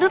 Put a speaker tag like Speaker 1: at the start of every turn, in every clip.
Speaker 1: ¿No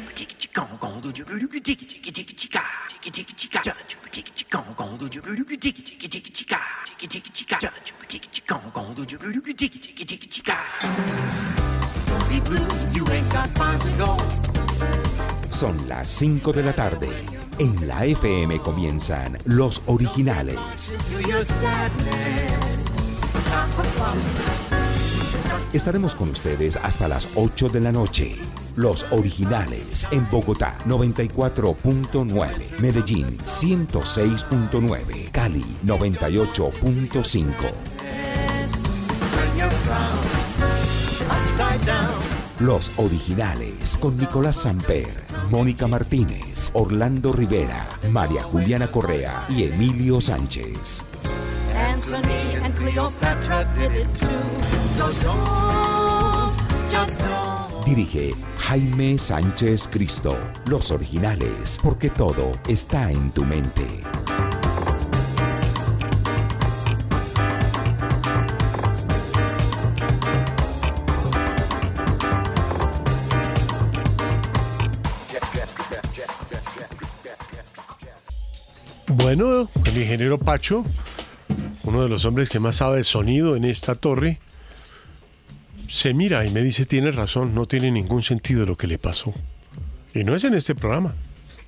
Speaker 2: Son las 5 de la tarde. En la FM comienzan los originales. Estaremos con ustedes hasta las 8 de la noche. Los originales en Bogotá 94.9, Medellín 106.9, Cali 98.5. Los originales con Nicolás Samper, Mónica Martínez, Orlando Rivera, María Juliana Correa y Emilio Sánchez.
Speaker 3: Antony and Cleopatra did it too. So don't just know.
Speaker 2: Dirige Jaime Sánchez Cristo. Los originales, porque todo está en tu mente.
Speaker 4: Bueno, el ingeniero Pacho, uno de los hombres que más sabe de sonido en esta torre, se mira y me dice, tiene razón, no tiene ningún sentido lo que le pasó. Y no es en este programa,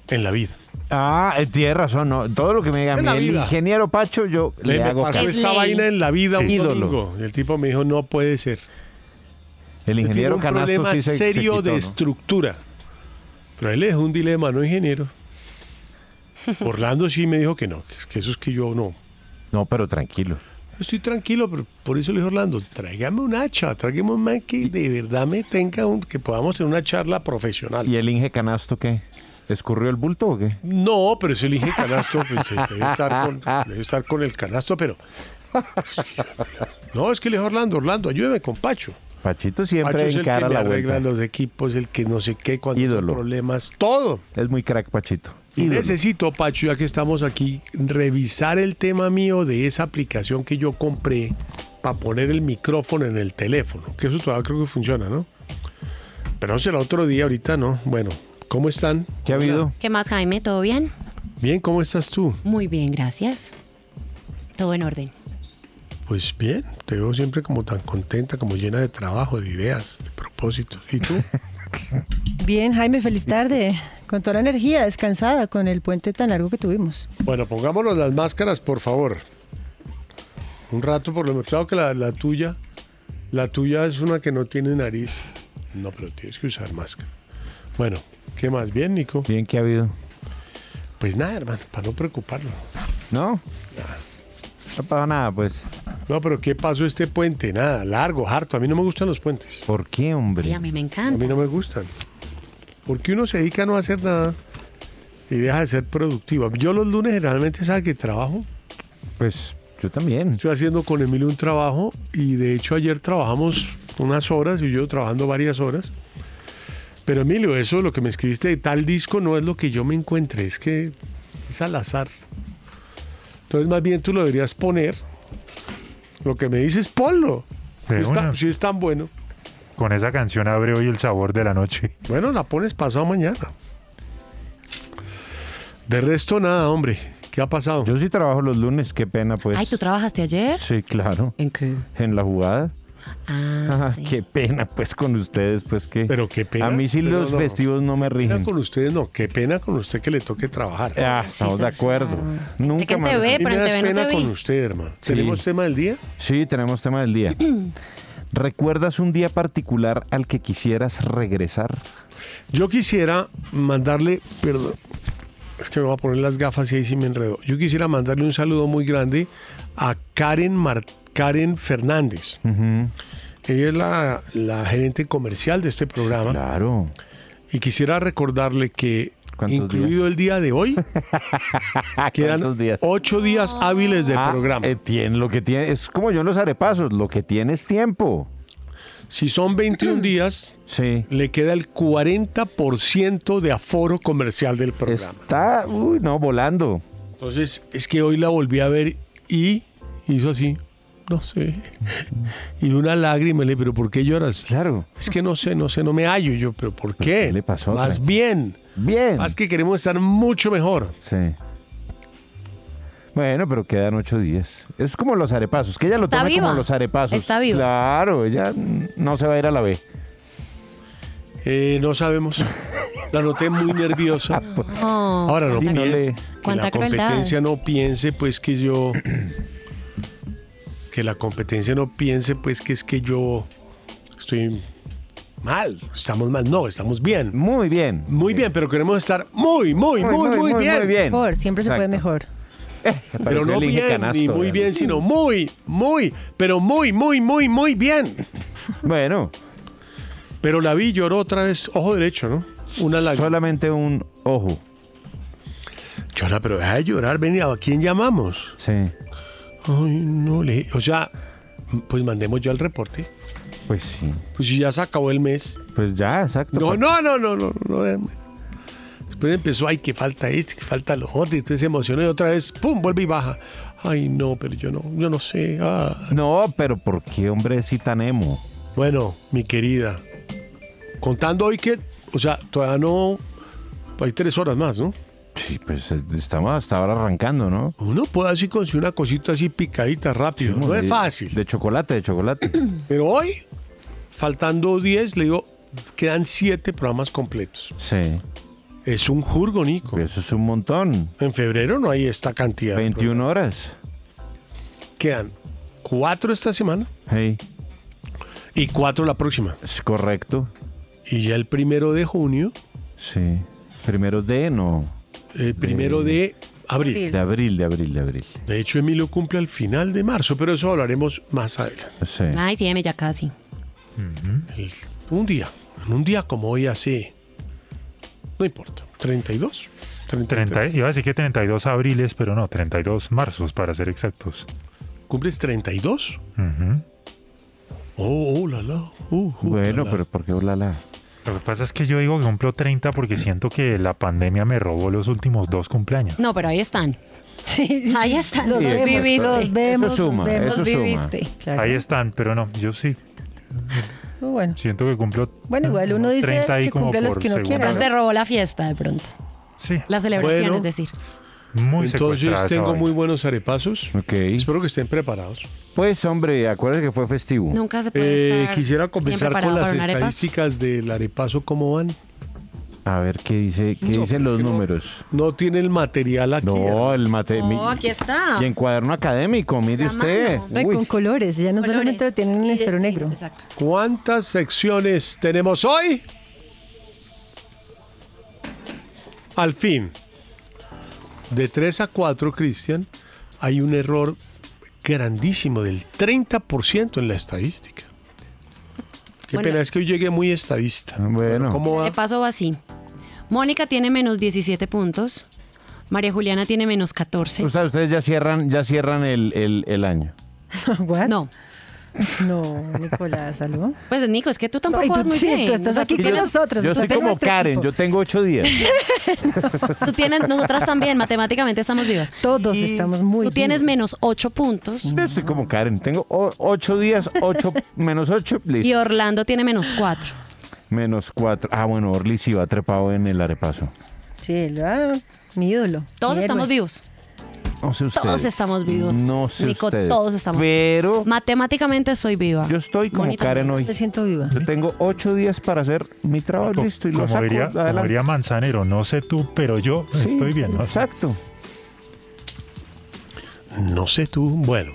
Speaker 4: en la vida.
Speaker 5: Ah, eh, tienes razón, no. Todo lo que me diga
Speaker 4: En
Speaker 5: mi-
Speaker 4: la
Speaker 5: el
Speaker 4: vida.
Speaker 5: ingeniero Pacho, yo le,
Speaker 4: me
Speaker 5: hago
Speaker 4: pasó
Speaker 5: caso.
Speaker 1: Es
Speaker 4: esta
Speaker 1: ley.
Speaker 4: vaina en la vida un
Speaker 5: Ídolo.
Speaker 4: domingo. Y el tipo me dijo, no puede ser. Él
Speaker 5: El
Speaker 4: tiene
Speaker 5: ingeniero
Speaker 4: un
Speaker 5: Canasto
Speaker 4: problema
Speaker 5: sí se- se
Speaker 4: serio
Speaker 5: quitó,
Speaker 4: de
Speaker 5: ¿no?
Speaker 4: estructura. Pero él es un dilema, no ingeniero. Orlando sí me dijo que no, que- que eso es que yo no.
Speaker 5: No, pero tranquilo.
Speaker 4: Estoy tranquilo, pero por eso le dije Orlando, tráigame un hacha, tráigame un man que de verdad me tenga un, que podamos tener una charla profesional.
Speaker 5: ¿Y el Inge Canasto qué? ¿Escurrió el bulto o qué?
Speaker 4: No, pero si elige canasto, pues eh, debe estar, con, debe estar con el canasto, pero. No, es que le dije a Orlando, Orlando, ayúdame con Pacho.
Speaker 5: Pachito
Speaker 4: Pacho
Speaker 5: siempre
Speaker 4: es el que
Speaker 5: encara
Speaker 4: me
Speaker 5: la
Speaker 4: arregla
Speaker 5: vuelta.
Speaker 4: los equipos, el que no sé qué, cuando hay
Speaker 5: Ídolo.
Speaker 4: problemas, todo.
Speaker 5: Es muy crack, Pachito.
Speaker 4: Y
Speaker 5: Ídolo.
Speaker 4: necesito, Pacho, ya que estamos aquí, revisar el tema mío de esa aplicación que yo compré para poner el micrófono en el teléfono. Que eso todavía creo que funciona, ¿no? Pero no será otro día, ahorita no. Bueno, ¿cómo están?
Speaker 5: ¿Qué ha habido?
Speaker 6: ¿Qué más, Jaime? ¿Todo bien?
Speaker 4: Bien, ¿cómo estás tú?
Speaker 6: Muy bien, gracias. Todo en orden.
Speaker 4: Pues bien, te veo siempre como tan contenta, como llena de trabajo, de ideas, de propósitos. ¿Y tú?
Speaker 7: Bien, Jaime, feliz tarde. Con toda la energía, descansada, con el puente tan largo que tuvimos.
Speaker 4: bueno, pongámonos las máscaras, por favor. Un rato, por lo menos. Claro que la, la tuya, la tuya es una que no tiene nariz. No, pero tienes que usar máscara. Bueno, ¿qué más? Bien, Nico.
Speaker 5: Bien, ¿qué ha habido?
Speaker 4: Pues nada, hermano, para no preocuparlo.
Speaker 5: ¿No? No pasa nada, pues.
Speaker 4: No, pero ¿qué pasó este puente? Nada, largo, harto. A mí no me gustan los puentes.
Speaker 5: ¿Por qué, hombre?
Speaker 6: Ay, a mí me
Speaker 4: A
Speaker 6: encanta.
Speaker 4: mí no me gustan. Porque uno se dedica a no hacer nada y deja de ser productivo. Yo los lunes generalmente, ¿sabes que trabajo?
Speaker 5: Pues yo también.
Speaker 4: Estoy haciendo con Emilio un trabajo y de hecho ayer trabajamos unas horas y yo trabajando varias horas. Pero Emilio, eso lo que me escribiste de tal disco no es lo que yo me encuentre, es que es al azar. Entonces más bien tú lo deberías poner. Lo que me dices, ponlo. Si
Speaker 8: De
Speaker 4: está-
Speaker 8: una.
Speaker 4: si es tan bueno.
Speaker 8: Con esa canción abre hoy el sabor de la noche.
Speaker 4: Bueno, la pones pasado mañana. De resto, nada, hombre. ¿Qué ha pasado?
Speaker 5: Yo sí trabajo los lunes, qué pena, pues.
Speaker 6: Ay, ¿tú trabajaste ayer?
Speaker 5: Sí, claro.
Speaker 6: ¿En qué?
Speaker 5: En la jugada.
Speaker 6: Ah, sí.
Speaker 5: Qué pena, pues, con ustedes, pues que.
Speaker 4: Pero qué pena.
Speaker 5: A mí sí
Speaker 4: pero
Speaker 5: los
Speaker 4: no.
Speaker 5: festivos no me
Speaker 4: Qué pena
Speaker 5: rigen.
Speaker 4: con ustedes, no. Qué pena con usted que le toque trabajar.
Speaker 5: Ah, estamos de acuerdo. Nunca
Speaker 6: que
Speaker 5: me
Speaker 6: te ve,
Speaker 4: A mí me
Speaker 6: pero en
Speaker 4: das
Speaker 6: TV no
Speaker 4: pena
Speaker 6: te
Speaker 4: con
Speaker 6: vi.
Speaker 4: usted, hermano.
Speaker 5: Sí.
Speaker 4: ¿Tenemos tema del día?
Speaker 5: Sí, tenemos tema del día. ¿Recuerdas un día particular al que quisieras regresar?
Speaker 4: Yo quisiera mandarle, perdón, es que me voy a poner las gafas y ahí sí me enredo. Yo quisiera mandarle un saludo muy grande a Karen, Mar- Karen Fernández.
Speaker 5: Ujú,
Speaker 4: Ella es la, la gerente comercial de este programa.
Speaker 5: Claro.
Speaker 4: Y quisiera recordarle que,
Speaker 5: ¿Cuántos
Speaker 4: incluido el día de hoy, quedan
Speaker 5: ¿Cuántos días?
Speaker 4: ocho días hábiles de
Speaker 5: Ah,
Speaker 4: programa.
Speaker 5: eh, tiene, lo que tiene, es como yo en los arepasos, lo que tiene es tiempo.
Speaker 4: Si son 21 días,
Speaker 5: Sí.
Speaker 4: le queda el 40% de aforo comercial del programa.
Speaker 5: Está, uy, no, volando.
Speaker 4: Entonces, es que hoy la volví a ver y hizo así, no sé. Y una lágrima, le dije, pero ¿por qué lloras?
Speaker 5: Claro.
Speaker 4: Es que no sé, no sé, no me hallo Y yo, pero ¿por qué?
Speaker 5: ¿Qué le pasó?
Speaker 4: Más bien,
Speaker 5: Bien.
Speaker 4: más que queremos estar mucho mejor.
Speaker 5: Sí. Bueno, pero quedan ocho días. Es como los arepasos, que ella lo
Speaker 6: Está
Speaker 5: toma
Speaker 6: viva.
Speaker 5: como los arepasos.
Speaker 6: Está viva.
Speaker 5: Claro, ella mm, no se va a ir a la B.
Speaker 4: Eh, no sabemos. La noté muy nerviosa.
Speaker 6: Oh,
Speaker 4: Ahora no
Speaker 5: Sí, no
Speaker 4: piense.
Speaker 5: le-
Speaker 4: que la
Speaker 6: Cuánta crueldad.
Speaker 4: competencia no piense, pues que yo. Que la competencia no piense, pues que es que yo estoy mal. Estamos mal. No, estamos bien.
Speaker 5: Muy bien.
Speaker 4: Muy bien, pero queremos estar muy, muy, muy, muy, bien.
Speaker 7: Por, siempre se puede
Speaker 5: Exacto.
Speaker 7: mejor.
Speaker 5: Me
Speaker 4: Pero
Speaker 5: pareció
Speaker 4: no
Speaker 5: el Inge
Speaker 4: bien, ni
Speaker 5: Canasto,
Speaker 4: muy
Speaker 5: ¿verdad?
Speaker 4: bien, sino muy, muy, pero muy, muy, muy, muy bien.
Speaker 5: Bueno,
Speaker 4: Pero la vi lloró otra vez, ojo derecho, ¿no? Una lágrima.
Speaker 5: solamente un ojo.
Speaker 4: Llora, pero deja de llorar, venía, ¿a quién llamamos?
Speaker 5: Sí.
Speaker 4: Ay, no le. O sea, pues mandemos yo el reporte.
Speaker 5: Pues sí.
Speaker 4: Pues si ya se acabó el mes.
Speaker 5: Pues ya, exacto.
Speaker 4: No,
Speaker 5: Pues-
Speaker 4: no, no, no, no, no, no. Después empezó, ay, que falta este, que falta lo otro. y Entonces se emocionó y otra vez, pum, vuelve y baja. Ay, no, pero yo no, yo no sé. ah.
Speaker 5: No, pero ¿por qué, hombre, si tan emo?
Speaker 4: Bueno, mi querida, contando hoy que, o sea, todavía no. Hay tres horas más, ¿no?
Speaker 5: Sí, pues eh, estamos hasta ahora arrancando, ¿no?
Speaker 4: Uno puede así conseguir una cosita así picadita rápido. No es
Speaker 5: De-
Speaker 4: fácil.
Speaker 5: De chocolate, de chocolate.
Speaker 4: Pero hoy, faltando 10, le digo, quedan siete programas completos.
Speaker 5: sí.
Speaker 4: Es un jurgo, Nico.
Speaker 5: Pues Eso es un montón.
Speaker 4: En febrero no hay esta cantidad. de
Speaker 5: 21 horas.
Speaker 4: programas. Quedan cuatro esta semana
Speaker 5: Hey,
Speaker 4: y cuatro la próxima.
Speaker 5: es correcto.
Speaker 4: Y ya el primero de junio, Eh.
Speaker 5: Sí. Primero de, no.
Speaker 4: el primero de abril.
Speaker 5: De abril, de abril, de abril.
Speaker 4: De hecho, Emilio cumple al final de marzo, pero eso hablaremos más adelante.
Speaker 5: Sí.
Speaker 6: Ay, sí, ya casi.
Speaker 4: El- un día, en un día como hoy hace, no importa, 32, 33.
Speaker 8: 30, iba a decir que 32 abriles, pero no, 32 marzos para ser exactos.
Speaker 4: ¿Cumples 32?
Speaker 8: Ujú.
Speaker 4: Oh, oh, la, la. Uh, uh, la,
Speaker 5: Bueno,
Speaker 4: la.
Speaker 5: pero ¿por qué la
Speaker 8: Lo que pasa es que yo digo que cumplo 30 porque siento que la pandemia me robó los últimos dos cumpleaños.
Speaker 6: No, pero ahí están.
Speaker 7: Sí,
Speaker 6: Ahí están.
Speaker 7: Los
Speaker 6: Los
Speaker 5: Sí, pues,
Speaker 6: viviste.
Speaker 7: los vemos,
Speaker 5: Eso suma,
Speaker 7: los vemos.
Speaker 5: eso
Speaker 6: Los
Speaker 5: suma.
Speaker 6: viviste.
Speaker 7: Claro.
Speaker 8: Ahí están, pero no, yo sí.
Speaker 7: Oh, bueno.
Speaker 8: Siento que cumplo.
Speaker 7: Bueno, igual
Speaker 8: unos
Speaker 7: uno dice
Speaker 8: 30 ahí
Speaker 7: que
Speaker 8: como
Speaker 7: cumple los
Speaker 8: por
Speaker 7: que uno
Speaker 8: segunda
Speaker 7: quiera,
Speaker 6: Pero
Speaker 7: ¿no?
Speaker 8: vez.
Speaker 6: te robó la fiesta de pronto.
Speaker 8: Sí,
Speaker 6: La celebración,
Speaker 4: Bueno.
Speaker 6: es decir.
Speaker 8: muy secuestrada
Speaker 4: Entonces
Speaker 8: esa
Speaker 4: tengo
Speaker 8: vaina.
Speaker 4: muy buenos arepasos.
Speaker 5: Ok.
Speaker 4: Espero que estén preparados.
Speaker 5: Pues, hombre, acuérdate que fue festivo.
Speaker 6: Nunca se puede
Speaker 4: Eh,
Speaker 6: estar
Speaker 4: quisiera
Speaker 6: bien
Speaker 4: comenzar con
Speaker 6: preparado
Speaker 4: las
Speaker 6: para una arepa.
Speaker 4: estadísticas del arepazo, ¿cómo van?
Speaker 5: A ver qué dice, qué
Speaker 4: No,
Speaker 5: dicen
Speaker 4: pero
Speaker 5: los
Speaker 4: es que no-
Speaker 5: números.
Speaker 4: No tiene el material aquí.
Speaker 5: No, el mate.
Speaker 6: No,
Speaker 5: mi-
Speaker 6: Oh, aquí está.
Speaker 5: Y en cuaderno académico, mire
Speaker 6: La
Speaker 5: usted.
Speaker 6: mano.
Speaker 7: Ay,
Speaker 5: Uy,
Speaker 7: con colores, ya no solamente lo
Speaker 6: Colores.
Speaker 7: tienen en
Speaker 6: Y de-
Speaker 7: esfero
Speaker 6: y-
Speaker 7: negro.
Speaker 6: Exacto.
Speaker 4: ¿Cuántas secciones tenemos hoy? Al fin, de 3 a 4, Cristian, hay un error grandísimo del 30% en la estadística. Qué
Speaker 6: Bueno.
Speaker 4: pena, es que hoy llegué muy estadista.
Speaker 5: Bueno.
Speaker 4: ¿Cómo va?
Speaker 6: El paso va así. Mónica tiene menos 17 puntos. María Juliana tiene menos 14.
Speaker 5: o sea, ustedes ya cierran, ya cierran el, el- el año.
Speaker 7: What?
Speaker 6: No,
Speaker 7: No, Nicolás, ¿aló?
Speaker 6: pues Nico, es que tú tampoco
Speaker 7: Ay, tú-
Speaker 6: vas muy
Speaker 7: sí,
Speaker 6: bien.
Speaker 7: tú estás
Speaker 6: O sea,
Speaker 7: aquí con
Speaker 6: tienes-
Speaker 7: nosotros.
Speaker 5: Yo
Speaker 7: estás
Speaker 5: estoy
Speaker 7: en
Speaker 5: como
Speaker 7: nuestro
Speaker 5: Karen,
Speaker 7: equipo.
Speaker 5: yo tengo ocho días.
Speaker 6: Tú tienes, nosotras también, matemáticamente estamos vivas.
Speaker 7: Todos estamos muy
Speaker 6: Tú tienes
Speaker 7: vivos.
Speaker 6: menos 8 puntos
Speaker 5: Yo estoy como Karen, tengo o- ocho días, ocho menos ocho, listo.
Speaker 6: y Orlando tiene menos 4.
Speaker 5: Menos cuatro. Ah, bueno, Orly sí va trepado en el arepazo.
Speaker 7: Sí, él va, mi ídolo.
Speaker 6: Todos
Speaker 7: mi héroe.
Speaker 6: estamos vivos.
Speaker 5: No sé ustedes.
Speaker 6: Todos estamos vivos.
Speaker 5: No sé
Speaker 6: Nico,
Speaker 5: ustedes.
Speaker 6: todos estamos
Speaker 5: Pero
Speaker 6: Matemáticamente soy viva.
Speaker 5: yo estoy como
Speaker 6: Bonita,
Speaker 5: Karen
Speaker 6: ¿no?
Speaker 5: hoy.
Speaker 6: Me
Speaker 7: siento viva.
Speaker 5: Yo tengo ocho días para hacer mi trabajo
Speaker 8: Co-
Speaker 5: listo y lo
Speaker 8: como,
Speaker 5: saco
Speaker 8: diría, como
Speaker 5: adelante.
Speaker 8: diría Manzanero, no sé tú, pero yo
Speaker 5: Sí,
Speaker 8: estoy bien. ¿no?
Speaker 5: Exacto.
Speaker 4: No sé tú. Bueno,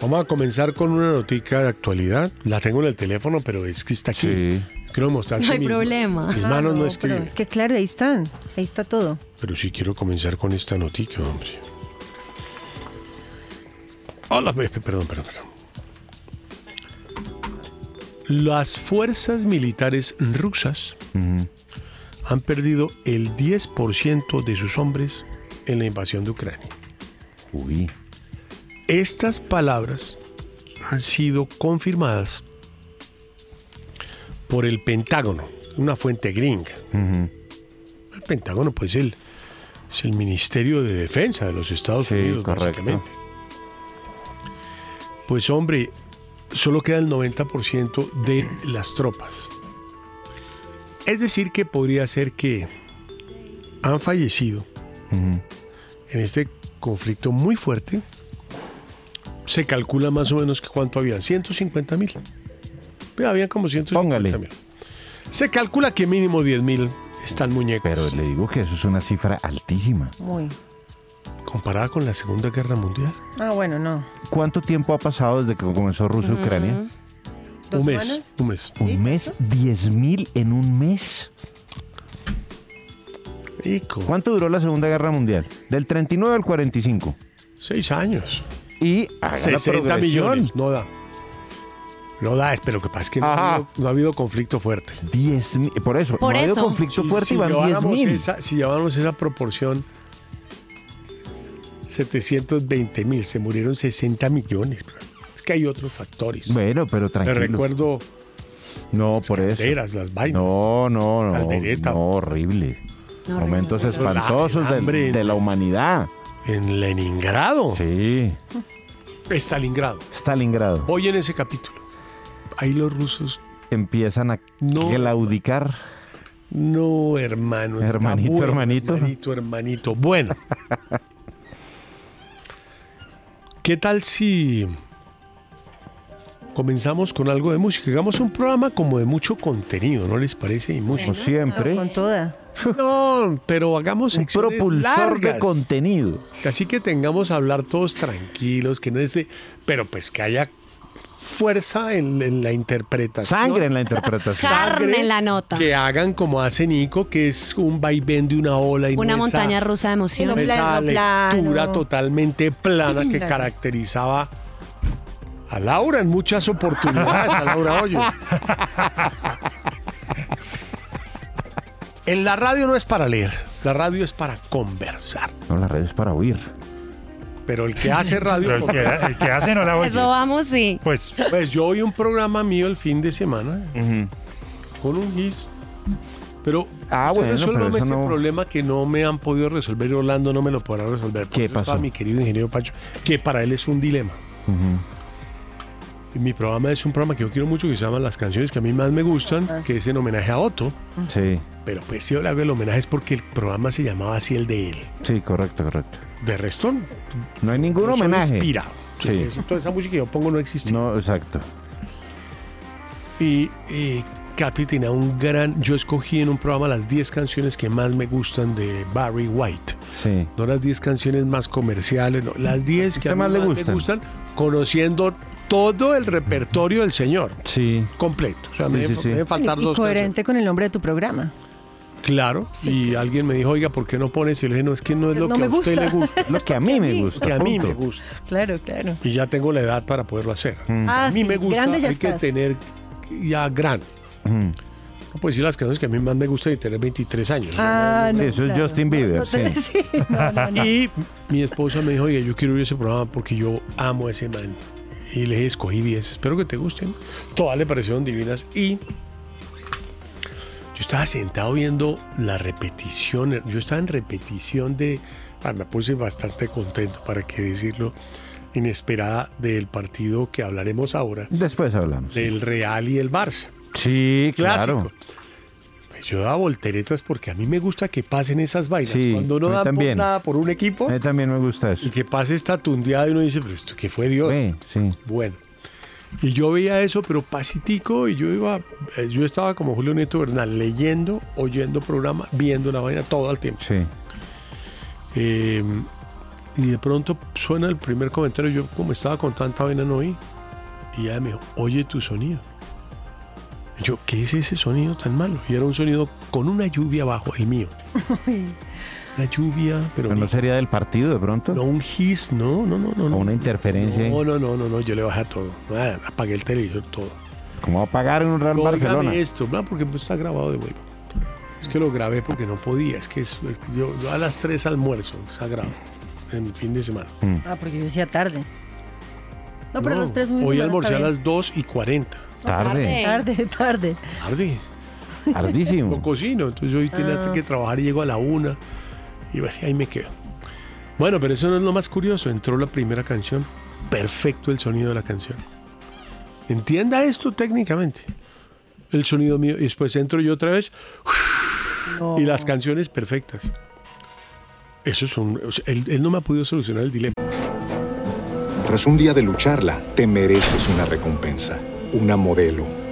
Speaker 4: vamos a comenzar con una notica de actualidad. La tengo en el teléfono, pero es que está aquí. Quiero mostrarte.
Speaker 6: No hay
Speaker 4: mis-
Speaker 6: problema.
Speaker 4: Mis manos
Speaker 7: Ah,
Speaker 4: no,
Speaker 7: pero
Speaker 4: escriben.
Speaker 7: Es que claro, ahí están. Ahí está todo.
Speaker 4: Pero sí quiero comenzar con esta notica, hombre. Hola, pe- pe- perdón, perdón, perdón. Las fuerzas militares rusas han perdido el 10% de sus hombres en la invasión de Ucrania.
Speaker 5: Uy.
Speaker 4: Estas palabras han sido confirmadas por el Pentágono, una fuente gringa. El Pentágono, pues el, es el Ministerio de Defensa de los Estados
Speaker 5: Sí,
Speaker 4: Unidos,
Speaker 5: correcto.
Speaker 4: básicamente. Pues hombre, solo queda el 90% de las tropas. Es decir, que podría ser que han fallecido en este conflicto muy fuerte. Se calcula más o menos que cuánto había, 150 mil. Habían como 150 mil. Se calcula que mínimo 10 mil están muñecos.
Speaker 5: Pero le digo que eso es una cifra altísima.
Speaker 7: Muy.
Speaker 4: Comparada con la Segunda Guerra Mundial.
Speaker 7: Ah, bueno, no.
Speaker 5: ¿Cuánto tiempo ha pasado desde que comenzó Rusia-Ucrania?
Speaker 7: ¿Dos
Speaker 4: Un mes,
Speaker 7: semanas?
Speaker 4: un mes.
Speaker 5: ¿Un mes? ¿10.000 en un mes?
Speaker 4: Rico.
Speaker 5: ¿Cuánto duró la Segunda Guerra Mundial? Del 39 al 45.
Speaker 4: Seis años.
Speaker 5: Y haga la
Speaker 4: 60
Speaker 5: progresión.
Speaker 4: millones. No da. No da, es- pero lo que pasa es que no
Speaker 5: Ajá.
Speaker 4: ha, habido, no ha habido conflicto fuerte.
Speaker 5: 10.000. Por eso,
Speaker 6: Por
Speaker 5: no ha habido
Speaker 6: eso.
Speaker 5: conflicto fuerte
Speaker 4: si,
Speaker 5: y van 10.000.
Speaker 4: lleváramos esa, si lleváramos esa proporción, 720 mil, se murieron 60 millones. bro. Es que hay otros factores.
Speaker 5: Bueno, pero
Speaker 4: Te
Speaker 5: tranquilo.
Speaker 4: recuerdo
Speaker 5: No, por eso.
Speaker 4: calderas, las vainas.
Speaker 5: No, no, no.
Speaker 4: Caldereta.
Speaker 5: No, horrible.
Speaker 6: No, horrible,
Speaker 5: Momentos
Speaker 6: horrible.
Speaker 5: espantosos
Speaker 4: El
Speaker 5: de,
Speaker 4: hambre.
Speaker 5: de la humanidad.
Speaker 4: En Leningrado,
Speaker 5: Sí.
Speaker 4: Stalingrado.
Speaker 5: Stalingrado.
Speaker 4: Hoy en ese capítulo, ahí los rusos.
Speaker 5: Empiezan a
Speaker 4: No.
Speaker 5: claudicar.
Speaker 4: No, hermano. está
Speaker 5: Hermanito,
Speaker 4: bueno,
Speaker 5: hermanito.
Speaker 4: Hermanito, hermanito. Bueno. ¿Qué tal si comenzamos con algo de música? Hagamos un programa como de mucho contenido, ¿no les parece? Y mucho.
Speaker 5: Como siempre.
Speaker 7: Con toda.
Speaker 4: No, pero hagamos
Speaker 5: Un
Speaker 4: secciones
Speaker 5: propulsor
Speaker 4: largas.
Speaker 5: de contenido.
Speaker 4: Así que tengamos a hablar todos tranquilos, que no es de- Pero pues que haya fuerza en, en la interpretación.
Speaker 5: Sangre en la interpretación.
Speaker 6: Carne en la nota.
Speaker 4: Que hagan como hace Nico, que es un vaivén de una ola y
Speaker 6: Una
Speaker 4: no esa-
Speaker 6: montaña rusa de
Speaker 4: no
Speaker 6: emociones.
Speaker 7: Plano,
Speaker 4: esa lectura
Speaker 7: plano.
Speaker 4: totalmente plana que caracterizaba a Laura en muchas oportunidades, a Laura Hoyos. En la radio no es para leer, la radio es para conversar.
Speaker 5: No, la red es para huir.
Speaker 4: Pero el que hace
Speaker 8: Pero
Speaker 4: radio
Speaker 8: el, que,
Speaker 4: conversa.
Speaker 8: el que hace no la oye.
Speaker 6: Eso vamos, sí.
Speaker 8: Pues
Speaker 4: Pues yo oí un programa mío el fin de semana con un GIS. Pero
Speaker 5: Ah,
Speaker 4: usted
Speaker 5: bueno,
Speaker 4: resuélvame
Speaker 5: pero eso
Speaker 4: este
Speaker 5: no-
Speaker 4: problema que no me han podido resolver y Orlando no me lo podrá resolver. Por
Speaker 5: ¿Qué
Speaker 4: eso está
Speaker 5: pasó?
Speaker 4: mi querido ingeniero Pancho, que para él es un dilema. Y mi programa es un programa que yo quiero mucho que se llama Las canciones que a mí más me gustan, que es en homenaje a Otto.
Speaker 5: Sí.
Speaker 4: Pero pues si yo le hago el homenaje es porque el programa se llamaba así el de él.
Speaker 5: Sí, correcto, correcto.
Speaker 4: De resto,
Speaker 5: No hay ningún
Speaker 4: no soy
Speaker 5: homenaje.
Speaker 4: inspirado.
Speaker 5: Sí.
Speaker 4: Es- Toda esa música que yo pongo no existe.
Speaker 5: No, exacto.
Speaker 4: Y, y Katy tenía un gran. Yo escogí en un programa las 10 canciones que más me gustan de Barry White.
Speaker 5: Sí.
Speaker 4: No las 10 canciones más comerciales, no. Las 10 que
Speaker 5: ¿Qué
Speaker 4: a mí
Speaker 5: más le
Speaker 4: me
Speaker 5: gustan?
Speaker 4: gustan, conociendo todo el repertorio del señor.
Speaker 5: Sí.
Speaker 4: Completo. O sea,
Speaker 5: Sí,
Speaker 4: me,
Speaker 5: sí,
Speaker 4: me
Speaker 5: sí.
Speaker 4: deben faltar
Speaker 7: Y
Speaker 4: dos canciones.
Speaker 7: coherente con el nombre de tu programa.
Speaker 4: Claro. y alguien me dijo, oiga, ¿por qué no pones? Y le dije, no, es que no es lo
Speaker 7: No
Speaker 4: que
Speaker 7: me
Speaker 4: a usted
Speaker 7: gusta.
Speaker 4: le gusta.
Speaker 5: Lo que a mí me
Speaker 4: es
Speaker 5: gusta.
Speaker 4: lo que a mí
Speaker 5: punto.
Speaker 4: me gusta.
Speaker 7: Claro, claro.
Speaker 4: Y ya tengo la edad para poderlo hacer.
Speaker 5: Mm.
Speaker 7: Ah,
Speaker 4: a mí
Speaker 7: sí,
Speaker 4: me gusta,
Speaker 7: grande ya
Speaker 4: hay que
Speaker 7: estás.
Speaker 4: tener ya grande.
Speaker 5: Mm.
Speaker 4: No puedo decir las canciones que a mí más me gustan y tener 23 años.
Speaker 7: Ah, no,
Speaker 5: Sí, eso es
Speaker 7: claro.
Speaker 5: Justin Bieber,
Speaker 7: No, no te- sí, no, no, no.
Speaker 4: Y mi esposa me dijo, oye, yo quiero ir a ese programa porque yo amo a ese man. Y le dije, escogí 10, espero que te gusten. Todas le parecieron divinas. Y yo estaba sentado viendo la repetición, yo estaba en repetición de, ah, me puse bastante contento, para qué decirlo, inesperada del partido que hablaremos ahora,
Speaker 5: Después hablamos.
Speaker 4: del Real y el Barça.
Speaker 5: Sí,
Speaker 4: Clásico.
Speaker 5: claro.
Speaker 4: Pues Yo da volteretas porque a mí me gusta que pasen esas vainas.
Speaker 5: Sí,
Speaker 4: Cuando no
Speaker 5: a mí
Speaker 4: dan por
Speaker 5: también.
Speaker 4: nada por un equipo
Speaker 5: A mí también me gusta eso.
Speaker 4: y que pase esta tundeada y uno dice, pero esto que fue Dios.
Speaker 5: Sí, sí.
Speaker 4: Bueno. Y yo veía eso, pero pasitico, y yo iba, eh, yo estaba como Julio Neto Bernal, leyendo, oyendo programa, viendo la vaina todo el tiempo.
Speaker 5: Sí.
Speaker 4: Eh, y de pronto suena el primer comentario, yo como estaba con tanta vaina no oí, y ella me dijo, oye tu sonido. Y Yo, ¿qué es ese sonido tan malo? Y era un sonido con una lluvia abajo, el mío. Una lluvia, pero
Speaker 5: Pero no sería del partido de pronto.
Speaker 4: no un gis, no, no, no, no.
Speaker 5: O
Speaker 4: no.
Speaker 5: una interferencia. ahí.
Speaker 4: No, no, no, no, no, yo le bajé a todo. Nada, apagué el televisor, todo.
Speaker 5: ¿Cómo va a pagar un Real
Speaker 4: Óigame
Speaker 5: Barcelona?
Speaker 4: esto, ¿verdad? porque pues, está grabado de vuelta. Es que lo grabé porque no podía, es que es- es que yo, yo a las 3 almuerzo, sagrado, en el fin de semana.
Speaker 7: Ah, porque yo decía tarde. No, pero
Speaker 4: No,
Speaker 7: los tres muy
Speaker 4: Hoy
Speaker 7: bien,
Speaker 4: almorcé
Speaker 7: está
Speaker 4: a
Speaker 7: bien.
Speaker 4: las 2 y 40.
Speaker 5: Tarde.
Speaker 7: Tarde, tarde.
Speaker 4: Tarde. No
Speaker 5: Tardísimo.
Speaker 4: cocino, entonces yo hoy tenía que trabajar y llego a la 1 y bueno, ahí me quedo. Bueno, pero eso no es lo más curioso. Entró la primera canción, perfecto el sonido de la canción. Entienda esto técnicamente. El sonido mío, y después entro yo otra vez y las canciones perfectas. Eso es un. o sea, él, él no me ha podido solucionar el dilema.
Speaker 9: Tras un día de lucharla, te mereces una recompensa, una modelo,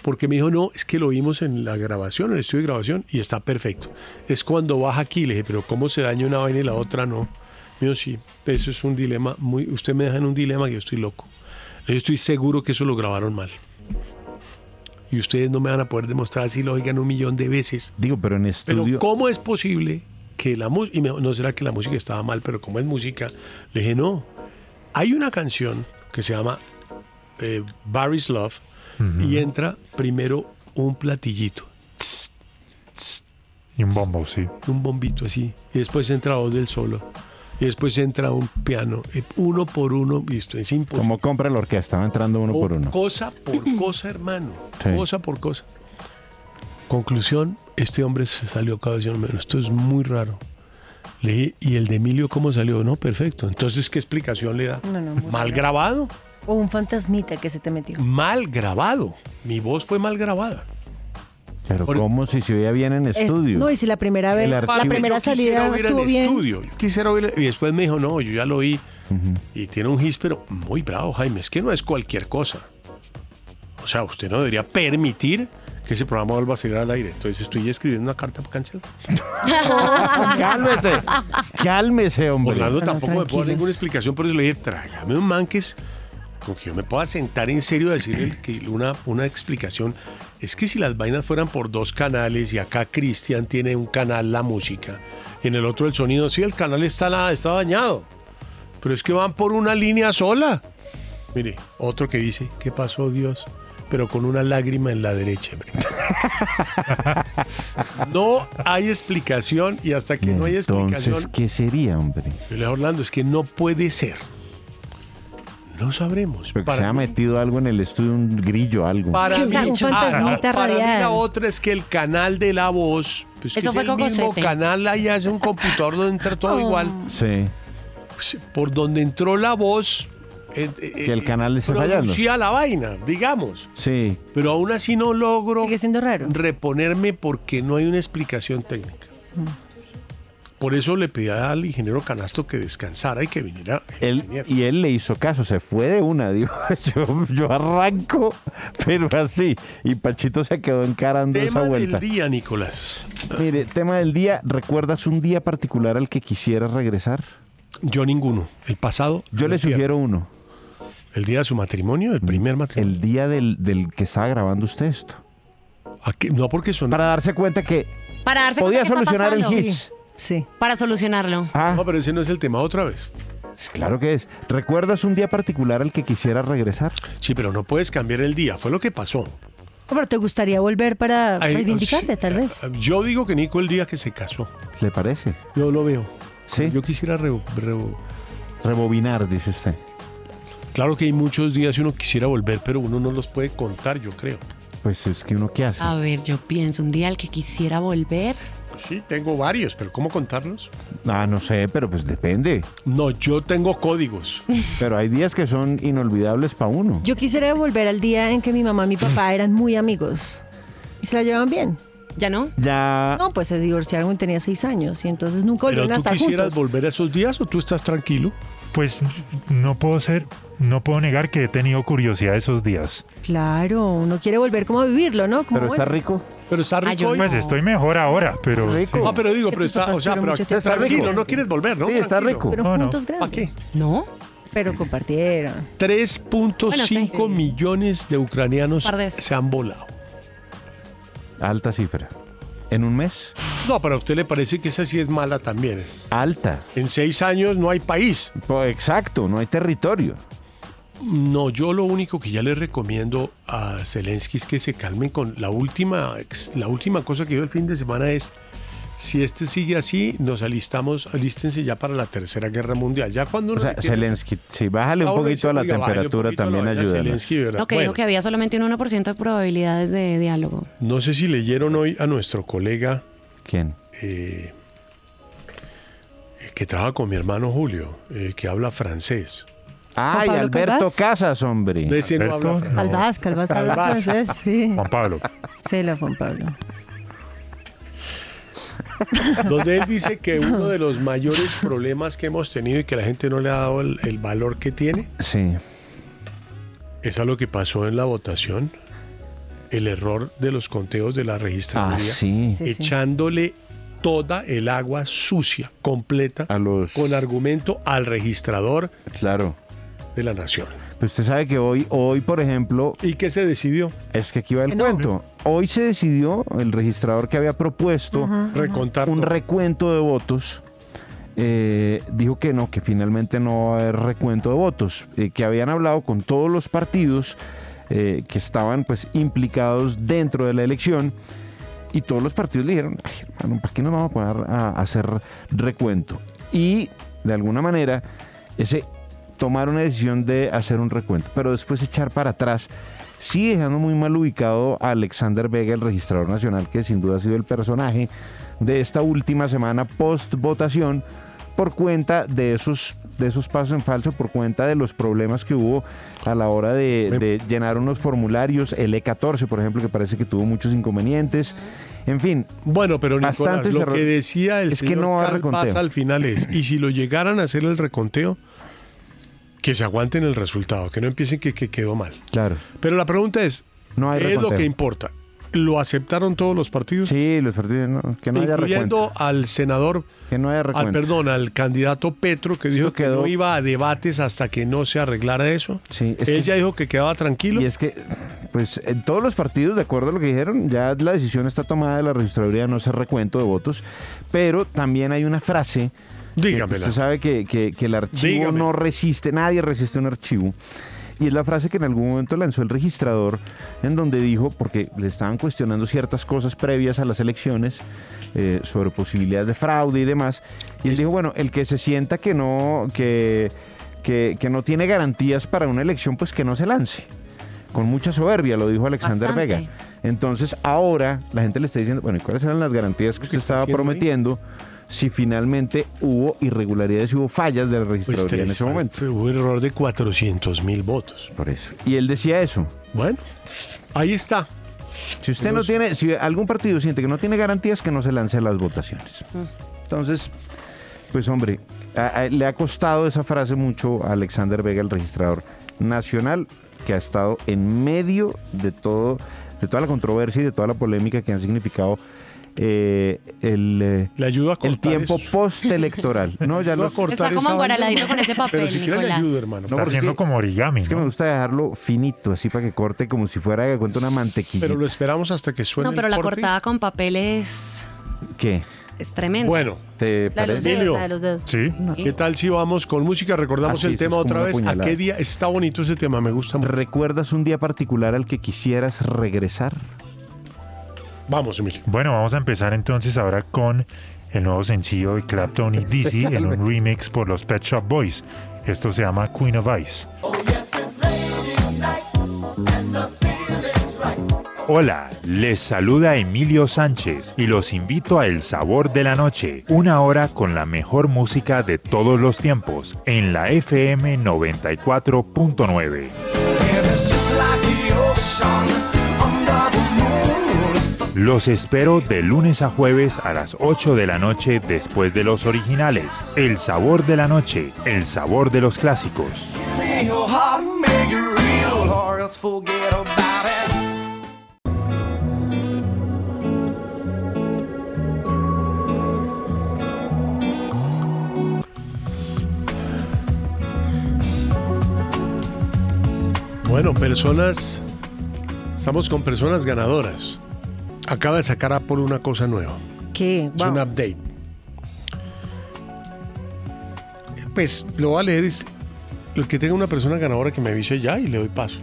Speaker 4: Porque me dijo, no, es que lo vimos en la grabación, en el estudio de grabación, y está perfecto. Es cuando baja aquí, le dije, pero ¿cómo se daña una vaina y la otra no? Me dijo, sí, eso es un dilema muy. Usted me deja en un dilema que yo estoy loco. Yo estoy seguro que eso lo grabaron mal. Y ustedes no me van a poder demostrar si lo oigan un millón de veces.
Speaker 5: Digo, pero en
Speaker 4: Pero
Speaker 5: estudio.
Speaker 4: ¿cómo es posible que la música, y me dijo, no será que la música estaba mal, pero como es música, le dije, no, hay una canción que se llama eh, Barry's Love y entra primero un platillito, tss, tss,
Speaker 8: Y un bombo, sí.
Speaker 4: un bombito así, y después entra voz del solo, y después entra un piano, eh, uno por uno, visto, es imposible.
Speaker 5: Como compra la orquesta, va entrando uno por uno.
Speaker 4: Cosa por cosa, hermano.
Speaker 5: Sí.
Speaker 4: Cosa por cosa. Conclusión, este hombre se salió cada vez menos. Esto es muy raro. Le dije, ¿y el de Emilio cómo salió? No, perfecto. Entonces, ¿qué explicación le da?
Speaker 7: No, no, muy
Speaker 4: mal
Speaker 7: raro.
Speaker 4: grabado.
Speaker 7: O un fantasmita que se te metió.
Speaker 4: Mal grabado. Mi voz fue mal grabada.
Speaker 5: Pero ¿cómo si se oía bien en
Speaker 7: Es-
Speaker 5: estudio?
Speaker 7: no, y si la primera vez,
Speaker 5: El
Speaker 7: la
Speaker 5: archivo.
Speaker 7: primera
Speaker 4: Yo quisiera
Speaker 7: salida
Speaker 4: oír el
Speaker 7: estuvo bien.
Speaker 4: estudio. Yo quisiera oír- Y después me dijo, no, yo ya lo oí. Y tiene un gis, pero muy bravo, Jaime. Es que no es cualquier cosa. O sea, usted no debería permitir que ese programa vuelva a salir al aire. Entonces estoy escribiendo una carta para cancelar.
Speaker 5: Cálmese. Cálmese, hombre.
Speaker 4: Orlando
Speaker 7: Bueno,
Speaker 4: tampoco me puedo dar
Speaker 7: tranquilos.
Speaker 4: ninguna explicación, por eso le dije, trágame un manques con que yo me pueda sentar en serio a decirle que una, una explicación. Es que si las vainas fueran por dos canales y acá Cristian tiene un canal la música, en el otro el sonido, sí, el canal está, la- está dañado, pero es que van por una línea sola. Mire, otro que dice, ¿qué pasó Dios? Pero con una lágrima en la derecha. hombre. no hay explicación y hasta que no hay
Speaker 5: Entonces,
Speaker 4: explicación
Speaker 5: ¿qué sería, hombre?
Speaker 4: yo le dije, Orlando, es que no puede ser. No sabremos.
Speaker 5: Porque se
Speaker 4: Para
Speaker 5: ha
Speaker 4: mí-
Speaker 5: metido algo en el estudio, un grillo, algo.
Speaker 4: para
Speaker 7: Sí,
Speaker 4: mí,
Speaker 7: un fantasmita
Speaker 4: Ah, no, para mí la
Speaker 7: radial.
Speaker 4: otra es que el canal de la voz, pues que
Speaker 6: Eso
Speaker 4: es
Speaker 6: fue
Speaker 4: el
Speaker 6: con
Speaker 4: mismo
Speaker 6: Cosete.
Speaker 4: canal ahí hace un computador donde entra
Speaker 7: Oh.
Speaker 4: todo igual.
Speaker 5: Sí.
Speaker 4: Pues, por donde entró la voz, eh, eh,
Speaker 5: Que el
Speaker 4: eh,
Speaker 5: canal está fallando.
Speaker 4: producía la vaina, digamos.
Speaker 5: Sí.
Speaker 4: Pero aún así no logro
Speaker 7: Sigue siendo raro.
Speaker 4: reponerme porque no hay una explicación técnica.
Speaker 7: Mm.
Speaker 4: Por eso le pedí al ingeniero Canasto que descansara y que viniera. el
Speaker 5: Él,
Speaker 4: ingeniero.
Speaker 5: y él le hizo caso, se fue de una, dijo, yo, yo arranco, pero así. Y Pachito se quedó encarando esa
Speaker 4: Tema
Speaker 5: vuelta.
Speaker 4: del día, Nicolás.
Speaker 5: Mire, tema del día, ¿recuerdas un día particular al que quisieras regresar?
Speaker 4: Yo ninguno. El pasado.
Speaker 5: Yo le sugiero uno. Mm,
Speaker 4: ¿El día de su matrimonio? ¿El primer matrimonio?
Speaker 5: El día del, del que estaba grabando usted esto.
Speaker 4: No, porque suena.
Speaker 5: Para darse cuenta que
Speaker 6: Para darse
Speaker 5: podía
Speaker 6: cuenta que está
Speaker 5: solucionar el
Speaker 6: pasando.
Speaker 5: GIS.
Speaker 6: Sí. Para solucionarlo.
Speaker 4: No, pero ese no es el tema otra vez.
Speaker 5: Ah. Claro que es. ¿Recuerdas un día particular al que quisieras regresar?
Speaker 4: Sí, pero no puedes cambiar el día. Fue lo que pasó.
Speaker 7: Pero te gustaría volver para
Speaker 4: Ay, oh,
Speaker 7: reivindicarte, tal vez.
Speaker 4: Yo digo que Nico el día que se casó.
Speaker 5: ¿Le parece?
Speaker 4: Yo lo veo.
Speaker 5: Sí.
Speaker 4: Yo quisiera re- re-
Speaker 5: Rebobinar, dice usted.
Speaker 4: Claro que hay muchos días que uno quisiera volver, pero uno no los puede contar, yo creo.
Speaker 5: Pues es que uno qué hace.
Speaker 6: A ver, yo pienso, un día al que quisiera volver.
Speaker 4: Sí, tengo varios, pero ¿cómo contarlos?
Speaker 5: Ah, no sé, pero pues depende.
Speaker 4: No, yo tengo códigos.
Speaker 5: Pero hay días que son inolvidables para uno.
Speaker 7: Yo quisiera volver al día en que mi mamá y mi papá eran muy amigos y se la llevaban bien.
Speaker 6: ¿Ya no?
Speaker 5: Ya.
Speaker 7: No, pues se divorciaron cuando tenía seis años y entonces nunca
Speaker 4: ¿Pero
Speaker 7: volvieron a
Speaker 4: tú
Speaker 7: estar
Speaker 4: quisieras
Speaker 7: juntos.
Speaker 4: volver a esos días o tú estás tranquilo?
Speaker 8: Pues no puedo ser, no puedo negar que he tenido curiosidad esos días.
Speaker 7: Claro, uno quiere volver como a vivirlo, ¿no? Como, bueno,
Speaker 5: rico.
Speaker 4: Pero
Speaker 7: Ah,
Speaker 4: está rico. hoy.
Speaker 8: Pues estoy mejor ahora, pero. sí.
Speaker 4: Ah, pero digo, pero está, o sea, pero
Speaker 7: mucho tiempo.
Speaker 4: tranquilo,
Speaker 7: Está rico.
Speaker 4: no quieres volver, ¿no?
Speaker 5: Sí, está
Speaker 4: Tranquilo.
Speaker 5: rico.
Speaker 7: Pero
Speaker 8: No, no.
Speaker 7: juntos grandes.
Speaker 6: ¿No?
Speaker 7: Pero compartieron.
Speaker 4: 3.5 millones de ucranianos
Speaker 6: Par de veces.
Speaker 4: se han volado.
Speaker 5: Alta cifra. ¿En un mes?
Speaker 4: No, pero a usted le parece que esa sí es mala también. eh.
Speaker 5: Alta.
Speaker 4: En seis años no hay país.
Speaker 5: Pues, exacto, no hay territorio.
Speaker 4: No, yo lo único que ya le recomiendo a Zelensky es que se calmen con la última, ex- la última cosa que yo el fin de semana es si este sigue así, nos alistamos, alístense ya para la tercera guerra mundial. Ya cuando
Speaker 5: O
Speaker 4: uno
Speaker 5: sea,
Speaker 4: le quiere-
Speaker 5: Zelensky, si bájale
Speaker 4: Ah,
Speaker 5: un
Speaker 4: uno
Speaker 5: poquito
Speaker 4: dice,
Speaker 5: a la
Speaker 4: "Oiga, bájale un
Speaker 5: temperatura
Speaker 4: poquito a la
Speaker 5: también
Speaker 4: vaina,
Speaker 5: ayuda.
Speaker 4: Zelensky, ¿verdad?
Speaker 6: No, que
Speaker 4: Bueno.
Speaker 6: dijo que había solamente un 1% de probabilidades de diálogo.
Speaker 4: No sé si leyeron hoy a nuestro colega
Speaker 5: ¿Quién?
Speaker 4: eh, que trabaja con mi hermano Julio, eh, que habla francés.
Speaker 5: Ay,
Speaker 7: Pablo
Speaker 5: Alberto
Speaker 7: Calvás.
Speaker 5: Casas, hombre.
Speaker 4: De ese no
Speaker 8: Alberto,
Speaker 4: habla francés.
Speaker 7: Calvás, Calvás habla
Speaker 4: Calvás.
Speaker 7: francés, sí.
Speaker 8: Juan Pablo.
Speaker 7: Sí, la Juan Pablo.
Speaker 4: Donde él dice que uno de los mayores problemas que hemos tenido y que la gente no le ha dado el, el valor que tiene
Speaker 5: Sí.
Speaker 4: es a lo que pasó en la votación, el error de los conteos de la
Speaker 5: Ah,
Speaker 4: registraduría,
Speaker 5: sí.
Speaker 7: Sí, sí.
Speaker 4: echándole toda el agua sucia, completa,
Speaker 5: A los.
Speaker 4: con argumento al registrador
Speaker 5: Claro.
Speaker 4: de la nación.
Speaker 5: Pues usted sabe que hoy, hoy, por ejemplo,
Speaker 4: ¿Y qué se decidió?
Speaker 5: es que aquí va el
Speaker 7: Que no.
Speaker 5: cuento. Hoy se decidió el registrador que había propuesto
Speaker 4: Recontar.
Speaker 5: un
Speaker 4: todo.
Speaker 5: recuento de votos. eh, dijo que no, que finalmente no va a haber recuento de votos, eh, que habían hablado con todos los partidos eh, que estaban pues implicados dentro de la elección y todos los partidos le dijeron, "Ay, hermano, ¿para qué nos vamos a poner a hacer recuento? Y de alguna manera ese tomar una decisión de hacer un recuento, pero después echar para atrás, sí dejando muy mal ubicado a Alexander Vega, el registrador nacional, que sin duda ha sido el personaje de esta última semana post votación, por cuenta de esos, de esos pasos en falso, por cuenta de los problemas que hubo a la hora de, de llenar unos formularios, el E14, por ejemplo, que parece que tuvo muchos inconvenientes. En fin,
Speaker 4: Bueno, pero Nicolás,
Speaker 5: Bastantes
Speaker 4: lo
Speaker 5: errores.
Speaker 4: que decía el
Speaker 5: Es que
Speaker 4: señor
Speaker 5: no va a
Speaker 4: Calvás
Speaker 5: reconteo.
Speaker 4: al final es, y si lo llegaran a hacer el reconteo, que se aguanten el resultado, que no empiecen que, que quedó mal.
Speaker 5: claro.
Speaker 4: Pero la pregunta es,
Speaker 5: No hay
Speaker 4: ¿qué es lo
Speaker 5: reconteo.
Speaker 4: que importa? ¿Lo aceptaron todos los partidos?
Speaker 5: Sí, los partidos, no, que no haya
Speaker 4: incluyendo
Speaker 5: recuento.
Speaker 4: al senador,
Speaker 5: Que no haya
Speaker 4: al,
Speaker 5: recuento.
Speaker 4: perdón, al candidato Petro, que dijo que
Speaker 5: quedó-
Speaker 4: no iba a debates hasta que no se arreglara eso.
Speaker 5: Sí, es que-
Speaker 4: Ella dijo que quedaba tranquilo.
Speaker 5: Y es que, pues, en todos los partidos, de acuerdo a lo que dijeron, ya la decisión está tomada de la registraduría, no se recuento de votos, pero también hay una frase. que,
Speaker 4: Dígamela.
Speaker 5: pues, Usted sabe que, que- que el archivo
Speaker 4: Dígame.
Speaker 5: no resiste, nadie resiste un archivo. Y es la frase que en algún momento lanzó el registrador, en donde dijo, porque le estaban cuestionando ciertas cosas previas a las elecciones, eh, sobre posibilidades de fraude y demás. Y él dijo, bueno, el que se sienta que no, que, que, que no tiene garantías para una elección, pues que no se lance. Con mucha soberbia, lo dijo Alexander
Speaker 6: Bastante.
Speaker 5: Vega. Entonces, ahora la gente le está diciendo, bueno, ¿y cuáles eran las garantías que usted
Speaker 4: está
Speaker 5: estaba
Speaker 4: haciendo ahí?
Speaker 5: prometiendo? Si finalmente hubo irregularidades y hubo fallas de la
Speaker 4: Pues
Speaker 5: registraduría en
Speaker 4: tres,
Speaker 5: ese
Speaker 4: fue-
Speaker 5: momento.
Speaker 4: fue un error de 400 mil votos.
Speaker 5: Por eso. Y él decía eso.
Speaker 4: Bueno, ahí está.
Speaker 5: Si usted no tiene, si algún partido siente que no tiene garantías, que no se lance a las votaciones.
Speaker 6: Mm.
Speaker 5: Entonces, pues hombre, a- a- le ha costado esa frase mucho a Alexander Vega, el registrador nacional, que ha estado en medio de todo, de toda la controversia y de toda la polémica que han significado eh, el, eh, el tiempo postelectoral. No, ya
Speaker 4: ayudo a
Speaker 5: los-
Speaker 4: cortar
Speaker 6: Está como esa vaina. enguaradito con ese papel, Pero si quiere le Nicolás. ayudo, hermano. Está
Speaker 5: porque
Speaker 8: haciendo
Speaker 5: es que-
Speaker 8: como origami,
Speaker 5: Es que me gusta dejarlo finito, así para que corte como si fuera que cuenta una mantequilla.
Speaker 4: Pero lo esperamos hasta que suene
Speaker 6: No, pero
Speaker 4: el
Speaker 6: la
Speaker 4: corte.
Speaker 6: cortada con papel es,
Speaker 5: ¿Qué?
Speaker 6: es tremenda.
Speaker 4: Bueno,
Speaker 5: ¿te
Speaker 6: La de los parece? dedos, la de los dedos.
Speaker 4: Sí. ¿Qué tal si vamos con música? Recordamos
Speaker 5: Así
Speaker 4: el
Speaker 5: es,
Speaker 4: tema
Speaker 5: Ah, es como
Speaker 4: otra
Speaker 5: una
Speaker 4: vez. ¿A
Speaker 5: puñalada.
Speaker 4: qué día está bonito ese tema? Me gusta mucho.
Speaker 5: ¿Recuerdas un día particular al que quisieras regresar?
Speaker 4: Vamos, Emilio.
Speaker 8: Bueno, vamos a empezar entonces ahora con el nuevo sencillo de Clapton y Dizzy en un remix por los Pet Shop Boys. Esto se llama Queen of Ice. Hola, les saluda Emilio Sánchez y los invito a El Sabor de la Noche, una hora con la mejor música de todos los tiempos en la FM 94.9. Los espero de lunes a jueves a las 8 de la noche después de los originales. El sabor de la noche, el sabor de los clásicos.
Speaker 4: Bueno, personas. Estamos con personas ganadoras. Acaba de sacar Apple una cosa nueva.
Speaker 7: ¿Qué?
Speaker 4: Es un update. Pues lo voy a leer es el que tenga una persona ganadora que me avise ya y le doy paso.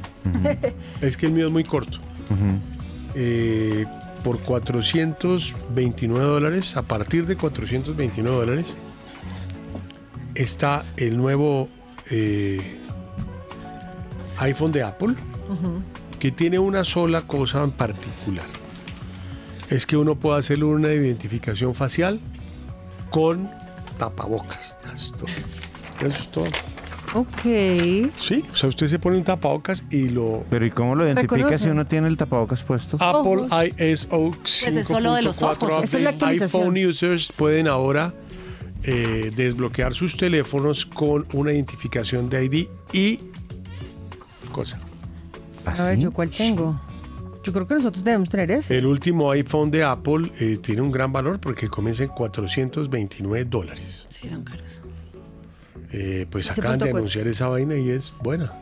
Speaker 4: es que el mío es muy corto. Eh, por 429 dólares, a partir de 429 dólares, está el nuevo eh, iPhone de Apple que tiene una sola cosa en particular. Es que uno puede hacer una identificación facial con tapabocas. Ya es todo. Eso es todo.
Speaker 7: Ok.
Speaker 4: Sí, o sea, usted se pone un tapabocas y lo...
Speaker 5: Pero ¿y cómo lo identifica
Speaker 7: Reconoce.
Speaker 5: si uno tiene el tapabocas puesto?
Speaker 4: Apple
Speaker 7: Ojos.
Speaker 4: ISO 5.4
Speaker 6: Pues es solo de los ojos.
Speaker 4: update.
Speaker 6: Esa es la actualización.
Speaker 4: iPhone users pueden ahora eh, desbloquear sus teléfonos con una identificación de ID y cosa.
Speaker 5: ¿Ah,
Speaker 7: A ver, ¿yo cuál tengo? Yo creo que nosotros debemos tener ese.
Speaker 4: El último iPhone de Apple eh, tiene un gran valor porque comienza en 429 dólares.
Speaker 6: Sí, son caros.
Speaker 4: Eh, pues
Speaker 6: Ese
Speaker 4: acaban
Speaker 6: punto
Speaker 4: de
Speaker 6: cuatro.
Speaker 4: anunciar esa vaina y es buena.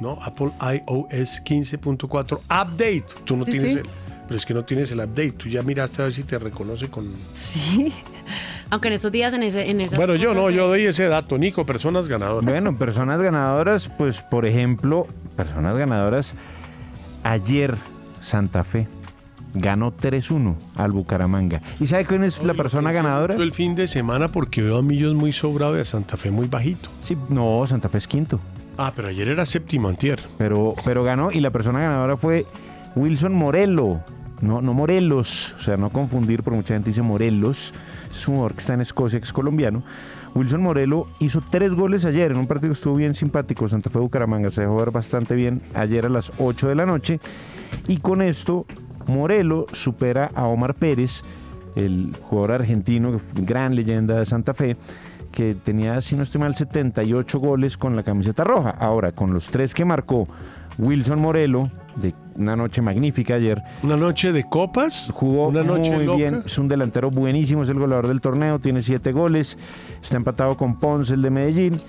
Speaker 4: ¿No? Apple iOS 15.4 Update. Tú no
Speaker 7: Sí,
Speaker 4: tienes
Speaker 7: sí.
Speaker 4: el. Pero es que no tienes el update. Tú ya miraste a ver si te reconoce con.
Speaker 7: Sí.
Speaker 6: Aunque en esos días, en, ese, en esas
Speaker 4: Bueno, yo
Speaker 6: cosas
Speaker 4: no,
Speaker 6: de-
Speaker 4: yo doy ese dato, Nico, personas ganadoras.
Speaker 5: Bueno, personas ganadoras, pues por ejemplo, personas ganadoras, ayer Santa Fe ganó 3-1 al Bucaramanga. ¿Y sabe quién es la persona ganadora?
Speaker 4: Yo el fin de semana porque veo a Millos muy sobrado y a Santa Fe muy bajito.
Speaker 5: Sí, no, Santa Fe es quinto.
Speaker 4: Ah, pero ayer era séptimo antier.
Speaker 5: Pero, pero ganó y la persona ganadora fue Wilson Morelo. No, no Morelos, o sea, no confundir, porque mucha gente dice Morelos, es un jugador que está en Escocia, que es colombiano. Wilson Morelo hizo tres goles ayer en un partido que estuvo bien simpático, Santa Fe Bucaramanga, se dejó ver bastante bien ayer a las 8 de la noche. Y con esto, Morelo supera a Omar Pérez, el jugador argentino, que fue gran leyenda de Santa Fe, que tenía, si no estoy mal, 78 goles con la camiseta roja. Ahora, con los tres que marcó Wilson Morelo, de una noche magnífica ayer.
Speaker 4: Una noche de copas.
Speaker 5: Jugó
Speaker 4: Una noche
Speaker 5: muy
Speaker 4: loca.
Speaker 5: bien, es un delantero buenísimo, es el goleador del torneo, tiene siete goles, está empatado con Ponce, el de Medellín,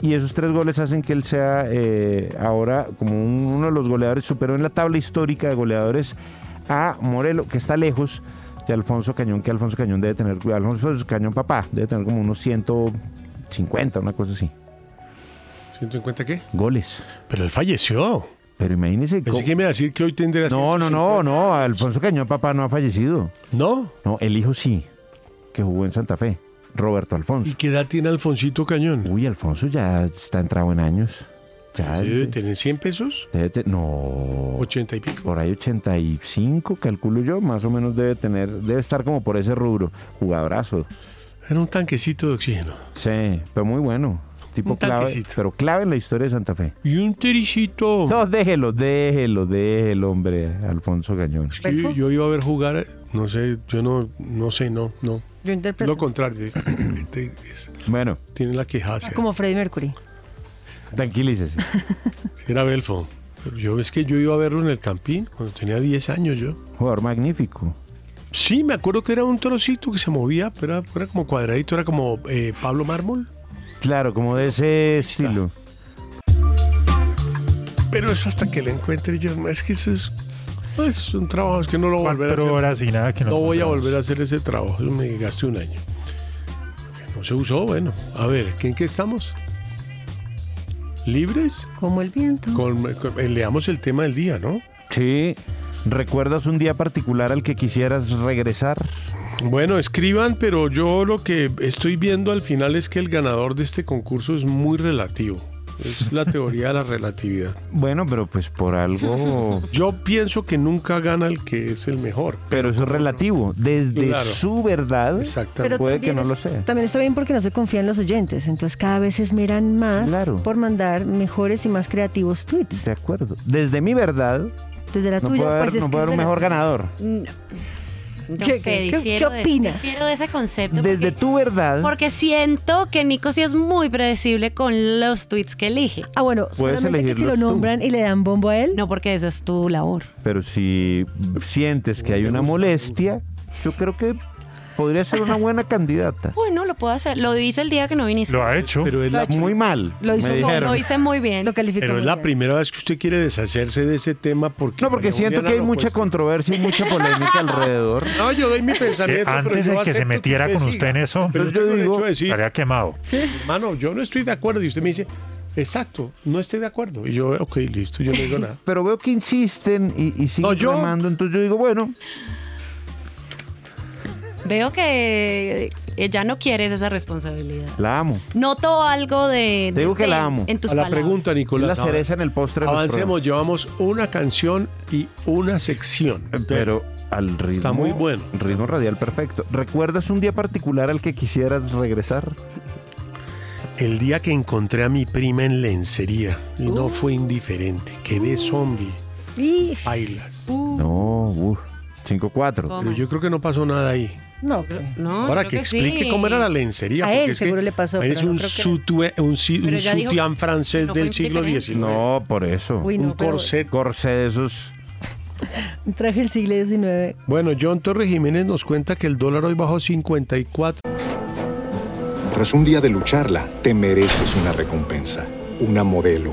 Speaker 5: y esos tres goles hacen que él sea eh, ahora como un- uno de los goleadores, superó en la tabla histórica de goleadores a Morelo, que está lejos de Alfonso Cañón, que Alfonso Cañón debe tener, Alfonso Cañón papá, debe tener como unos 150, una cosa así,
Speaker 4: 150 qué?
Speaker 5: goles.
Speaker 4: Pero él falleció.
Speaker 5: Pero imagínese
Speaker 4: Pensé
Speaker 5: cómo-
Speaker 4: que me iba a decir que hoy tendrá.
Speaker 5: No, no, no, no, Alfonso Cañón papá no ha fallecido.
Speaker 4: ¿No?
Speaker 5: No, el hijo sí, que jugó en Santa Fe, Roberto Alfonso.
Speaker 4: ¿Y qué edad tiene Alfonsito Cañón?
Speaker 5: Uy, Alfonso ya está entrado en años. Ya
Speaker 4: ¿Sí debe tener 100 pesos?
Speaker 5: debe te- no,
Speaker 4: 80 y pico.
Speaker 5: por ahí 85, calculo yo, más o menos debe tener, debe estar como por ese rubro. Jugadorazo.
Speaker 4: Era un tanquecito de oxígeno.
Speaker 5: Sí, pero muy bueno. Tipo
Speaker 4: Un
Speaker 5: clave,
Speaker 4: tanquecito.
Speaker 5: pero clave en la historia de Santa Fe.
Speaker 4: Y un tericito.
Speaker 5: No, déjelo, déjelo, déjelo, hombre, Alfonso Cañón.
Speaker 4: Es que yo, yo iba a ver jugar, no sé, yo no, no sé, no, no.
Speaker 7: Yo interpreto.
Speaker 4: Lo contrario. Este es-
Speaker 5: Bueno,
Speaker 4: tiene la quejacia.
Speaker 7: Como Freddie Mercury.
Speaker 5: tranquilícese.
Speaker 4: Era Belfo. Pero yo es que yo iba a verlo en el Campín cuando tenía 10 años yo.
Speaker 5: Jugador magnífico.
Speaker 4: Sí, me acuerdo que era un trocito que se movía, pero era, era como cuadradito, era como eh, Pablo Mármol.
Speaker 5: Claro, como de ese estilo.
Speaker 4: Pero eso hasta que le encuentre yo, es que eso es, es un trabajo, es que no lo voy a volver a hacer.
Speaker 8: Cuatro horas y nada que
Speaker 4: no
Speaker 8: nos
Speaker 4: voy a volver a hacer ese trabajo, yo me gasté un año. No se usó, bueno. A ver, ¿en qué estamos? ¿Libres?
Speaker 7: Como el viento.
Speaker 4: Con- con- eh, leamos el tema del día, ¿no?
Speaker 5: Sí. ¿Recuerdas un día particular al que quisieras regresar?
Speaker 4: Bueno, escriban, pero yo lo que estoy viendo al final es que el ganador de este concurso es muy relativo. Es la teoría de la relatividad.
Speaker 5: Bueno, pero pues por algo...
Speaker 4: Yo pienso que nunca gana el que es el mejor.
Speaker 5: Pero eso es relativo. Desde
Speaker 4: Claro.
Speaker 5: su verdad,
Speaker 7: Pero
Speaker 5: puede que
Speaker 7: también
Speaker 5: no
Speaker 7: es-
Speaker 5: lo sea.
Speaker 7: También está bien porque no se confían los oyentes, entonces cada vez se esmeran más
Speaker 5: Claro.
Speaker 7: por mandar mejores y más creativos tweets.
Speaker 5: De acuerdo. Desde mi verdad,
Speaker 7: Desde la
Speaker 5: no
Speaker 7: tuya,
Speaker 5: puede haber,
Speaker 7: pues es
Speaker 5: no
Speaker 7: que
Speaker 5: puede
Speaker 7: es
Speaker 5: haber un
Speaker 7: de la-
Speaker 5: mejor ganador.
Speaker 6: No
Speaker 7: ¿Qué-
Speaker 6: Mm, sé,
Speaker 7: qué- qué
Speaker 6: difiero de-
Speaker 7: opinas?
Speaker 6: difiero de ese concepto.
Speaker 5: Desde tu verdad,
Speaker 6: Porque siento que Nico sí es muy predecible con los tweets que elige.
Speaker 7: Ah, bueno,
Speaker 5: Puedes solamente que si lo elegirlos tú. nombran
Speaker 7: y le dan bombo a él.
Speaker 6: No, porque esa es tu labor.
Speaker 5: pero si sientes que hay una molestia, yo creo que podría ser una buena candidata.
Speaker 6: Bueno, lo puedo hacer. Lo hice el día que no viniste.
Speaker 8: ha hecho.
Speaker 4: Pero es la,
Speaker 5: Muy mal.
Speaker 6: Lo hizo
Speaker 5: me
Speaker 6: muy-
Speaker 5: dijeron.
Speaker 6: lo hice muy bien. Lo
Speaker 7: calificó.
Speaker 4: pero es la primera vez que usted quiere deshacerse de ese tema porque...
Speaker 5: No, porque
Speaker 4: María
Speaker 5: siento
Speaker 4: Juliana
Speaker 5: que hay
Speaker 4: lo
Speaker 5: mucha controversia y mucha polémica alrededor.
Speaker 4: cuestiona. No, yo doy mi
Speaker 8: Eh,
Speaker 4: pensamiento.
Speaker 8: antes de
Speaker 4: pero yo
Speaker 8: que se
Speaker 4: acepto
Speaker 8: metiera con
Speaker 4: siga.
Speaker 8: usted en eso,
Speaker 4: Pero yo
Speaker 8: yo digo,
Speaker 4: tengo derecho a decir,
Speaker 8: estaría quemado.
Speaker 4: hermano, yo no estoy de acuerdo. Y usted me dice, exacto, no estoy de acuerdo. Y yo, ok, listo, yo no digo nada.
Speaker 5: Pero veo que insisten y, y siguen
Speaker 4: yo-
Speaker 5: remando, entonces yo digo, bueno,
Speaker 6: Veo que ella no quieres esa responsabilidad.
Speaker 5: la amo.
Speaker 6: Noto algo de.
Speaker 5: Te digo
Speaker 6: desde-
Speaker 5: que la amo.
Speaker 6: En tus
Speaker 4: a la
Speaker 6: palabras.
Speaker 4: pregunta,
Speaker 5: Es la
Speaker 4: Nicolás.
Speaker 5: cereza en el postre. de los
Speaker 4: Avancemos, llevamos una canción y una sección.
Speaker 5: programas. Pero al ritmo.
Speaker 4: Está muy bueno.
Speaker 5: Ritmo radial perfecto. ¿Recuerdas un día particular al que quisieras regresar?
Speaker 4: El día que encontré a mi prima en lencería y no fue indiferente, quedé zombie,
Speaker 7: Y-
Speaker 4: bailas.
Speaker 5: No, uff. 5-4.
Speaker 4: Pero yo creo que no pasó nada ahí.
Speaker 7: No, ¿qué?
Speaker 6: No,
Speaker 4: Ahora
Speaker 6: creo
Speaker 4: que explique
Speaker 6: sí.
Speaker 4: cómo era la lencería.
Speaker 7: A
Speaker 4: porque
Speaker 7: él
Speaker 4: es que
Speaker 7: seguro le pasó,
Speaker 4: eres
Speaker 7: pero no
Speaker 4: un,
Speaker 7: creo que-
Speaker 4: sutue- un, si-
Speaker 6: Pero
Speaker 4: un
Speaker 6: ya dijo
Speaker 4: sutián francés
Speaker 6: no fue
Speaker 4: del siglo
Speaker 6: indiferente.
Speaker 4: XIX.
Speaker 5: No, por eso.
Speaker 7: Uy, no,
Speaker 4: un
Speaker 7: pero-
Speaker 4: corset.
Speaker 5: Corsé de esos.
Speaker 7: Traje el siglo XIX.
Speaker 4: Bueno, John Torres Jiménez nos cuenta que el dólar hoy bajó 54.
Speaker 9: Tras un día de lucharla, te mereces una recompensa, una modelo,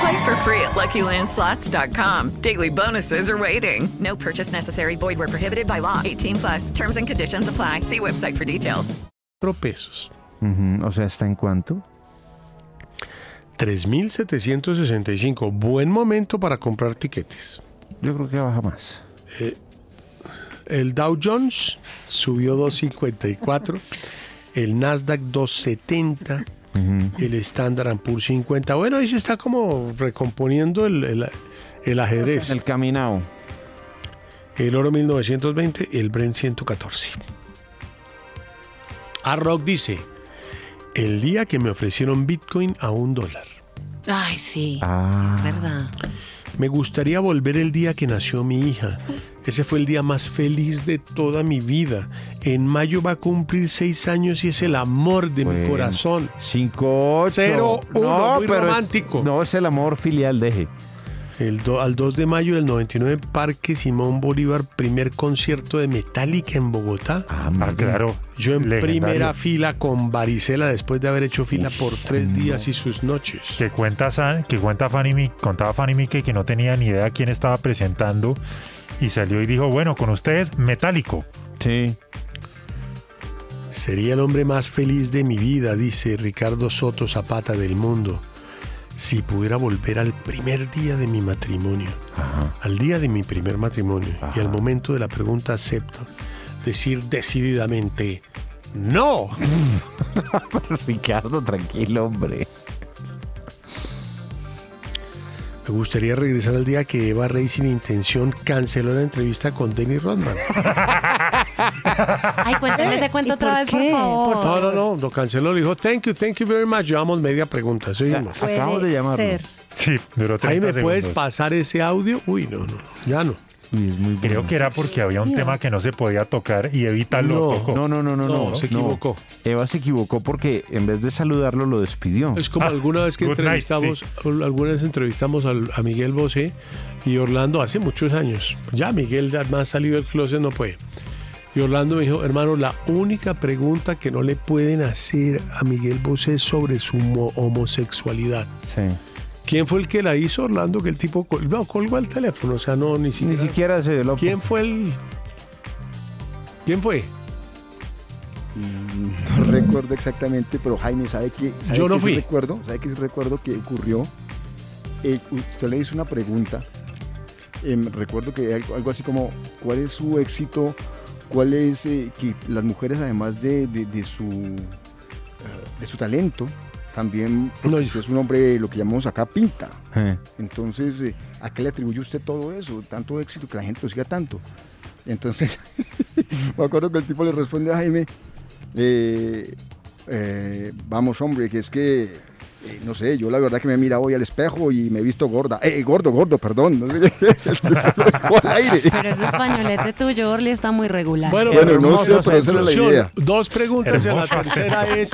Speaker 10: Play for free at LuckyLandSlots.com. Daily bonuses are waiting. No purchase necessary. Void were prohibited by law. 18 plus. Terms and conditions apply. See website for details.
Speaker 4: pesos.
Speaker 5: Ujú, O sea, ¿está en cuánto?
Speaker 4: 3.765. Buen momento para comprar tiquetes. Eh,
Speaker 5: Yo creo que baja más.
Speaker 4: El Dow Jones subió 2.54. el Nasdaq 2.70. El Standard Poor's 50. Bueno, ahí se está como recomponiendo el, el- el ajedrez.
Speaker 5: El caminado.
Speaker 4: El oro 1920, el Brent 114. A Rock dice, el día que me ofrecieron Bitcoin a un dólar.
Speaker 6: Ay, sí. Es verdad.
Speaker 4: Me gustaría volver el día que nació mi hija. Ese fue el día más feliz de toda mi vida. En mayo va a cumplir seis años y es el amor de mi
Speaker 5: Bueno.
Speaker 4: corazón.
Speaker 5: 5-8.
Speaker 4: Cero, uno, muy
Speaker 5: es-
Speaker 4: romántico.
Speaker 5: no, es el amor filial, deje.
Speaker 4: El do- al 2 de mayo del 99, Parque Simón Bolívar, primer concierto de Metallica en Bogotá.
Speaker 8: Ah, claro.
Speaker 4: Yo en
Speaker 8: legendario.
Speaker 4: primera fila con varicela después de haber hecho fila por tres días y sus noches.
Speaker 8: Que cuenta, San- que cuenta Fanny, Mi- contaba Fanny Mickey que no tenía ni idea quién estaba presentando y salió y dijo, bueno, con ustedes, metálico.
Speaker 5: Sí.
Speaker 4: Sería el hombre más feliz de mi vida, dice Ricardo Soto Zapata del Mundo, si pudiera volver al primer día de mi matrimonio, al día de mi primer matrimonio y al momento de la pregunta acepto, decir decididamente, no.
Speaker 5: Ricardo, tranquilo, hombre.
Speaker 4: Me gustaría regresar al día que Eva Rey sin intención canceló la entrevista con Dennis Rodman.
Speaker 6: Ay,
Speaker 11: Ah,
Speaker 6: cuénteme ese cuento otra vez, por favor.
Speaker 4: No, no, no, lo canceló. Le dijo, thank you, thank you very much. Llevamos media pregunta. Eso
Speaker 6: Ya,
Speaker 4: dijimos.
Speaker 6: puede Acabamos de llamarlo. ser.
Speaker 8: Sí, duró 30
Speaker 4: Ahí me puedes
Speaker 8: segundos.
Speaker 4: pasar ese audio. Uy, no, no, ya no.
Speaker 8: Creo que era porque había un
Speaker 4: Mío.
Speaker 8: tema que no se podía tocar y Evita lo tocó.
Speaker 5: No, no, no, no, no. no. Eva se equivocó porque en vez de saludarlo lo despidió.
Speaker 4: Es
Speaker 8: Ah,
Speaker 4: como alguna vez que entrevistamos, alguna vez entrevistamos al- a Miguel Bosé y Orlando hace muchos años. Ya Miguel ya más salido del closet no puede. Y Orlando me dijo, hermano, la única pregunta que no le pueden hacer a Miguel Bosé es sobre su mo- homosexualidad.
Speaker 5: Sí.
Speaker 4: ¿Quién fue el que la hizo, Orlando? Que el tipo col- no, colgó el teléfono, o sea, no, ni siquiera. Ni
Speaker 5: siquiera se lo.
Speaker 4: ¿Quién fue el. ¿Quién fue?
Speaker 12: No recuerdo exactamente, pero Jaime sabe que. sabe
Speaker 4: Mm. Yo
Speaker 12: que
Speaker 4: no
Speaker 12: sí
Speaker 4: fui.
Speaker 12: Recuerdo, sabe que sí recuerdo que ocurrió. Eh, usted le hizo una pregunta. em, recuerdo que algo, algo así como: ¿Cuál es su éxito? ¿Cuál es eh, que las mujeres, además de, de- de su, eh, de su talento, también. porque usted es un hombre, lo que llamamos acá, pinta. Entonces, eh, ¿a qué le atribuye usted todo eso? Tanto éxito, que la gente lo siga tanto. Entonces, me acuerdo que el tipo le responde a Jaime, eh, eh, vamos hombre, que es que, eh, no sé, yo la verdad que me mira hoy al espejo y me he visto gorda. Eh, gordo, gordo, perdón. No sé, el tipo lo dejó al aire.
Speaker 6: Pero ese españolete tuyo, Orly, está muy regular.
Speaker 12: Bueno, no sé, pero esa era la
Speaker 4: Conclusión,
Speaker 12: idea.
Speaker 4: Dos preguntas y la
Speaker 12: Hermoso.
Speaker 4: tercera es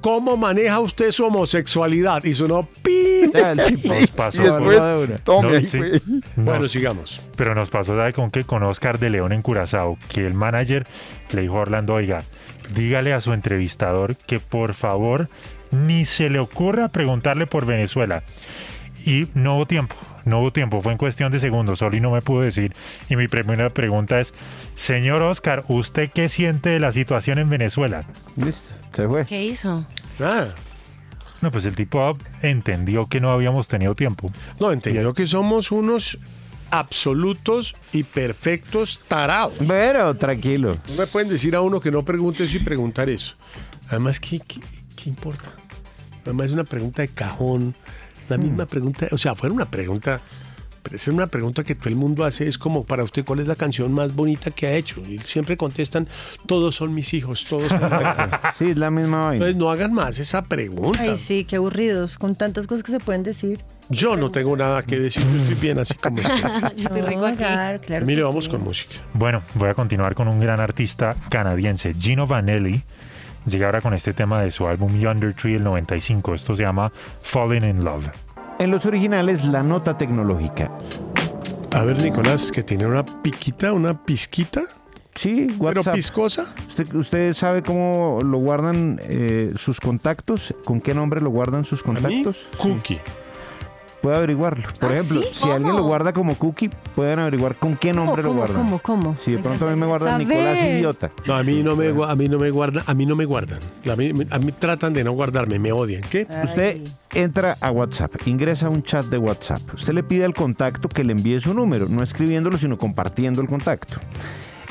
Speaker 4: ¿Cómo maneja usted su homosexualidad? Y sonó ¡pim!
Speaker 8: Ya, el tipo nos pasó. Y después, tome, No, ahí sí. fue.
Speaker 4: Bueno,
Speaker 8: Nos-
Speaker 4: sigamos.
Speaker 8: Pero nos pasó, ¿sabe con qué? Con Oscar de León en Curazao, que el manager le dijo a Orlando, oiga, dígale a su entrevistador que por favor ni se le ocurra preguntarle por Venezuela. Y no hubo tiempo, no hubo tiempo, fue en cuestión de segundos, Oli no me pudo decir. Y mi primera pregunta es, señor Oscar, ¿usted qué siente de la situación en Venezuela?
Speaker 5: Listo, se fue.
Speaker 6: ¿Qué hizo?
Speaker 4: Ah.
Speaker 8: No, pues el tipo entendió que no habíamos tenido tiempo.
Speaker 4: No, entendió que somos unos absolutos y perfectos tarados.
Speaker 5: Pero tranquilo.
Speaker 4: No me pueden decir a uno que no pregunte eso y preguntar eso. Además, ¿qué, qué, qué importa? Además, es una pregunta de cajón. La
Speaker 5: Mm.
Speaker 4: misma pregunta, o sea, fuera una pregunta, pero es una pregunta que todo el mundo hace, es como para usted, ¿cuál es la canción más bonita que ha hecho? Y siempre contestan, todos son mis hijos, todos son mis hijos".
Speaker 5: sí, es la misma vaina.
Speaker 4: Entonces, no hagan más esa pregunta.
Speaker 7: Ay, sí, qué aburridos, con tantas cosas que se pueden decir.
Speaker 4: Yo no tengo nada que decir, yo estoy bien así como estoy.
Speaker 7: Yo estoy rico Claro, claro.
Speaker 4: Mire, vamos con música.
Speaker 8: Bueno, voy a continuar con un gran artista canadiense, Gino Vanelli. Llega ahora con este tema de su álbum Yonder Tree del 95. Esto se llama Falling in Love.
Speaker 5: En los originales, la nota tecnológica.
Speaker 4: A ver, Nicolás, que tiene una piquita, una pizquita.
Speaker 5: Sí, WhatsApp.
Speaker 4: ¿Pero piscosa?
Speaker 5: ¿Usted, usted sabe cómo lo guardan eh, sus contactos? ¿Con qué nombre lo guardan sus contactos?
Speaker 4: Cookie.
Speaker 5: Puede averiguarlo. Por
Speaker 7: ¿Ah,
Speaker 5: ejemplo,
Speaker 7: sí?
Speaker 5: si alguien lo
Speaker 7: ¿Cómo?
Speaker 5: guarda como cookie, pueden averiguar con qué nombre
Speaker 7: ¿Cómo,
Speaker 5: lo guardan.
Speaker 7: cómo, cómo?
Speaker 5: Si de
Speaker 7: Me
Speaker 5: pronto a mí me guardan
Speaker 7: saber.
Speaker 5: Nicolás Idiota.
Speaker 4: No, a mí no me, gua- a mí no me guardan, a mí no me guardan. A mí, a mí tratan de no guardarme, me odian. ¿Qué?
Speaker 5: Usted entra a WhatsApp, ingresa a un chat de WhatsApp. Usted le pide al contacto que le envíe su número, no escribiéndolo, sino compartiendo el contacto.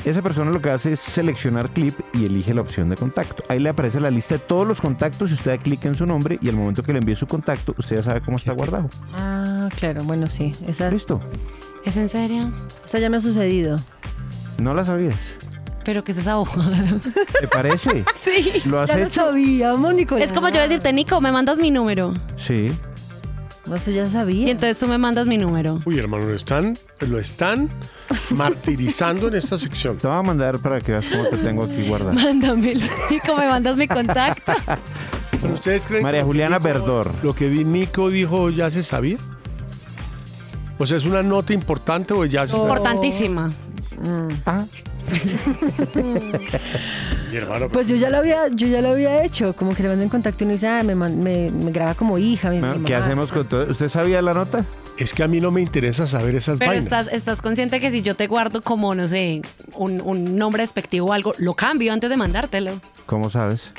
Speaker 5: Esa persona lo que hace es seleccionar clip y elige la opción de contacto. Ahí le aparece la lista de todos los contactos y usted da clic en su nombre y al momento que le envíe su contacto, usted ya sabe cómo está guardado.
Speaker 7: Ah, claro, bueno, sí. Esa,
Speaker 5: Listo.
Speaker 6: ¿Es en serio?
Speaker 7: esa ya me ha sucedido.
Speaker 5: ¿No la sabías?
Speaker 6: ¿Pero qué es esa abogada?
Speaker 5: ¿Te parece?
Speaker 6: Sí.
Speaker 5: ¿Lo has
Speaker 7: ya lo
Speaker 5: hecho?
Speaker 7: sabíamos, Nicolás.
Speaker 6: Es como yo decirte, Nico, me mandas mi número.
Speaker 5: Sí.
Speaker 7: No, eso ya sabía.
Speaker 6: Y entonces tú me mandas mi número.
Speaker 4: Uy, hermano, lo están, lo están martirizando en esta sección.
Speaker 5: Te voy a mandar para que veas cómo te tengo aquí guardado.
Speaker 6: Mándamelo. Nico, me mandas mi contacto.
Speaker 4: Pero ustedes creen
Speaker 5: María
Speaker 4: que
Speaker 5: Juliana Verdor.
Speaker 4: lo que di- Nico dijo ya se sabía. O sea, es una nota importante o ya se
Speaker 6: Importantísima.
Speaker 7: Mm.
Speaker 5: Ah.
Speaker 4: Ah, sabía. Mi hermano,
Speaker 7: Pues yo ya lo había, yo ya lo había hecho, como que le mando en contacto y uno dice, ah, me, man- me, me graba como hija. mi- mi
Speaker 5: Bueno, Ah, ¿Qué
Speaker 7: mamá.
Speaker 5: hacemos con todo? ¿Usted sabía la nota?
Speaker 4: Es que a mí no me interesa saber esas
Speaker 6: Pero
Speaker 4: vainas.
Speaker 6: estás, estás consciente que si yo te guardo como, no sé, un, un nombre despectivo o algo, lo cambio antes de mandártelo.
Speaker 5: ¿Cómo sabes?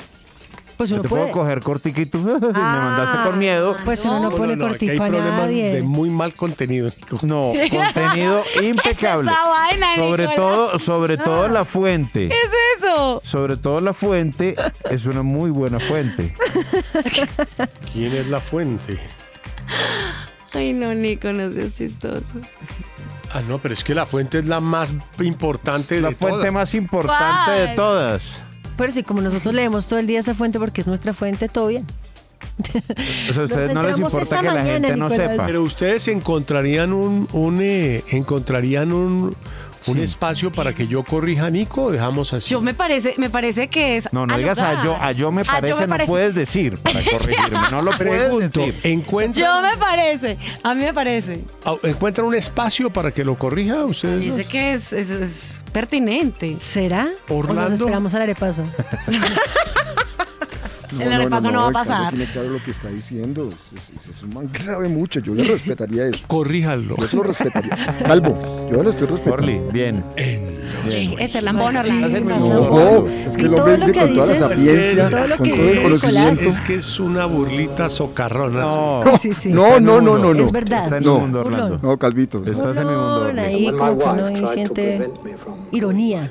Speaker 7: Pues
Speaker 5: Yo
Speaker 7: uno
Speaker 5: te
Speaker 7: puede.
Speaker 5: puedo coger cortico y tú me mandaste con miedo.
Speaker 7: Pues uno no pone
Speaker 4: aquí hay
Speaker 7: cortico a
Speaker 4: problemas
Speaker 7: nadie.
Speaker 4: de muy mal contenido, Nico.
Speaker 5: No, contenido impecable.
Speaker 4: esa
Speaker 13: vaina,
Speaker 5: sobre
Speaker 13: Nicolás.
Speaker 5: todo, sobre todo la fuente.
Speaker 13: ¿Qué es eso?
Speaker 5: Sobre todo la fuente es una muy buena fuente.
Speaker 4: ¿Quién es la fuente?
Speaker 6: Ay, no, Nico, no seas chistoso.
Speaker 4: Ah, no, pero es que la fuente es la más importante
Speaker 5: La
Speaker 4: de
Speaker 5: fuente
Speaker 4: todas.
Speaker 5: más importante de
Speaker 7: ¿Cuál?
Speaker 5: todas.
Speaker 7: Pero sí, como nosotros leemos todo el día esa fuente porque es nuestra fuente, todo bien.
Speaker 5: O sea, a ustedes no les
Speaker 7: enteramos
Speaker 5: importa
Speaker 7: esta
Speaker 5: que la
Speaker 7: mañana,
Speaker 5: gente no
Speaker 7: Nicolás.
Speaker 5: sepa.
Speaker 4: Pero ustedes encontrarían un, un, eh, encontrarían un, un espacio para que yo corrija a Nico o dejamos así.
Speaker 6: Yo me parece, me parece que es. Ah,
Speaker 4: No, no digas
Speaker 6: aludar.
Speaker 4: a yo- a yo me
Speaker 6: A
Speaker 4: parece, no puedes
Speaker 5: decir para corregirme. No lo puedes
Speaker 4: pregunto.
Speaker 5: decir.
Speaker 6: Yo
Speaker 4: ¿Encuentran,
Speaker 6: me parece, a mí me parece.
Speaker 4: au- ¿Encuentran Ah, un espacio para que lo corrija ustedes?
Speaker 6: Dice que es, es- es pertinente.
Speaker 7: ¿Será?
Speaker 4: Orlando.
Speaker 7: O nos esperamos al arepaso.
Speaker 6: El arepaso no va a
Speaker 12: el Carlos
Speaker 6: pasar.
Speaker 12: Tiene claro lo que está diciendo. Es, es- es un man que sabe mucho. Yo le respetaría eso.
Speaker 4: Corríjalo.
Speaker 12: Yo se lo respetaría. Calvo, yo lo estoy respetando.
Speaker 5: Orly, bien.
Speaker 6: Sí, es el lambón, Orlando.
Speaker 12: No, es que el hombre dice con toda la sapiencia, con todo el conocimiento.
Speaker 4: es que es una burlita socarrona. No,
Speaker 12: No, No, no, no, no, no.
Speaker 4: Está en el
Speaker 12: no,
Speaker 4: mundo, Orlando.
Speaker 12: No, Calvito.
Speaker 5: Estás en mi mundo,
Speaker 7: Con ahí como que uno ahí siente ironía.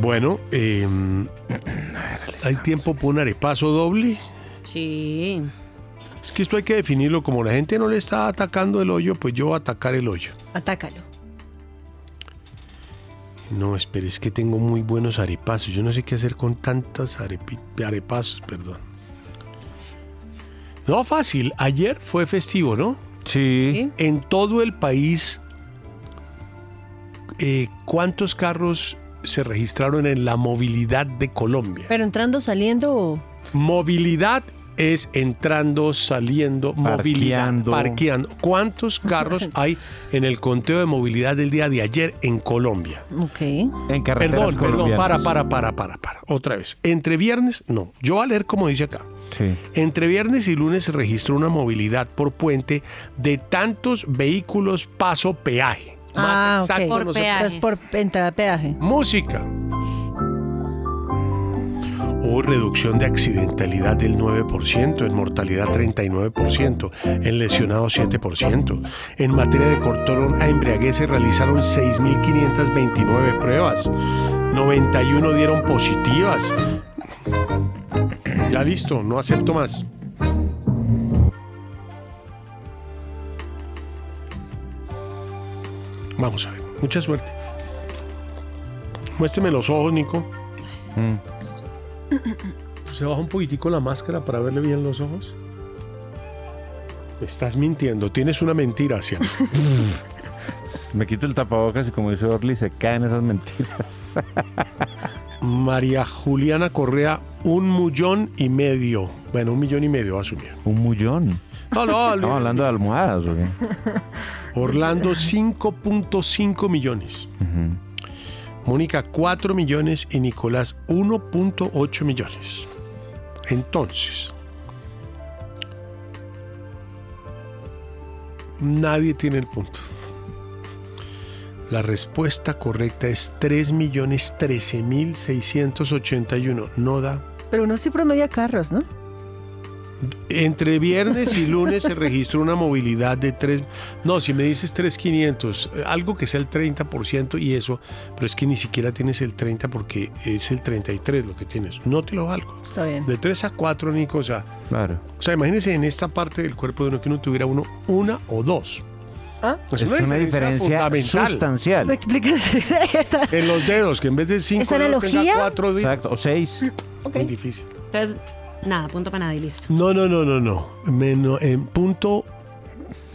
Speaker 4: Bueno, eh, ¿hay tiempo para un arepaso doble?
Speaker 6: Sí.
Speaker 4: Es que esto hay que definirlo. Como la gente no le está atacando el hoyo, pues yo voy a atacar el hoyo.
Speaker 7: Atácalo.
Speaker 4: No, espera, es que tengo muy buenos arepasos. Yo no sé qué hacer con tantas arepi- arepasos, perdón. No, fácil. Ayer fue festivo, ¿no?
Speaker 5: Sí.
Speaker 4: En todo el país, eh, ¿cuántos carros se registraron en la movilidad de Colombia?
Speaker 7: Pero entrando, saliendo o
Speaker 4: Movilidad es entrando, saliendo, movilidad,
Speaker 5: Parqueando.
Speaker 4: parqueando. ¿Cuántos carros hay en el conteo de movilidad del día de ayer en Colombia?
Speaker 7: Ok.
Speaker 5: En
Speaker 4: Perdón, perdón, para, para, para, para, para. Otra vez. Entre viernes, no. Yo voy a leer como dice acá.
Speaker 5: Sí.
Speaker 4: Entre viernes y lunes se registró una movilidad por puente de tantos vehículos paso peaje.
Speaker 7: ah,
Speaker 4: Más exacto
Speaker 7: ok.
Speaker 4: no se puede.
Speaker 7: Entonces por entrada a peaje.
Speaker 4: Música. Hubo reducción de accidentalidad del 9%, en mortalidad 39%, en lesionados 7%. En materia de cortón a embriaguez se realizaron 6.529 pruebas. 91 dieron positivas. Ya listo, no acepto más. Vamos a ver, mucha suerte. Muéstrame los ojos, Nico. Pues Se baja un poquitico la máscara para verle bien los ojos. Estás mintiendo, tienes una mentira hacia mí.
Speaker 5: Me quito el tapabocas y como dice Orly, se caen esas mentiras.
Speaker 4: María Juliana Correa, un millón y medio. Bueno, un millón y medio, va a asumir.
Speaker 5: Un mullón.
Speaker 4: No, no,
Speaker 5: Estamos hablando de almohadas, ¿o qué?
Speaker 4: Orlando, 5.5 millones.
Speaker 3: Mm-hmm.
Speaker 4: Mónica, 4 millones y Nicolás, 1.8 millones. Entonces, nadie tiene el punto. La respuesta correcta es 3 millones 13 mil 681. No da.
Speaker 7: Pero uno sí promedia carros, ¿no?
Speaker 4: Entre viernes y lunes se registró una movilidad de 3... No, si me dices 3.500, eh, algo que sea el 30% y eso, pero es que ni siquiera tienes el 30 porque es el 33 lo que tienes. No te lo valgo.
Speaker 7: Está bien.
Speaker 4: De 3 a 4, Nico, o sea...
Speaker 5: Claro.
Speaker 4: O sea, imagínense en esta parte del cuerpo de uno que uno tuviera uno, una o dos. Pues
Speaker 5: es una, diferencia,
Speaker 4: fundamental.
Speaker 5: sustancial.
Speaker 7: Ah. ¿Me explicas esa?
Speaker 4: En los dedos, que en vez de 5
Speaker 7: ¿Esa
Speaker 4: dedos tenga
Speaker 7: analogía?
Speaker 4: cuatro dedos.
Speaker 5: Exacto, o seis.
Speaker 4: Muy difícil.
Speaker 6: Entonces, Nada, punto para nada y listo.
Speaker 4: No, no, no, no, no. Me- no, en punto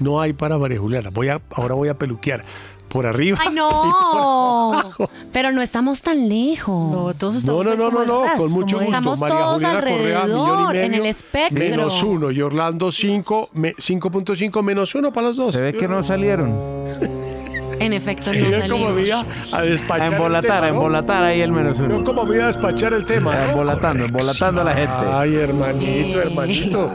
Speaker 4: no hay para María Juliana. Voy a, ahora voy a peluquear por arriba.
Speaker 6: ¡Ay, no! Pero no estamos tan lejos. No, todos
Speaker 4: No, no, no, no, no, con mucho gusto.
Speaker 6: Estamos
Speaker 4: María
Speaker 6: todos
Speaker 4: Juliana Correa, millón y
Speaker 6: alrededor,
Speaker 4: medio,
Speaker 6: en el espectro.
Speaker 4: Menos uno y Orlando 5, 5.5 menos uno para los dos. Se ve que no salieron.
Speaker 6: En efecto, no
Speaker 4: Yo como voy a,
Speaker 6: salimos.
Speaker 4: a despachar.
Speaker 5: A embolatar, a embolatar ahí el menos uno.
Speaker 4: Yo como voy a despachar el tema. ¿no?
Speaker 5: Embolatando, embolatando a la gente.
Speaker 4: Ay, hermanito, hermanito.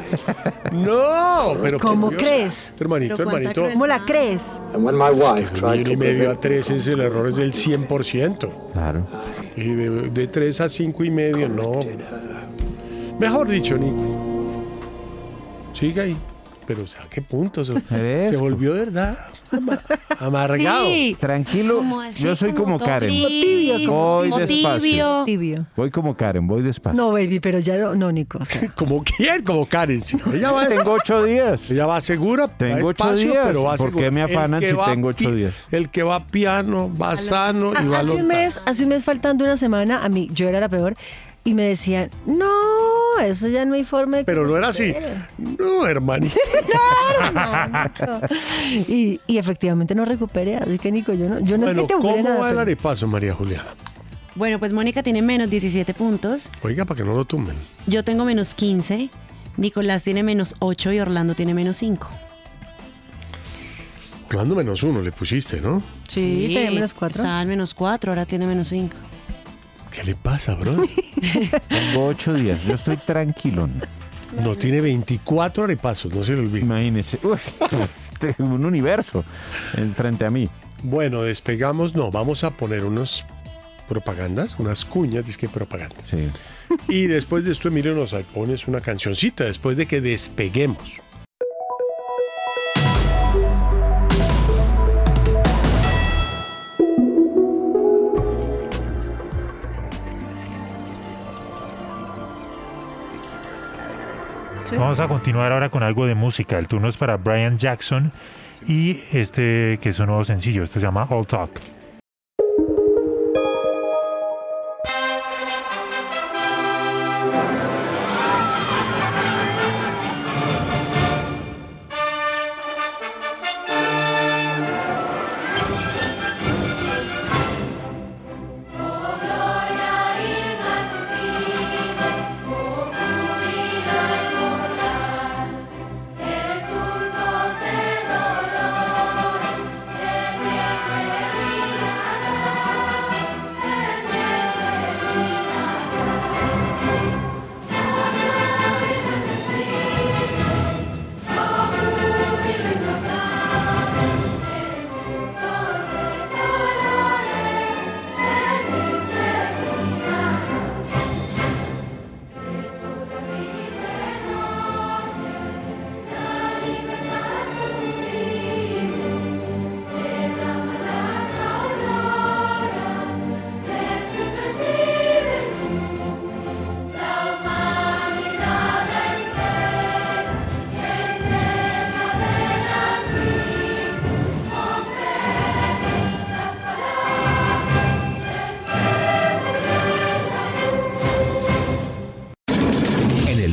Speaker 4: No, pero.
Speaker 7: ¿Cómo
Speaker 4: por Dios.
Speaker 7: crees?
Speaker 4: Hermanito, hermanito.
Speaker 7: ¿Cómo la crees?
Speaker 4: Millón y medio a tres es el error es del 100%. Claro. Y de, de tres a cinco y medio, no. Mejor dicho, Nico. Siga ahí. Pero, o sea, ¿qué puntos? Se volvió de verdad ama- amargado.
Speaker 6: Sí.
Speaker 5: Tranquilo,
Speaker 6: Como así,
Speaker 5: yo soy como,
Speaker 6: todo
Speaker 5: Karen.
Speaker 6: gris,
Speaker 5: voy
Speaker 6: como
Speaker 5: despacio.
Speaker 6: tibio.
Speaker 7: Tibio.
Speaker 5: Voy como Karen, voy despacio.
Speaker 7: No, baby, pero ya no, no Nico. o sea,
Speaker 4: ¿Como quién? Como Karen. si no, ella va
Speaker 5: Tengo ocho días.
Speaker 4: Ella va segura. va
Speaker 5: Tengo ocho
Speaker 4: despacio,
Speaker 5: días.
Speaker 4: Pero va
Speaker 5: ¿Por
Speaker 4: segura.
Speaker 5: qué me
Speaker 4: El
Speaker 5: afanan
Speaker 4: que
Speaker 5: si
Speaker 4: va
Speaker 5: tengo ocho
Speaker 4: pi-
Speaker 5: días?
Speaker 4: El que va piano, va sano y
Speaker 7: ha-
Speaker 4: va
Speaker 7: hace un
Speaker 4: loco.
Speaker 7: mes, hace un mes faltando una semana, a mí yo era la peor y me decían, "No, eso ya no hay forma de que
Speaker 4: Pero no era así.
Speaker 7: recupere".
Speaker 4: No, hermanito.
Speaker 7: Y, y efectivamente no recuperé, así que Nico, yo no yo no es que
Speaker 4: Bueno,
Speaker 7: te hubiera
Speaker 4: ¿cómo
Speaker 7: nada,
Speaker 4: va el
Speaker 7: pero-
Speaker 4: arepaso, María Juliana?
Speaker 6: Bueno, pues Mónica tiene menos 17 puntos.
Speaker 4: Oiga, para que no lo tumben.
Speaker 6: Yo tengo menos 15. Nicolás tiene menos 8 y Orlando tiene menos 5.
Speaker 4: Orlando menos uno le pusiste, ¿no?
Speaker 7: Sí, tenía menos cuatro.
Speaker 6: Estaba en menos 4, ahora tiene menos 5.
Speaker 4: ¿Qué le pasa, bro?
Speaker 5: Tengo ocho días, yo estoy tranquilón.
Speaker 4: No, tiene 24 arepasos, no se lo olvide.
Speaker 5: Imagínese, uy, este es un universo enfrente a mí.
Speaker 4: Bueno, despegamos, no, vamos a poner unos propagandas, unas cuñas, es que propagandas. Y después de esto, Emilio, nos pones una cancioncita, después de que despeguemos.
Speaker 8: Vamos a continuar ahora con algo de música. El turno es para Brian Jackson y este que es un nuevo sencillo. Este se llama All Talk.
Speaker 2: En el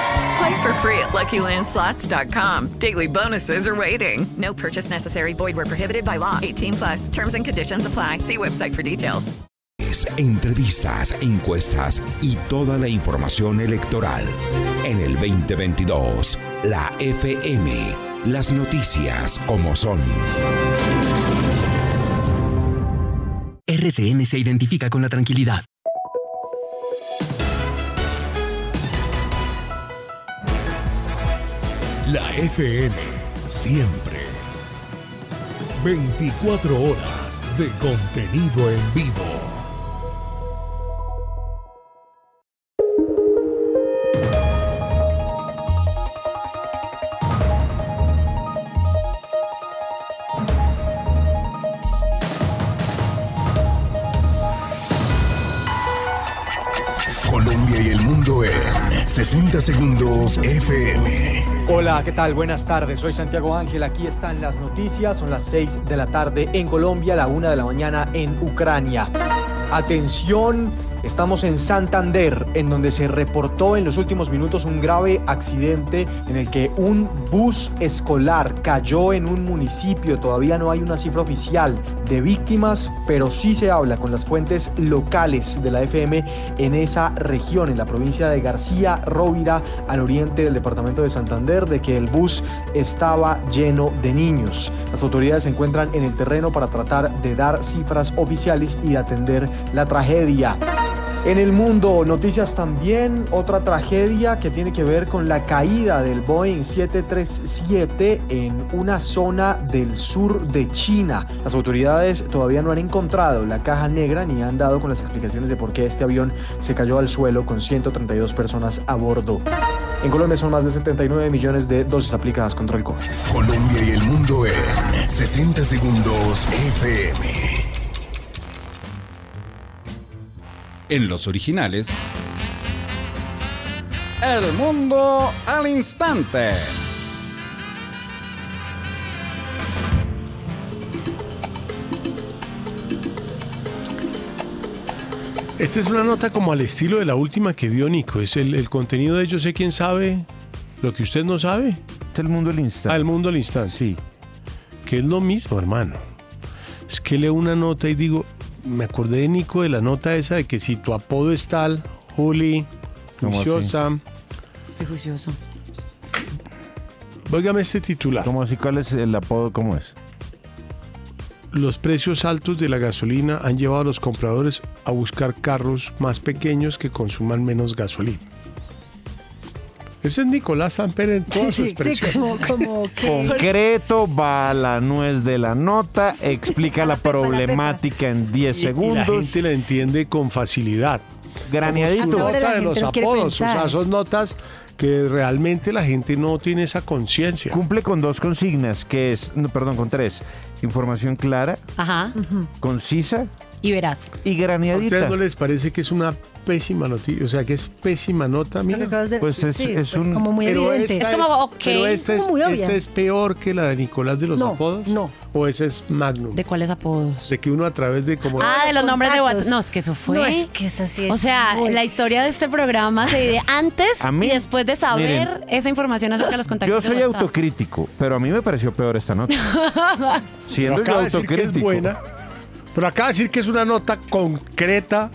Speaker 10: Play for free at LuckyLandSlots.com. Daily bonuses are waiting. No purchase necessary. Void were prohibited by law. 18 plus. Terms and conditions apply. See website for details.
Speaker 2: Entrevistas, encuestas y toda la información electoral. En el 2022, la FM Las noticias como son.
Speaker 14: RCN se identifica con la tranquilidad.
Speaker 15: La FM, siempre. 24 horas de contenido en vivo.
Speaker 3: Colombia y el mundo en 60 segundos FM.
Speaker 16: Hola, ¿qué tal? Buenas tardes, soy Santiago Ángel, aquí están las noticias, son las 6 de la tarde en Colombia, la 1 de la mañana en Ucrania. Atención, estamos en Santander, en donde se reportó en los últimos minutos un grave accidente en el que un bus escolar cayó en un municipio, todavía no hay una cifra oficial de víctimas, pero sí se habla con las fuentes locales de la FM en esa región, en la provincia de García Rovira, al oriente del departamento de Santander, de que el bus estaba lleno de niños. Las autoridades se encuentran en el terreno para tratar de dar cifras oficiales y de atender la tragedia. En el mundo, noticias también, otra tragedia que tiene que ver con la caída del Boeing 737 en una zona del sur de China. Las autoridades todavía no han encontrado la caja negra ni han dado con las explicaciones de por qué este avión se cayó al suelo con 132 personas a bordo. En Colombia son más de 79 millones de dosis aplicadas contra el COVID.
Speaker 3: Colombia y el mundo en 60 segundos FM.
Speaker 17: En los originales,
Speaker 18: El mundo al instante.
Speaker 4: Esta es una nota como al estilo de la última que dio Nico. Es el, el contenido de Yo sé quién sabe lo que usted no sabe.
Speaker 5: el mundo al instante.
Speaker 4: Ah, el mundo al instante. Sí. Que es lo mismo, hermano. Es que leo una nota y digo, me acordé de Nico de la nota esa de que si tu apodo es tal, Juli,
Speaker 6: ¿Cómo así?
Speaker 4: juiciosa.
Speaker 6: Estoy juicioso.
Speaker 4: Óigame este titular.
Speaker 5: ¿Cómo así? ¿Cuál es el apodo? ¿Cómo es?
Speaker 4: Los precios altos de la gasolina han llevado a los compradores a buscar carros más pequeños que consuman menos gasolina. Ese es Nicolás Samper en toda su
Speaker 7: Sí, sí,
Speaker 4: expresión.
Speaker 7: como, como que-
Speaker 5: Concreto, va la nuez de la nota, explica la problemática en 10
Speaker 4: Y- y la
Speaker 5: segundos.
Speaker 4: gente la entiende con facilidad. Como
Speaker 5: Graneadito.
Speaker 4: su nota de los apodos, o sea, son notas que realmente la gente no tiene esa conciencia.
Speaker 5: Cumple con dos consignas, que es, no, perdón, con tres. Información clara,
Speaker 6: Ajá.
Speaker 5: concisa
Speaker 6: Y verás.
Speaker 5: y
Speaker 4: ¿A ustedes
Speaker 5: graneadita.
Speaker 4: no les parece que es una pésima noticia? O sea, que es pésima nota, mía.
Speaker 7: acabas de Pues es- decir, es pues un- como muy evidente.
Speaker 4: esta
Speaker 7: Es como, ok,
Speaker 4: pero esta es,
Speaker 7: como muy obvia.
Speaker 4: esta es peor que la de Nicolás de los apodos. No. O esa es Magnum. ¿De
Speaker 6: cuáles apodos?
Speaker 4: De que uno a través de como.
Speaker 6: Ah, de los nombres de
Speaker 7: contactos.
Speaker 6: WhatsApp. No, es que eso fue.
Speaker 7: No, es que es así.
Speaker 6: O sea, la historia de este programa se divide antes
Speaker 5: A mí,
Speaker 6: y después de saber esa información acerca de los contactos.
Speaker 5: Yo soy
Speaker 6: de WhatsApp.
Speaker 5: autocrítico, pero a mí me pareció peor esta nota. Siendo
Speaker 4: Pero
Speaker 5: yo
Speaker 4: acaba de decir que es
Speaker 5: autocrítico.
Speaker 4: buena, pero acaba de decir que es una nota concreta.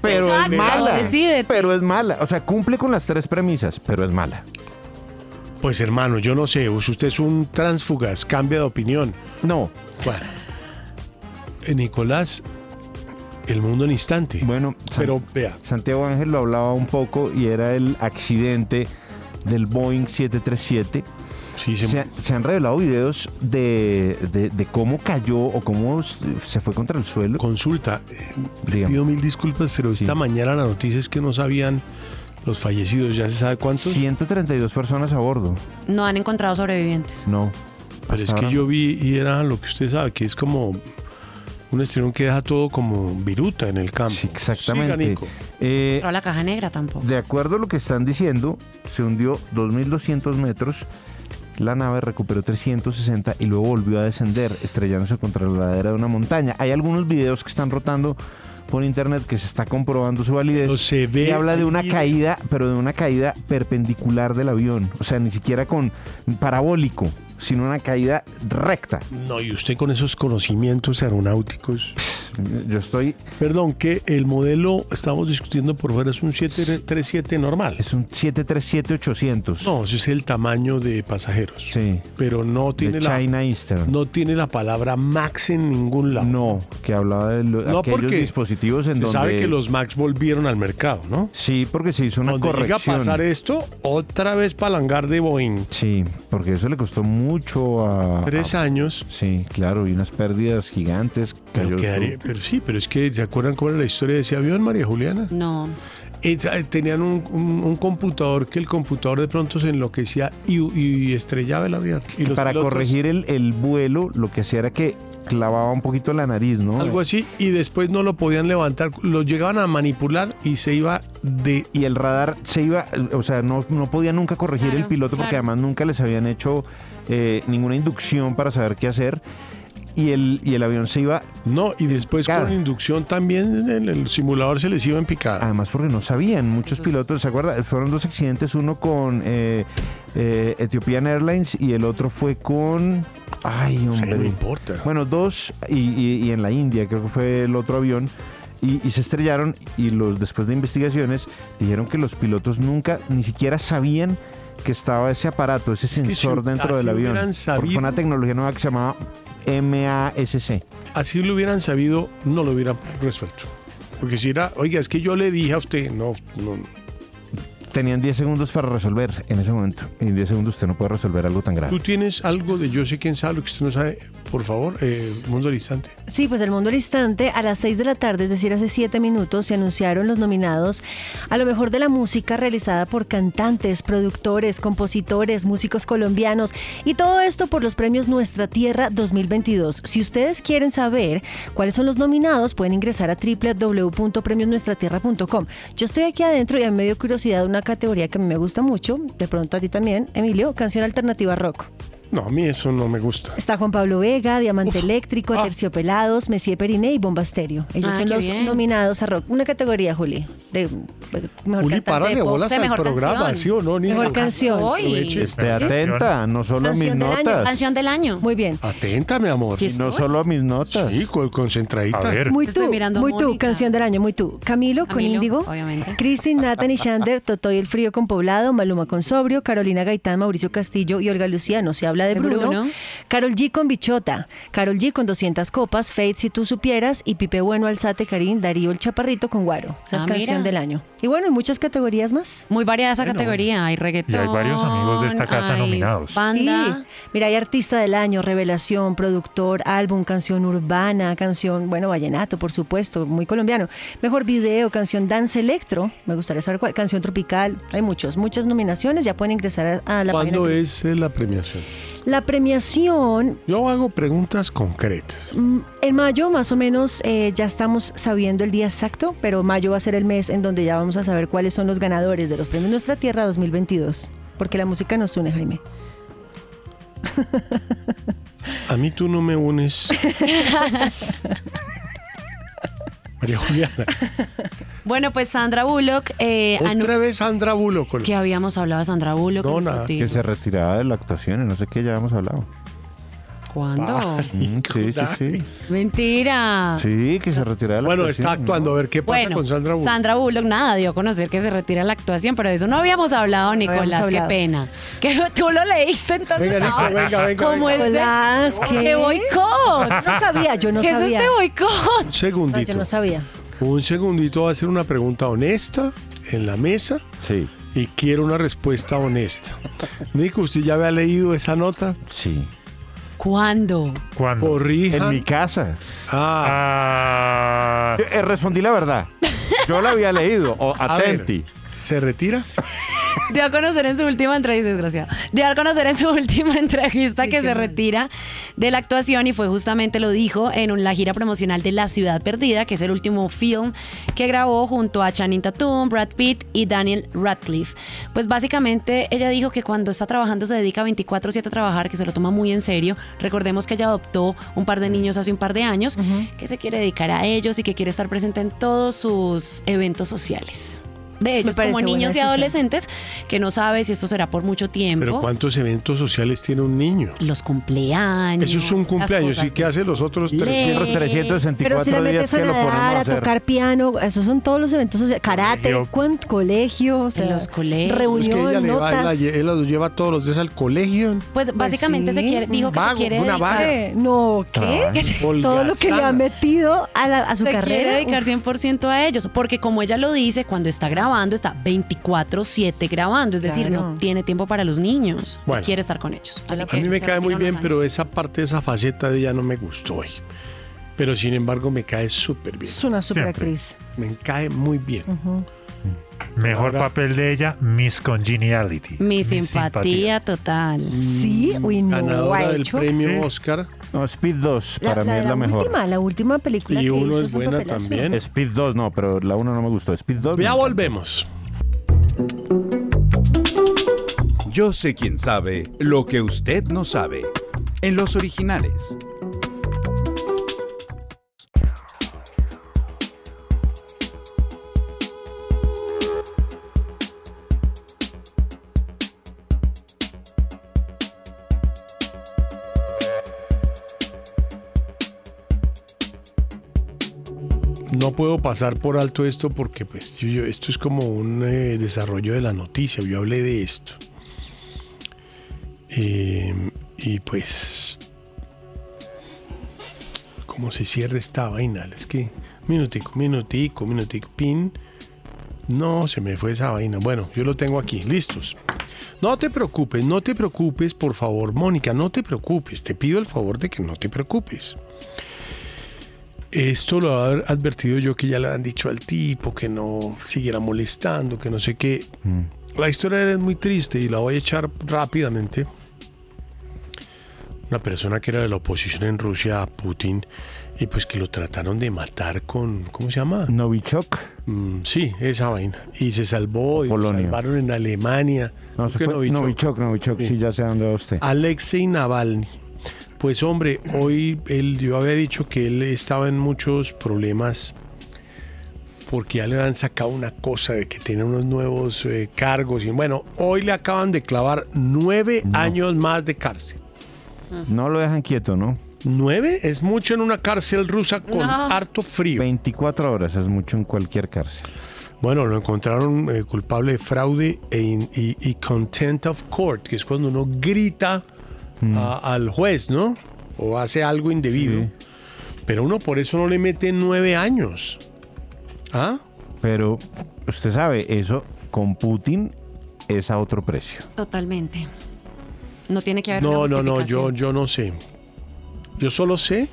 Speaker 5: Pero
Speaker 4: Exacto,
Speaker 5: es mala.
Speaker 6: decídete.
Speaker 5: Pero es mala. O sea, cumple con las tres premisas, pero es mala.
Speaker 4: Pues hermano, yo no sé, pues usted es un transfugas, cambia de opinión.
Speaker 5: No.
Speaker 4: Bueno. Eh, Nicolás, el mundo en instante.
Speaker 5: Bueno,
Speaker 4: pero vea.
Speaker 5: Santiago Ángel lo hablaba un poco y era el accidente del Boeing 737.
Speaker 4: se-
Speaker 5: se... ha- se han revelado videos de, de- de cómo cayó o cómo s- se fue contra el suelo.
Speaker 4: Consulta, Le pido mil disculpas, pero esta mañana la noticia es que no sabían los fallecidos, ya se sabe cuántos.
Speaker 5: 132 personas a bordo.
Speaker 6: No han encontrado sobrevivientes.
Speaker 5: No.
Speaker 4: Pero es
Speaker 5: Hasta
Speaker 4: que
Speaker 5: ahora.
Speaker 4: yo vi y era lo que usted sabe, que es como un estirón que deja todo como viruta en el campo.
Speaker 5: Exactamente.
Speaker 4: Siga, Nico.
Speaker 5: Eh,
Speaker 6: Pero la caja negra tampoco.
Speaker 5: de acuerdo a lo que están diciendo, se hundió 2.200 metros. La nave recuperó 360 y luego volvió a descender, estrellándose contra la ladera de una montaña. Hay algunos videos que están rotando por internet que se está comprobando su validez.
Speaker 4: se ve
Speaker 5: y habla de una
Speaker 4: el-
Speaker 5: caída, pero de una caída perpendicular del avión. O sea, ni siquiera con parabólico, sino una caída recta.
Speaker 4: No, y usted con esos conocimientos aeronáuticos.
Speaker 5: Yo estoy.
Speaker 4: Perdón, que el modelo estamos discutiendo por fuera es un 737 normal.
Speaker 5: Es un 737-800.
Speaker 4: No, ese es el tamaño de pasajeros. Sí. Pero no tiene la.
Speaker 5: China Eastern.
Speaker 4: No tiene la palabra max en ningún lado.
Speaker 5: No, que hablaba de los
Speaker 4: No,
Speaker 5: aquellos
Speaker 4: porque
Speaker 5: dispositivos en
Speaker 4: se
Speaker 5: donde.
Speaker 4: sabe que los max volvieron al mercado, ¿no?
Speaker 5: Sí, porque se hizo una
Speaker 4: Cuando llega a
Speaker 5: corrección.
Speaker 4: pasar esto, otra vez palangar de Boeing.
Speaker 5: Sí, porque eso le costó mucho a.
Speaker 4: Tres años.
Speaker 5: Sí, claro, y unas pérdidas gigantes.
Speaker 4: Pero,
Speaker 5: Cayó su-
Speaker 4: quedaría- pero sí, pero es que ¿se acuerdan cuál era la historia de ese avión, María Juliana?
Speaker 6: No.
Speaker 4: Eh, eh, Tenían un, un- un computador que el computador de pronto se enloquecía y, y estrellaba el avión. Y los
Speaker 5: para
Speaker 4: pilotos-
Speaker 5: corregir el, el vuelo, lo que hacía era que clavaba un poquito la nariz, ¿no?
Speaker 4: Algo así, y después no lo podían levantar, lo llegaban a manipular y se iba de...
Speaker 5: Y el radar se iba, o sea, no, no podía nunca corregir el piloto porque además nunca les habían hecho eh, ninguna inducción para saber qué hacer. Y el, y el avión se iba.
Speaker 4: No, y después con inducción también en el simulador se les iba en picada.
Speaker 5: Además, porque no sabían, muchos pilotos, ¿se acuerdan? Fueron dos accidentes, uno con eh, eh, Ethiopian Airlines y el otro fue con. Ay, hombre.
Speaker 4: no importa.
Speaker 5: Bueno, dos y, y- y en la India, creo que fue el otro avión. Y, y se estrellaron y los después de investigaciones dijeron que los pilotos nunca ni siquiera sabían que estaba ese aparato, ese
Speaker 4: que
Speaker 5: sensor
Speaker 4: si
Speaker 5: dentro del
Speaker 4: así
Speaker 5: avión.
Speaker 4: hubieran
Speaker 5: Porque
Speaker 4: sabido-
Speaker 5: fue una tecnología nueva que se llamaba MASC.
Speaker 4: Así lo hubieran sabido, no lo hubieran resuelto. Porque si era, oiga, es que yo le dije a usted, no, no,
Speaker 5: Tenían 10 segundos para resolver en ese momento. Y en 10 segundos usted no puede resolver algo tan grave.
Speaker 4: Tú tienes algo de yo sé quién sabe lo que usted no sabe, por favor, eh, mundo al instante.
Speaker 7: Sí, pues el mundo al instante, a las 6 de la tarde, es decir, hace 7 minutos, se anunciaron los nominados a lo mejor de la música realizada por cantantes, productores, compositores, músicos colombianos y todo esto por los premios Nuestra Tierra 2022. Si ustedes quieren saber cuáles son los nominados, pueden ingresar a www.premiosnuestratierra.com. Yo estoy aquí adentro y a mí me dio curiosidad una categoría que a mí me gusta mucho, de pronto a ti también, Emilio, canción alternativa rock.
Speaker 4: No, a mí eso no me gusta.
Speaker 7: Está Juan Pablo Vega, Diamante Eléctrico, Aterciopelados, Messier Periné y Bomba Estéreo. Ellos
Speaker 6: Ah,
Speaker 7: son
Speaker 6: qué
Speaker 7: los
Speaker 6: bien.
Speaker 7: nominados a rock. Una categoría, Juli. De, mejor
Speaker 4: Juli,
Speaker 7: cantante
Speaker 4: párale
Speaker 7: de pop.
Speaker 4: bolas
Speaker 7: O sea,
Speaker 4: al
Speaker 7: mejor
Speaker 4: programa,
Speaker 7: canción.
Speaker 4: ¿sí o no? niño?
Speaker 7: Mejor canción.
Speaker 6: Hoy.
Speaker 5: Esté atenta, no solo a mis
Speaker 6: Canción del año.
Speaker 5: notas.
Speaker 6: Canción del año.
Speaker 7: Muy bien.
Speaker 4: Atenta, mi amor.
Speaker 6: Aquí estoy.
Speaker 5: No solo a mis notas.
Speaker 4: Sí, co- concentradita.
Speaker 7: Muy
Speaker 6: Estoy
Speaker 7: tú,
Speaker 6: mirando a
Speaker 7: muy tú,
Speaker 6: Mónica.
Speaker 7: canción del año, muy tú. Camilo, con
Speaker 6: Camilo,
Speaker 7: Índigo.
Speaker 6: obviamente.
Speaker 7: Christine, Nathan y Shander, Totoy el Frío con Poblado, Maluma con Sobrio, Carolina Gaitán, Mauricio Castillo y Olga Luciano. Se habla de,
Speaker 6: De
Speaker 7: Bruno.
Speaker 6: Bruno.
Speaker 7: Carol G con Bichota. Carol G con 200 copas, Fate si tú supieras y Pipe Bueno, Alzate, Karim, Darío el Chaparrito con Guaro. Esa es
Speaker 6: Ah,
Speaker 7: canción
Speaker 6: mira.
Speaker 7: del año. Y bueno, y muchas categorías más.
Speaker 6: Muy variada esa
Speaker 8: Bueno,
Speaker 6: categoría. Hay reggaetón.
Speaker 8: y hay varios amigos de esta casa
Speaker 6: hay
Speaker 8: nominados.
Speaker 6: Banda.
Speaker 7: Sí. Mira, hay artista del año, revelación, productor, álbum, canción urbana, canción, bueno, vallenato, por supuesto, muy colombiano. Mejor video, canción dance electro, me gustaría saber cuál, canción tropical, hay muchos, muchas nominaciones, ya pueden ingresar a, a la página.
Speaker 4: ¿Cuándo es eh, la premiación?
Speaker 7: La premiación,
Speaker 4: Yo hago preguntas concretas.
Speaker 7: mm, en mayo más o menos eh, ya estamos sabiendo el día exacto, pero mayo va a ser el mes en donde ya vamos a saber cuáles son los ganadores de los premios Nuestra Tierra 2022, porque la música nos une, Jaime.
Speaker 4: A mí tú no me unes. María Juliana.
Speaker 6: Bueno, pues Sandra Bullock. Eh,
Speaker 4: Otra vez Sandra Bullock.
Speaker 6: Que habíamos hablado de Sandra Bullock.
Speaker 4: No,
Speaker 6: en
Speaker 4: nada.
Speaker 6: su
Speaker 5: Que
Speaker 6: tiempo.
Speaker 5: se retiraba de la actuación y no sé qué, ya hemos hablado.
Speaker 6: ¿Cuándo?
Speaker 5: Mm, Sí, sí, sí.
Speaker 6: Mentira.
Speaker 5: Sí, que se retiraba de la
Speaker 4: Bueno,
Speaker 5: actuación.
Speaker 4: está actuando. A ver qué pasa
Speaker 6: Bueno,
Speaker 4: con Sandra Bullock.
Speaker 6: nada, dio a conocer que se retira la actuación, pero de eso no habíamos hablado, Nicolás,
Speaker 7: hablado.
Speaker 6: qué pena. Que tú lo leíste entonces.
Speaker 7: Venga, Nico,
Speaker 6: ahora,
Speaker 7: venga, venga,
Speaker 6: ¿Cómo
Speaker 7: venga.
Speaker 6: es de-
Speaker 7: Nicolás, ¿qué?
Speaker 6: boicot!
Speaker 7: No sabía, yo no
Speaker 6: ¿Qué es
Speaker 7: sabía.
Speaker 6: este boicot?
Speaker 4: Un
Speaker 7: No, yo
Speaker 4: segundito.
Speaker 7: no sabía.
Speaker 4: Un segundito va a hacer una pregunta honesta en la mesa.
Speaker 5: Sí.
Speaker 4: Y quiero una respuesta honesta. Nico, ¿usted ya había leído esa nota?
Speaker 5: Sí.
Speaker 6: ¿Cuándo?
Speaker 8: ¿Cuándo?
Speaker 4: Corrija.
Speaker 5: En mi casa.
Speaker 4: Ah.
Speaker 5: Eh, eh, respondí la verdad. Yo la había leído. O,
Speaker 4: A ver,
Speaker 5: atenti.
Speaker 4: ¿Se retira?
Speaker 6: Dio a conocer en su última entrevista, desgraciado. Dio a conocer en su última entrevista que se retira de la actuación y fue justamente lo dijo en un- la gira promocional de La Ciudad Perdida, que es el último film que grabó junto a Channing Tatum, Brad Pitt y Daniel Radcliffe. Pues básicamente ella dijo que cuando está trabajando se dedica 24/7 a trabajar, que se lo toma muy en serio. Recordemos que ella adoptó un par de niños hace un par de años, que se quiere dedicar a ellos y que quiere estar presente en todos sus eventos sociales. de ellos como
Speaker 7: parece buena
Speaker 6: niños y
Speaker 7: decisión.
Speaker 6: adolescentes que no sabe si esto será por mucho tiempo.
Speaker 4: Pero ¿cuántos eventos sociales tiene un niño?
Speaker 6: Los cumpleaños.
Speaker 4: Eso es un
Speaker 6: las
Speaker 4: cumpleaños.
Speaker 6: cosas
Speaker 4: ¿Y qué hace los otros
Speaker 6: Lee.
Speaker 4: 300?
Speaker 7: Pero si le metes a nadar, a tocar piano, esos son todos los eventos sociales. Karate,
Speaker 4: Colegio.
Speaker 7: ¿cuán- colegio, o sea,
Speaker 6: los
Speaker 4: Es
Speaker 6: colegios.
Speaker 4: que
Speaker 7: reunión,
Speaker 4: ella, le va- la
Speaker 7: notas.
Speaker 4: lle- él los lleva todos los días al colegio.
Speaker 6: Pues básicamente se quiere, dijo que
Speaker 4: Vago,
Speaker 6: se quiere
Speaker 4: una
Speaker 6: dedicar-
Speaker 4: vaga.
Speaker 7: Eh, No, ¿qué?
Speaker 4: Ay,
Speaker 7: Todo lo que le ha
Speaker 4: holgazana.
Speaker 7: metido a, la- a su
Speaker 6: se quiere
Speaker 7: carrera.
Speaker 6: dedicar
Speaker 7: uf.
Speaker 6: 100% a ellos, porque como ella lo dice, cuando está grabando está 24/7 grabando, es decir,
Speaker 7: Claro.
Speaker 6: no tiene tiempo para los niños, y
Speaker 4: Bueno.
Speaker 6: quiere estar con ellos. Así
Speaker 4: A
Speaker 6: que
Speaker 4: mí me
Speaker 6: se
Speaker 4: cae muy
Speaker 6: retira
Speaker 4: bien,
Speaker 6: unos años.
Speaker 4: pero esa parte, esa faceta de ella no me gustó hoy. Pero sin embargo me cae súper bien.
Speaker 7: Es una superactriz.
Speaker 4: Me cae muy bien.
Speaker 7: Ujú.
Speaker 8: Mejor papel de ella, Miss Congeniality.
Speaker 6: Mi simpatía total.
Speaker 7: Sí, uy, no
Speaker 4: Mm, Ganadora
Speaker 7: ha
Speaker 4: del
Speaker 7: hecho.
Speaker 4: premio Oscar.
Speaker 5: No, Speed 2 para mí es la mejor.
Speaker 7: última, la última película que hizo un papelazo.
Speaker 5: Speed 2, no, pero la 1 no me gustó. Speed 2.
Speaker 18: Ya
Speaker 4: volvemos.
Speaker 18: Yo sé quién sabe lo que usted no sabe. En los originales.
Speaker 4: No puedo pasar por alto esto porque pues yo- yo- esto es como un eh, desarrollo de la noticia. Yo hablé de esto. Eh, y pues... ¿Cómo se cierra esta vaina? Es que... Minutico, minutico, minutico, pin. No, se me fue esa vaina. Bueno, yo lo tengo aquí. Listos. No te preocupes, no te preocupes, por favor, Mónica, no te preocupes. Te pido el favor de que no te preocupes. Esto lo ha advertido yo que ya le han dicho al tipo, que no siguiera molestando, que no sé qué.
Speaker 5: Mm.
Speaker 4: La historia es muy triste y la voy a echar rápidamente. Una persona que era de la oposición en Rusia a Putin y pues que lo trataron de matar con, ¿cómo se llama? Mm,
Speaker 5: Novichok.
Speaker 4: sí, esa vaina. Y se salvó, y lo salvaron en Alemania.
Speaker 5: No, se
Speaker 4: Creo que
Speaker 5: fue Novichok, Novichok, sí. ya sé dónde va usted.
Speaker 4: Ah, Alexei Navalny. Pues hombre, hoy él, yo había dicho que él estaba en muchos problemas porque ya le han sacado una cosa de que tiene unos nuevos eh, cargos. Y bueno, hoy le acaban de clavar nueve años más de cárcel.
Speaker 5: No lo dejan quieto, ¿no?
Speaker 4: ¿Nueve? Es mucho en una cárcel rusa con
Speaker 5: No.
Speaker 4: harto frío.
Speaker 5: 24 horas es mucho en cualquier cárcel.
Speaker 4: Bueno, lo encontraron eh, culpable de fraude e in- y, y contempt of court, que es cuando uno grita
Speaker 5: Mm.
Speaker 4: a- al juez, ¿no? O hace algo indebido. Pero uno por eso no le mete nueve años. ¿Ah?
Speaker 5: Pero usted sabe, eso con Putin es a otro precio.
Speaker 6: Totalmente. No tiene que haber
Speaker 4: No,
Speaker 6: una
Speaker 4: no, no, yo,
Speaker 6: justificación.
Speaker 4: yo no sé. Yo solo sé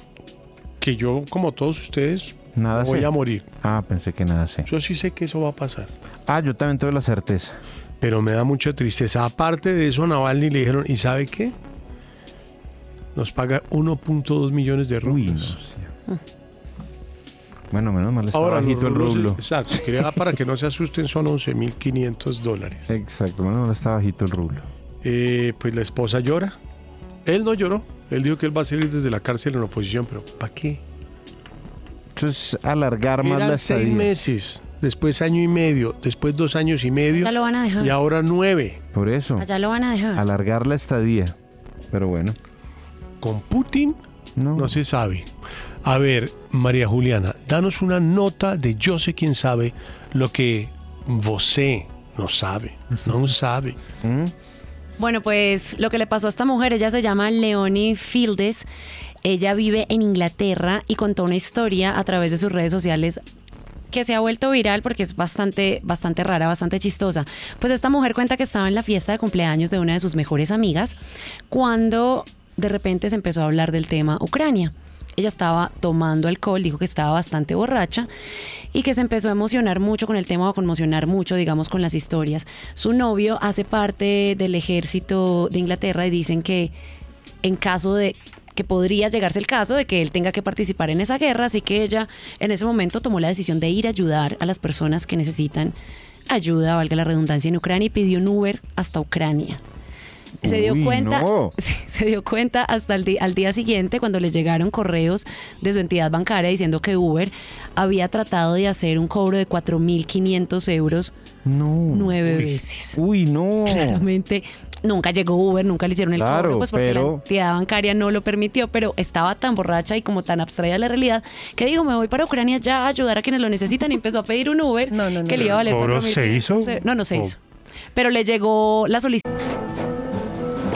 Speaker 4: que yo, como todos ustedes,
Speaker 5: Nada
Speaker 4: me voy
Speaker 5: sé.
Speaker 4: a morir.
Speaker 5: Ah, pensé que nada sé.
Speaker 4: Yo sí sé que eso va a pasar.
Speaker 5: Ah, yo también tengo la certeza.
Speaker 4: pero me da mucha tristeza. Aparte de eso, a Navalny le dijeron, ¿y sabe qué? Nos paga 1.2 millones de rublos.
Speaker 5: Bueno, menos mal está
Speaker 4: Ahora, los
Speaker 5: bajito el
Speaker 4: rublos,
Speaker 5: rublo.
Speaker 4: exacto, quería- para que no se asusten, son 11.500 dólares.
Speaker 5: Exacto, menos mal está bajito el rublo.
Speaker 4: Eh, pues la esposa llora. Él no lloró. Él dijo que él va a salir desde la cárcel en oposición, pero ¿para qué?
Speaker 5: Eso es alargar más la
Speaker 4: Eran
Speaker 5: estadía.
Speaker 4: seis meses, después año y medio, después dos años y medio.
Speaker 6: Ya lo van a dejar.
Speaker 4: Y ahora nueve.
Speaker 5: Por eso,
Speaker 6: Allá lo van a dejar.
Speaker 5: alargar la estadía. Pero bueno.
Speaker 4: ¿Con Putin?
Speaker 5: No.
Speaker 4: se sabe. A ver, María Juliana, danos una nota de yo sé quién sabe lo que vosé no sabe, no sabe.
Speaker 5: ¿Mm?
Speaker 6: Bueno, pues lo que le pasó a esta mujer, ella se llama Leonie Fieldes. Ella vive en Inglaterra y contó una historia a través de sus redes sociales que se ha vuelto viral porque es bastante, bastante rara, bastante chistosa. Pues esta mujer cuenta que estaba en la fiesta de cumpleaños de una de sus mejores amigas cuando de repente se empezó a hablar del tema Ucrania. Ella estaba tomando alcohol, dijo que estaba bastante borracha y que se empezó a emocionar mucho con el tema o a conmocionar mucho, digamos, con las historias. Su novio hace parte del ejército de Inglaterra y dicen que en caso de que podría llegarse el caso de que él tenga que participar en esa guerra, así que ella en ese momento tomó la decisión de ir a ayudar a las personas que necesitan ayuda, valga la redundancia, en Ucrania y pidió un Uber hasta Ucrania. se dio
Speaker 5: Uy,
Speaker 6: cuenta
Speaker 5: no.
Speaker 6: sí, se dio cuenta hasta el di- al día siguiente cuando le llegaron correos de su entidad bancaria diciendo que Uber había tratado de hacer un cobro de 4.500 euros nueve veces.
Speaker 5: Uy, no.
Speaker 6: Claramente nunca llegó Uber, nunca le hicieron el
Speaker 5: Claro,
Speaker 6: cobro, pues porque la
Speaker 5: pero-
Speaker 6: entidad bancaria no lo permitió, pero estaba tan borracha y como tan abstraída de la realidad que dijo, me voy para Ucrania ya a ayudar a quienes lo necesitan y empezó a pedir un Uber que le iba a valer
Speaker 19: ¿El cobro
Speaker 6: 4.000.
Speaker 19: se hizo? Oh.
Speaker 6: No, no se
Speaker 19: ¿O-
Speaker 6: hizo. Pero le llegó la solicitud.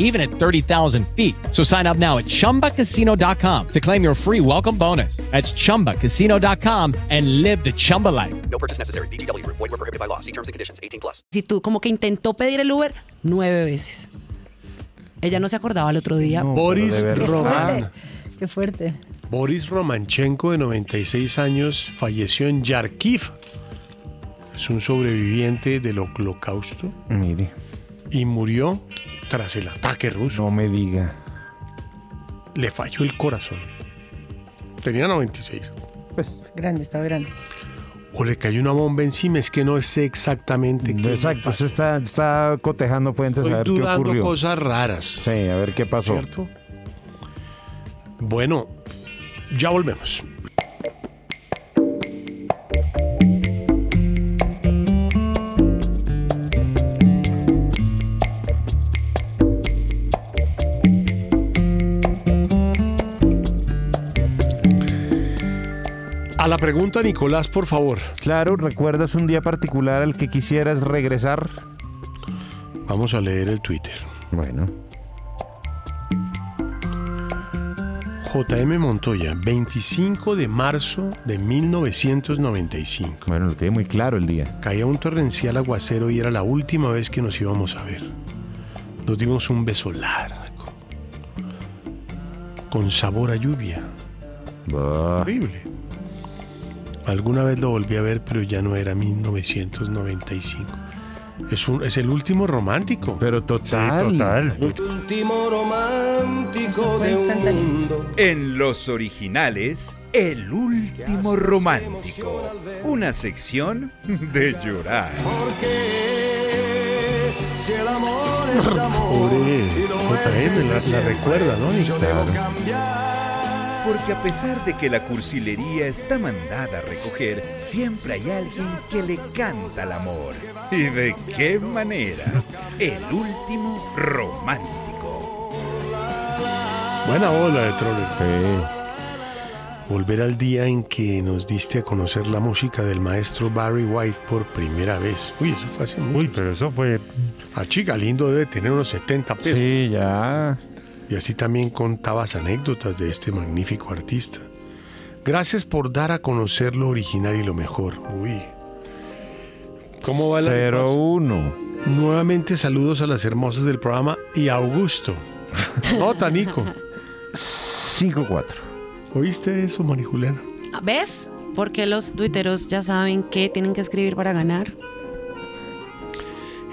Speaker 20: even at 30,000 feet. So sign up now at chumbacasino.com to claim your free welcome bonus. That's chumbacasino.com and live the Chumba life.
Speaker 21: No purchase necessary. BGW. Void were prohibited by law. See terms and conditions. 18 plus.
Speaker 6: Si tú como que intentó pedir el Uber nueve veces. Ella no se acordaba el otro día.
Speaker 4: Boris Roman.
Speaker 6: Qué fuerte.
Speaker 4: Boris Romanchenko, de 96 años, falleció en Yarkiv. Es un sobreviviente del holocausto
Speaker 5: Mire,
Speaker 4: y murió tras el ataque ruso.
Speaker 5: no me diga.
Speaker 4: Le falló el corazón. Tenía 96.
Speaker 7: Pues, Grande, estaba grande.
Speaker 4: O le cayó una bomba encima, es que no sé exactamente qué.
Speaker 5: Exacto, usted está, está cotejando fuentes
Speaker 4: Estoy
Speaker 5: a ver qué
Speaker 4: dudando
Speaker 5: ocurrió.
Speaker 4: cosas raras. Sí,
Speaker 5: a ver qué pasó.
Speaker 4: ¿Cierto? Bueno, ya volvemos. A la pregunta, Nicolás, por favor.
Speaker 5: Claro, ¿recuerdas un día particular al que quisieras regresar?
Speaker 4: Vamos a leer el Twitter.
Speaker 5: Bueno.
Speaker 4: JM Montoya, 25 de marzo de 1995.
Speaker 5: Bueno, lo tiene muy claro el día.
Speaker 4: Caía un torrencial aguacero y era la última vez que nos íbamos a ver. Nos dimos un beso largo, con sabor a lluvia. Horrible. Alguna vez lo volví a ver, pero ya no era 1995. Es, un- es el último romántico.
Speaker 5: Pero total.
Speaker 3: Último romántico de un mundo.
Speaker 2: En los originales, El último romántico. Una sección de llorar.
Speaker 3: Si el amor es amor.
Speaker 4: Pobre JM, la, la recuerda, ¿no? Y-
Speaker 2: Porque a pesar de que la cursilería está mandada a recoger, siempre hay alguien que le canta el amor. ¿Y de qué manera? El último romántico.
Speaker 4: Buena ola de Troller. Volver al día en que nos diste a conocer la música del maestro Barry White por primera vez. Uy, eso fue hace mucho. Uy, pero eso fue. A chica lindo debe tener unos 70 pesos.
Speaker 5: Sí, ya.
Speaker 4: Y así también contabas anécdotas de este magnífico artista. Gracias por dar a conocer lo original y lo mejor. Uy. ¿Cómo va la
Speaker 5: 01.
Speaker 4: Nuevamente saludos a las hermosas del programa y a Augusto. Nota, Nico.
Speaker 5: 5-4.
Speaker 4: ¿Oíste eso, María Juliana?
Speaker 6: ¿Ves? Porque los tuiteros ya saben qué tienen que escribir para ganar.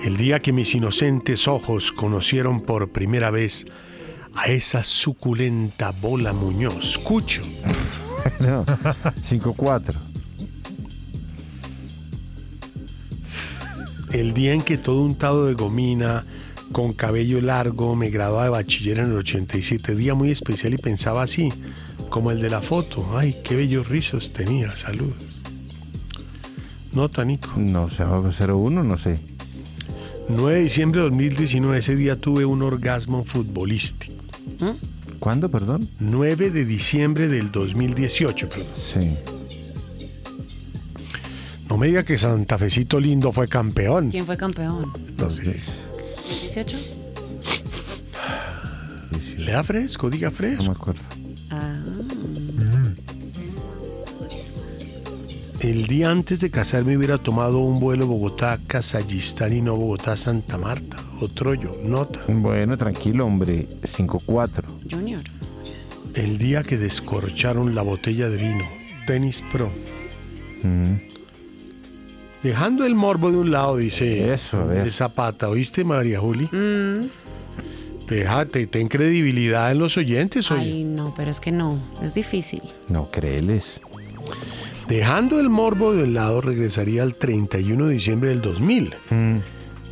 Speaker 4: El día que mis inocentes ojos conocieron por primera vez a esa suculenta bola Muñoz. Cucho.
Speaker 5: No, 5-4.
Speaker 4: El día en que todo untado de gomina, con cabello largo, me graduaba de bachiller en el 87. Día muy especial y pensaba así, como el de la foto. Ay, qué bellos rizos tenía. Saludos. Nota, Nico.
Speaker 5: No sé, 01, no sé.
Speaker 4: 9 de diciembre de 2019, ese día tuve un orgasmo futbolístico.
Speaker 5: ¿Cuándo, perdón?
Speaker 4: 9 de diciembre del 2018, perdón.
Speaker 5: Sí.
Speaker 4: No No me diga que Santafecito lindo fue campeón.
Speaker 6: ¿Quién fue campeón?
Speaker 4: No sé.
Speaker 6: ¿18?
Speaker 4: Le da fresco, diga fresco. No me acuerdo.
Speaker 6: Ah.
Speaker 4: El día antes de casarme hubiera tomado un vuelo Bogotá-Casallistán y no Bogotá-Santa Marta. Otro yo, nota.
Speaker 5: Bueno, tranquilo, hombre. 5-4.
Speaker 6: Junior.
Speaker 4: El día que descorcharon la botella de vino. Tenis Pro.
Speaker 5: Mm.
Speaker 4: Dejando el morbo de un lado, dice
Speaker 5: Eso, a ver.
Speaker 4: de Zapata. ¿Oíste, María Juli? Déjate, ten credibilidad en los oyentes, oye.
Speaker 6: Ay, no, pero es que no. Es difícil.
Speaker 5: No, créeles.
Speaker 4: Dejando el morbo de un lado, regresaría al 31 de diciembre del 2000.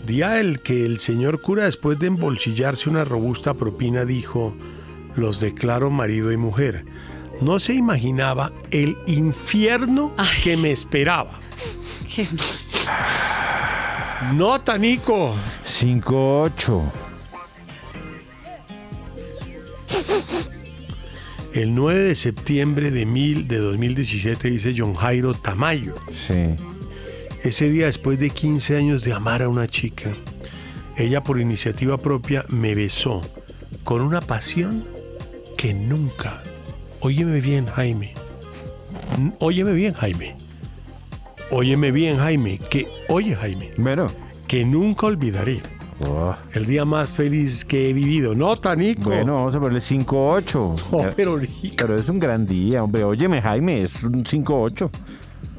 Speaker 4: Día el que el señor cura, después de embolsillarse una robusta propina, dijo, los declaro marido y mujer. No se imaginaba el infierno que me esperaba.
Speaker 6: ¿Qué?
Speaker 4: Nota, Nico.
Speaker 5: 5-8.
Speaker 4: El 9 de septiembre de, mil, de 2017 dice John Jairo Tamayo.
Speaker 5: Sí.
Speaker 4: Ese día, después de 15 años de amar a una chica, ella por iniciativa propia me besó con una pasión que nunca. Óyeme bien, Jaime. N- Óyeme bien, Jaime. Óyeme bien, Jaime. Que, oye, Jaime. Que nunca olvidaré. El día más feliz que he vivido. Nota, Nico.
Speaker 5: Bueno, vamos a ponerle 5-8.
Speaker 4: No,
Speaker 5: Ya-
Speaker 4: pero,
Speaker 5: Pero es un gran día, hombre. Óyeme, Jaime, es un 5-8.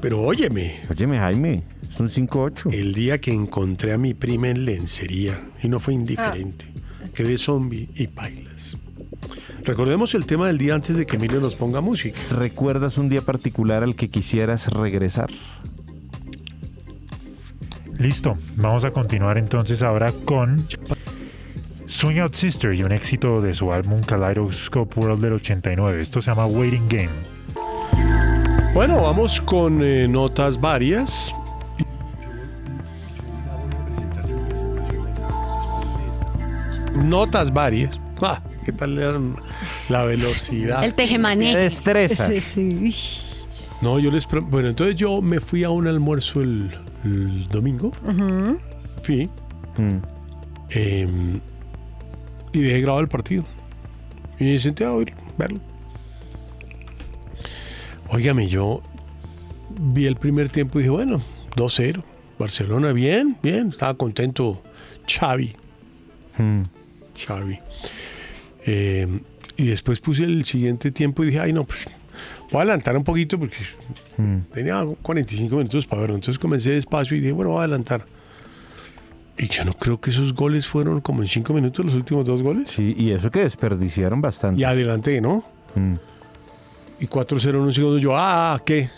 Speaker 4: Pero óyeme.
Speaker 5: Óyeme, Jaime, es un 5-8.
Speaker 4: El día que encontré a mi prima en lencería y no fue indiferente.
Speaker 6: Ah.
Speaker 4: Quedé zombie y bailas. Recordemos el tema del día antes de que Emilio nos ponga música.
Speaker 5: ¿Recuerdas un día particular al que quisieras regresar?
Speaker 8: Listo, vamos a continuar entonces ahora con Swing Out Sister y un éxito de su álbum Kaleidoscope World del 89. Esto se llama Waiting Game.
Speaker 4: Bueno, vamos con eh, notas varias. Notas varias. Ah, ¿Qué tal la, la velocidad?
Speaker 6: El tejemaneje. Sí, sí.
Speaker 4: No, yo les... pro- Bueno, entonces yo me fui a un almuerzo el, el domingo.
Speaker 6: Ujú.
Speaker 4: Sí. Em, y dejé grabado el partido. Y me senté a oír, verlo. Óigame, yo vi el primer tiempo y dije, bueno, 2-0. Barcelona, bien, bien. Estaba contento Xavi. Xavi. Em, y después puse el siguiente tiempo y dije, ay, no, pues voy a adelantar un poquito porque
Speaker 5: Mm,
Speaker 4: tenía 45 minutos para verlo. Entonces comencé despacio y dije, bueno, voy a adelantar. Y yo no creo que esos goles fueron como en cinco minutos los últimos dos goles.
Speaker 5: Sí, y eso que desperdiciaron bastante.
Speaker 4: Y adelanté, ¿no?
Speaker 5: mm.
Speaker 4: Y 4-0 en un segundo. Yo, ah, ¿qué?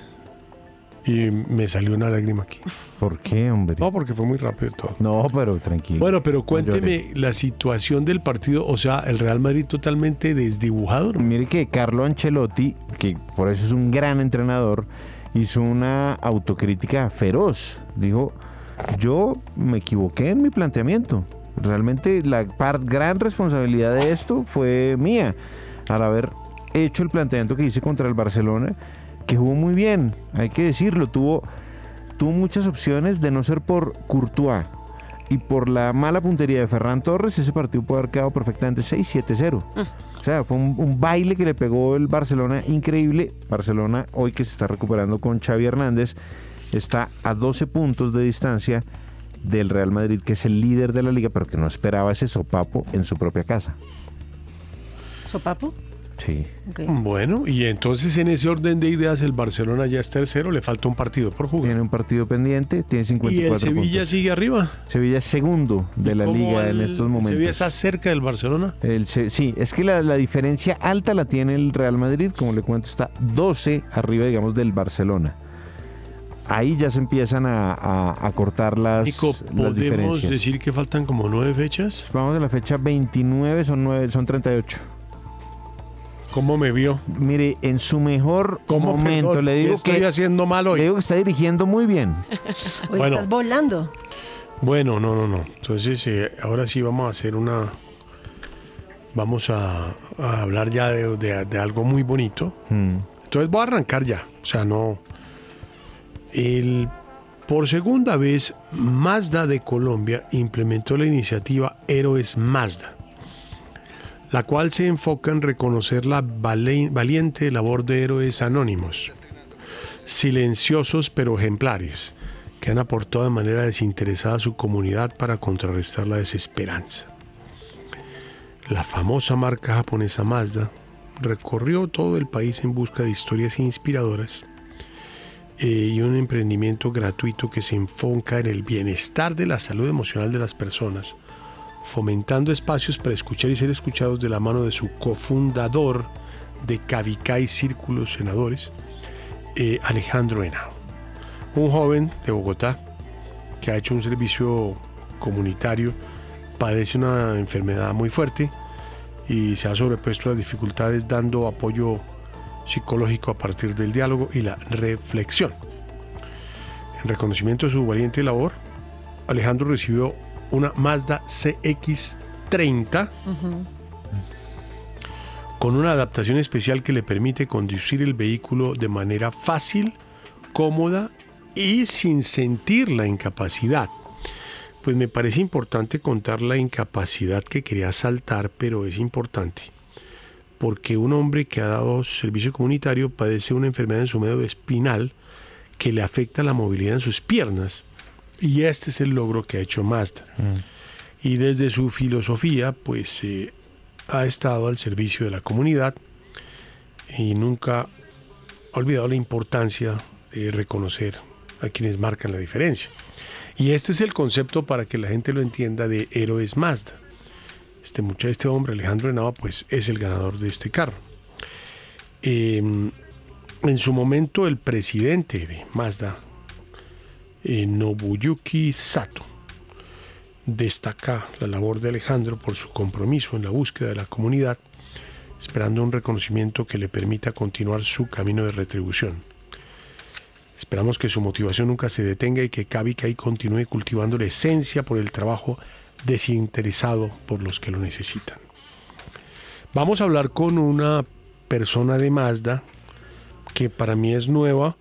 Speaker 4: Y me salió una lágrima aquí.
Speaker 5: ¿Por qué, hombre?
Speaker 4: No, porque fue muy rápido todo.
Speaker 5: No, pero tranquilo.
Speaker 4: Bueno, pero
Speaker 5: No llore.
Speaker 4: cuénteme la situación del partido. O sea, el Real Madrid totalmente desdibujado. ¿no?
Speaker 5: Mire que Carlo Ancelotti, que por eso es un gran entrenador, hizo una autocrítica feroz. Dijo, yo me equivoqué en mi planteamiento. Realmente la par- gran responsabilidad de esto fue mía. Al haber hecho el planteamiento que hice contra el Barcelona, que jugó muy bien, hay que decirlo, tuvo, tuvo muchas opciones de no ser por Courtois. Y por la mala puntería de Ferran Torres, ese partido puede haber quedado perfectamente 6-7-0. O sea, fue un, un baile que le pegó el Barcelona increíble. Barcelona, hoy que se está recuperando con Xavi Hernández, está a 12 puntos de distancia del Real Madrid, que es el líder de la liga, pero que no esperaba ese sopapo en su propia casa.
Speaker 6: ¿Sopapo?
Speaker 5: Sí.
Speaker 6: Ok.
Speaker 4: Bueno, y entonces en ese orden de ideas, el Barcelona ya es tercero. Le falta un partido por jugar.
Speaker 5: Tiene un partido pendiente, tiene
Speaker 4: Y
Speaker 5: 54
Speaker 4: el Sevilla
Speaker 5: puntos.
Speaker 4: sigue arriba.
Speaker 5: Sevilla es segundo de la
Speaker 4: ¿Cómo
Speaker 5: liga
Speaker 4: va
Speaker 5: en
Speaker 4: el-
Speaker 5: estos
Speaker 4: el
Speaker 5: momentos.
Speaker 4: Sevilla está cerca del Barcelona.
Speaker 5: El Se- sí, es que la, la diferencia alta la tiene el Real Madrid, como le cuento, está 12 arriba, digamos, del Barcelona. Ahí ya se empiezan a, a- a cortar las,
Speaker 4: Nico,
Speaker 5: las
Speaker 4: ¿podemos
Speaker 5: diferencias. Pues
Speaker 4: decir que faltan como nueve fechas?
Speaker 5: Vamos a la fecha 29, son, 9, son 38.
Speaker 4: ¿Cómo me vio?
Speaker 5: Mire, en su mejor momento,
Speaker 4: perdón?
Speaker 5: le
Speaker 4: ¿Qué
Speaker 5: digo
Speaker 4: estoy
Speaker 5: que
Speaker 4: haciendo mal hoy?
Speaker 5: le digo que está dirigiendo muy bien.
Speaker 7: Hoy
Speaker 4: Bueno.
Speaker 7: estás volando.
Speaker 4: Bueno, no, no, no. Entonces, eh, ahora sí vamos a hacer una... Vamos a, a hablar ya de, de- de algo muy bonito. Entonces voy a arrancar ya. O sea, no... El Por segunda vez, Mazda de Colombia implementó la iniciativa Héroes Mazda, la cual se enfoca en reconocer la vale- valiente labor de héroes anónimos, silenciosos pero ejemplares, que han aportado de manera desinteresada a su comunidad para contrarrestar la desesperanza. La famosa marca japonesa Mazda recorrió todo el país en busca de historias inspiradoras eh, y un emprendimiento gratuito que se enfoca en el bienestar de la salud emocional de las personas, fomentando espacios para escuchar y ser escuchados de la mano de su cofundador de Cavicay Círculos Senadores, eh, Alejandro Henao, un joven de Bogotá que ha hecho un servicio comunitario, padece una enfermedad muy fuerte y se ha sobrepuesto a las dificultades dando apoyo psicológico a partir del diálogo y la reflexión. En reconocimiento de su valiente labor, Alejandro recibió una Mazda CX30 con una adaptación especial que le permite conducir el vehículo de manera fácil, cómoda y sin sentir la incapacidad. Pues me parece importante contar la incapacidad que quería saltar, pero es importante. Porque un hombre que ha dado servicio comunitario padece una enfermedad en su medio espinal que le afecta la movilidad en sus piernas. Y este es el logro que ha hecho Mazda. Y desde su filosofía, pues eh, ha estado al servicio de la comunidad y nunca ha olvidado la importancia de reconocer a quienes marcan la diferencia. Y este es el concepto para que la gente lo entienda de Héroes Mazda. Este muchacho, este hombre, Alejandro Henao, pues es el ganador de este carro. Eh, en su momento, el presidente de Mazda, eh, Nobuyuki Sato, destaca la labor de Alejandro por su compromiso en la búsqueda de la comunidad, esperando un reconocimiento que le permita continuar su camino de retribución. Esperamos que su motivación nunca se detenga y que Kavikai continúe cultivando la esencia por el trabajo desinteresado por los que lo necesitan. Vamos a hablar con una persona de Mazda que para mí es nueva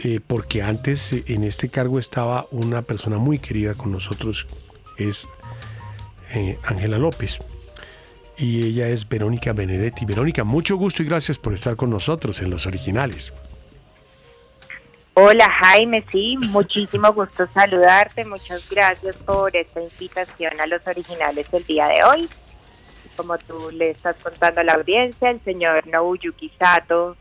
Speaker 4: eh, porque antes eh, en este cargo estaba una persona muy querida con nosotros, es eh, Ángela López. Y ella es Verónica Benedetti. Verónica, mucho gusto y gracias por estar con nosotros en los originales.
Speaker 11: Hola Jaime, sí, muchísimo gusto saludarte, muchas gracias por esta invitación a los originales del día de hoy. Como tú le estás contando a la audiencia, el señor Nobuyuki Sato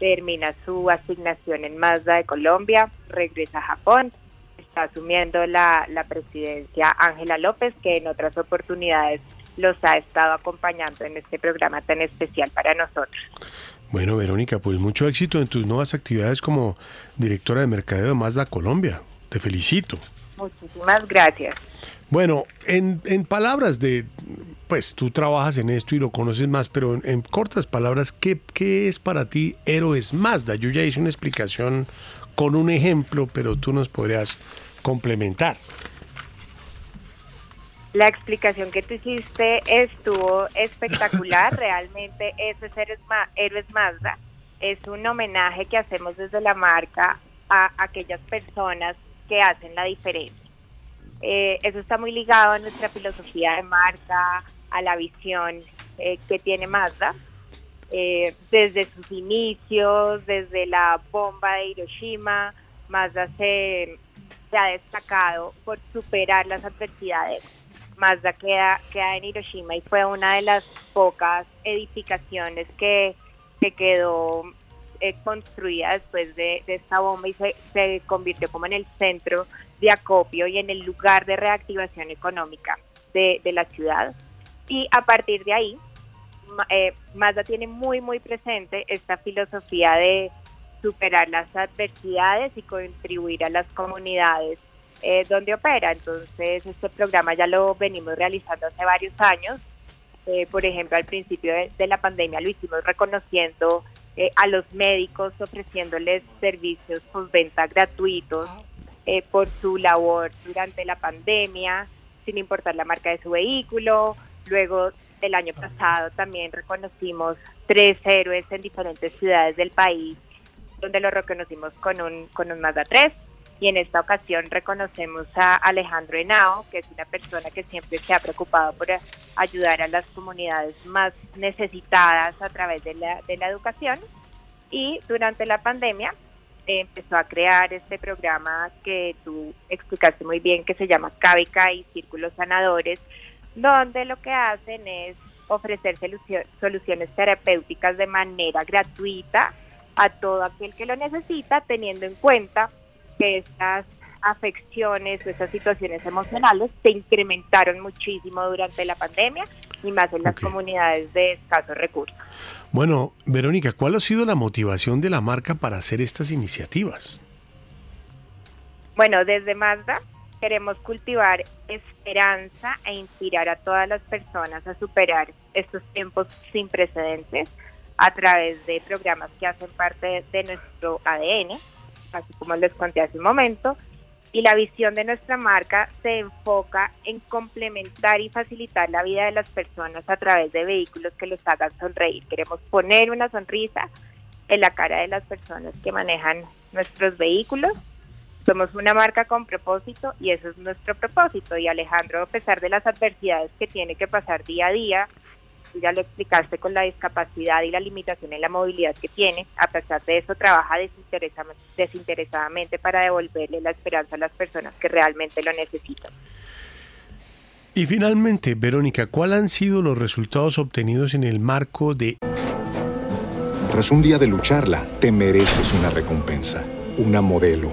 Speaker 11: termina su asignación en Mazda de Colombia, regresa a Japón, está asumiendo la, la presidencia Ángela López, que en otras oportunidades los ha estado acompañando en este programa tan especial para nosotros.
Speaker 4: Bueno, Verónica, pues mucho éxito en tus nuevas actividades como directora de mercadeo de Mazda Colombia. Te felicito.
Speaker 11: Muchísimas gracias.
Speaker 4: Bueno, en, en palabras de, pues tú trabajas en esto y lo conoces más, pero en, en cortas palabras, ¿qué, ¿qué es para ti Héroes Mazda? Yo ya hice una explicación con un ejemplo, pero tú nos podrías complementar.
Speaker 11: La explicación que tú hiciste estuvo espectacular. Realmente ese es Héroes Ma- Héroes Mazda es un homenaje que hacemos desde la marca a aquellas personas que hacen la diferencia. Eh, eso está muy ligado a nuestra filosofía de marca, a la visión eh, que tiene Mazda. Eh, desde sus inicios, desde la bomba de Hiroshima, Mazda se, se ha destacado por superar las adversidades. Mazda queda, queda en Hiroshima y fue una de las pocas edificaciones que, que quedó eh, construida después de, de esta bomba y se, se convirtió como en el centro de acopio y en el lugar de reactivación económica de, de la ciudad. Y a partir de ahí, Ma- eh, Mazda tiene muy, muy presente esta filosofía de superar las adversidades y contribuir a las comunidades eh, donde opera. Entonces, este programa ya lo venimos realizando hace varios años. Eh, por ejemplo, al principio de, de la pandemia lo hicimos reconociendo eh, a los médicos, ofreciéndoles servicios postventa gratuitos eh, por su labor durante la pandemia, sin importar la marca de su vehículo. Luego, el año pasado también reconocimos tres héroes en diferentes ciudades del país, donde lo reconocimos con un, con un Mazda 3. y en esta ocasión reconocemos a Alejandro Henao, que es una persona que siempre se ha preocupado por a- ayudar a las comunidades más necesitadas a través de la, de la educación y durante la pandemia eh, empezó a crear este programa que tú explicaste muy bien que se llama Cábica y Círculos Sanadores, donde lo que hacen es ofrecer solucio- soluciones terapéuticas de manera gratuita a todo aquel que lo necesita, teniendo en cuenta que estas afecciones o estas situaciones emocionales se incrementaron muchísimo durante la pandemia y más en las comunidades de escasos recursos.
Speaker 4: Bueno, Verónica, ¿cuál ha sido la motivación de la marca para hacer estas iniciativas?
Speaker 11: Bueno, desde Mazda queremos cultivar esperanza e inspirar a todas las personas a superar estos tiempos sin precedentes a través de programas que hacen parte de nuestro ADN, así como les conté hace un momento. Y la visión de nuestra marca se enfoca en complementar y facilitar la vida de las personas a través de vehículos que les hagan sonreír. Queremos poner una sonrisa en la cara de las personas que manejan nuestros vehículos somos una marca con propósito y eso es nuestro propósito. Y Alejandro, a pesar de las adversidades que tiene que pasar día a día, tú ya lo explicaste con la discapacidad y la limitación en la movilidad que tiene, a pesar de eso trabaja desinteresa- desinteresadamente para devolverle la esperanza a las personas que realmente lo necesitan.
Speaker 4: Y finalmente, Verónica, ¿cuáles han sido los resultados obtenidos en el marco de...
Speaker 9: Tras un día de lucharla, te mereces una recompensa, una modelo,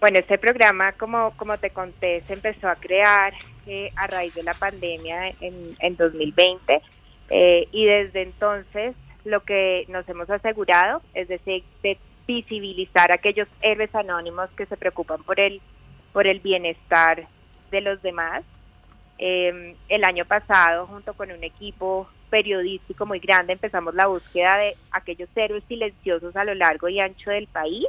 Speaker 11: Bueno, este programa, como, como te conté, se empezó a crear eh, a raíz de la pandemia en, en 2020 eh, y desde entonces lo que nos hemos asegurado es decir, de visibilizar aquellos héroes anónimos que se preocupan por el, por el bienestar de los demás. Eh, el año pasado, junto con un equipo periodístico muy grande, empezamos la búsqueda de aquellos héroes silenciosos a lo largo y ancho del país.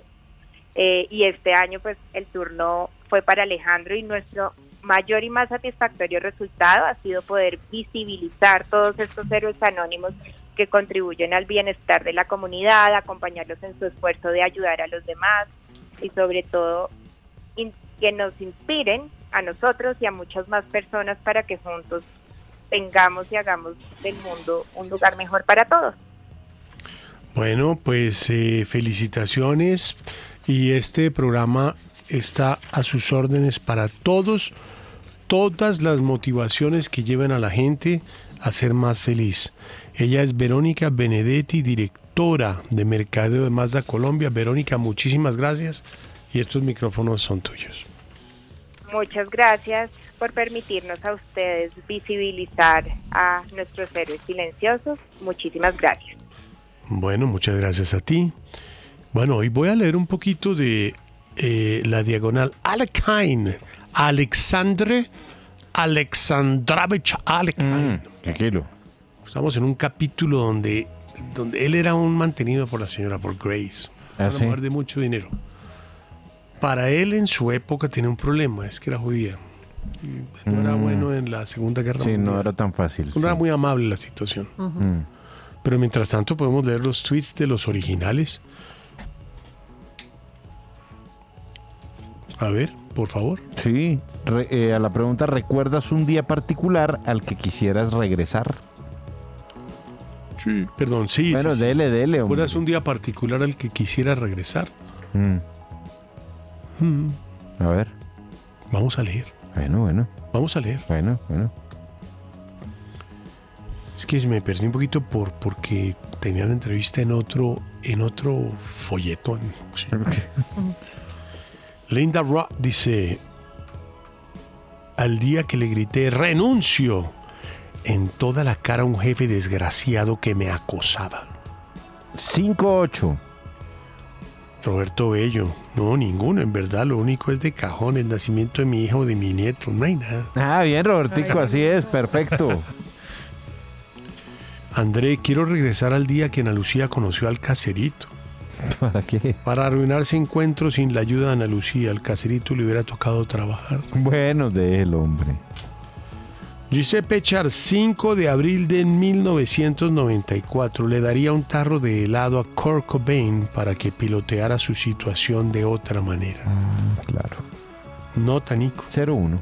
Speaker 11: Eh, y este año, pues, el turno fue para Alejandro y nuestro mayor y más satisfactorio resultado ha sido poder visibilizar todos estos héroes anónimos que contribuyen al bienestar de la comunidad, acompañarlos en su esfuerzo de ayudar a los demás y sobre todo in- que nos inspiren a nosotros y a muchas más personas para que juntos tengamos y hagamos del mundo un lugar mejor para todos.
Speaker 4: Bueno, pues eh, felicitaciones y este programa está a sus órdenes para todos, todas las motivaciones que lleven a la gente a ser más feliz. Ella es Verónica Benedetti, directora de Mercadeo de Mazda Colombia. Verónica, muchísimas gracias y estos micrófonos son tuyos.
Speaker 11: Muchas gracias por permitirnos a ustedes visibilizar a nuestros héroes silenciosos. Muchísimas gracias.
Speaker 4: Bueno, muchas gracias a ti. Bueno, hoy voy a leer un poquito de eh, la diagonal Alekine, Alexandre Alexandrovich Alekine.
Speaker 5: Mm, tranquilo.
Speaker 4: Estamos en un capítulo donde, donde él era un mantenido por la señora, por Grace,
Speaker 5: Ah,
Speaker 4: una
Speaker 5: sí.
Speaker 4: mujer de mucho dinero. Para él en su época tenía un problema, es que era judía. Y No era
Speaker 5: Mm.
Speaker 4: bueno en la Segunda Guerra
Speaker 5: Sí,
Speaker 4: Mundial.
Speaker 5: no era tan fácil.
Speaker 4: No era muy amable la situación.
Speaker 5: Mm.
Speaker 4: Pero mientras tanto podemos leer los tweets de los originales. A ver, por favor.
Speaker 5: Sí, re- eh, a la pregunta, ¿recuerdas un día particular al que quisieras regresar?
Speaker 4: Sí. Perdón, sí.
Speaker 5: Bueno,
Speaker 4: sí, sí.
Speaker 5: dele, dele, hombre.
Speaker 4: ¿Recuerdas un día particular al que quisiera regresar?
Speaker 5: Mm,
Speaker 4: Mm,
Speaker 5: a ver.
Speaker 4: Vamos a leer.
Speaker 5: Bueno, bueno.
Speaker 4: Vamos a leer.
Speaker 5: Bueno, bueno.
Speaker 4: Es que me perdí un poquito por porque tenía la entrevista en otro, en otro folletón. Sí. Linda Rock dice: Al día que le grité renuncio en toda la cara a un jefe desgraciado que me acosaba.
Speaker 5: 5-8.
Speaker 4: Roberto Bello. No, ninguno, en verdad. Lo único es de cajón, el nacimiento de mi hijo o de mi nieto. No hay nada.
Speaker 5: Ah, bien, Robertico, así es, perfecto.
Speaker 4: André, quiero regresar al día que Ana Lucía conoció al caserito.
Speaker 5: ¿Para qué?
Speaker 4: Para arruinarse encuentro sin la ayuda de Ana Lucía, al caserito le hubiera tocado trabajar.
Speaker 5: Bueno, de él, hombre.
Speaker 4: Giuseppe Char, 5 de abril de 1994, le daría un tarro de helado a Kurt Cobain para que piloteara su situación de otra manera.
Speaker 5: Ah, claro.
Speaker 4: Nota, Nico.
Speaker 5: 0-1.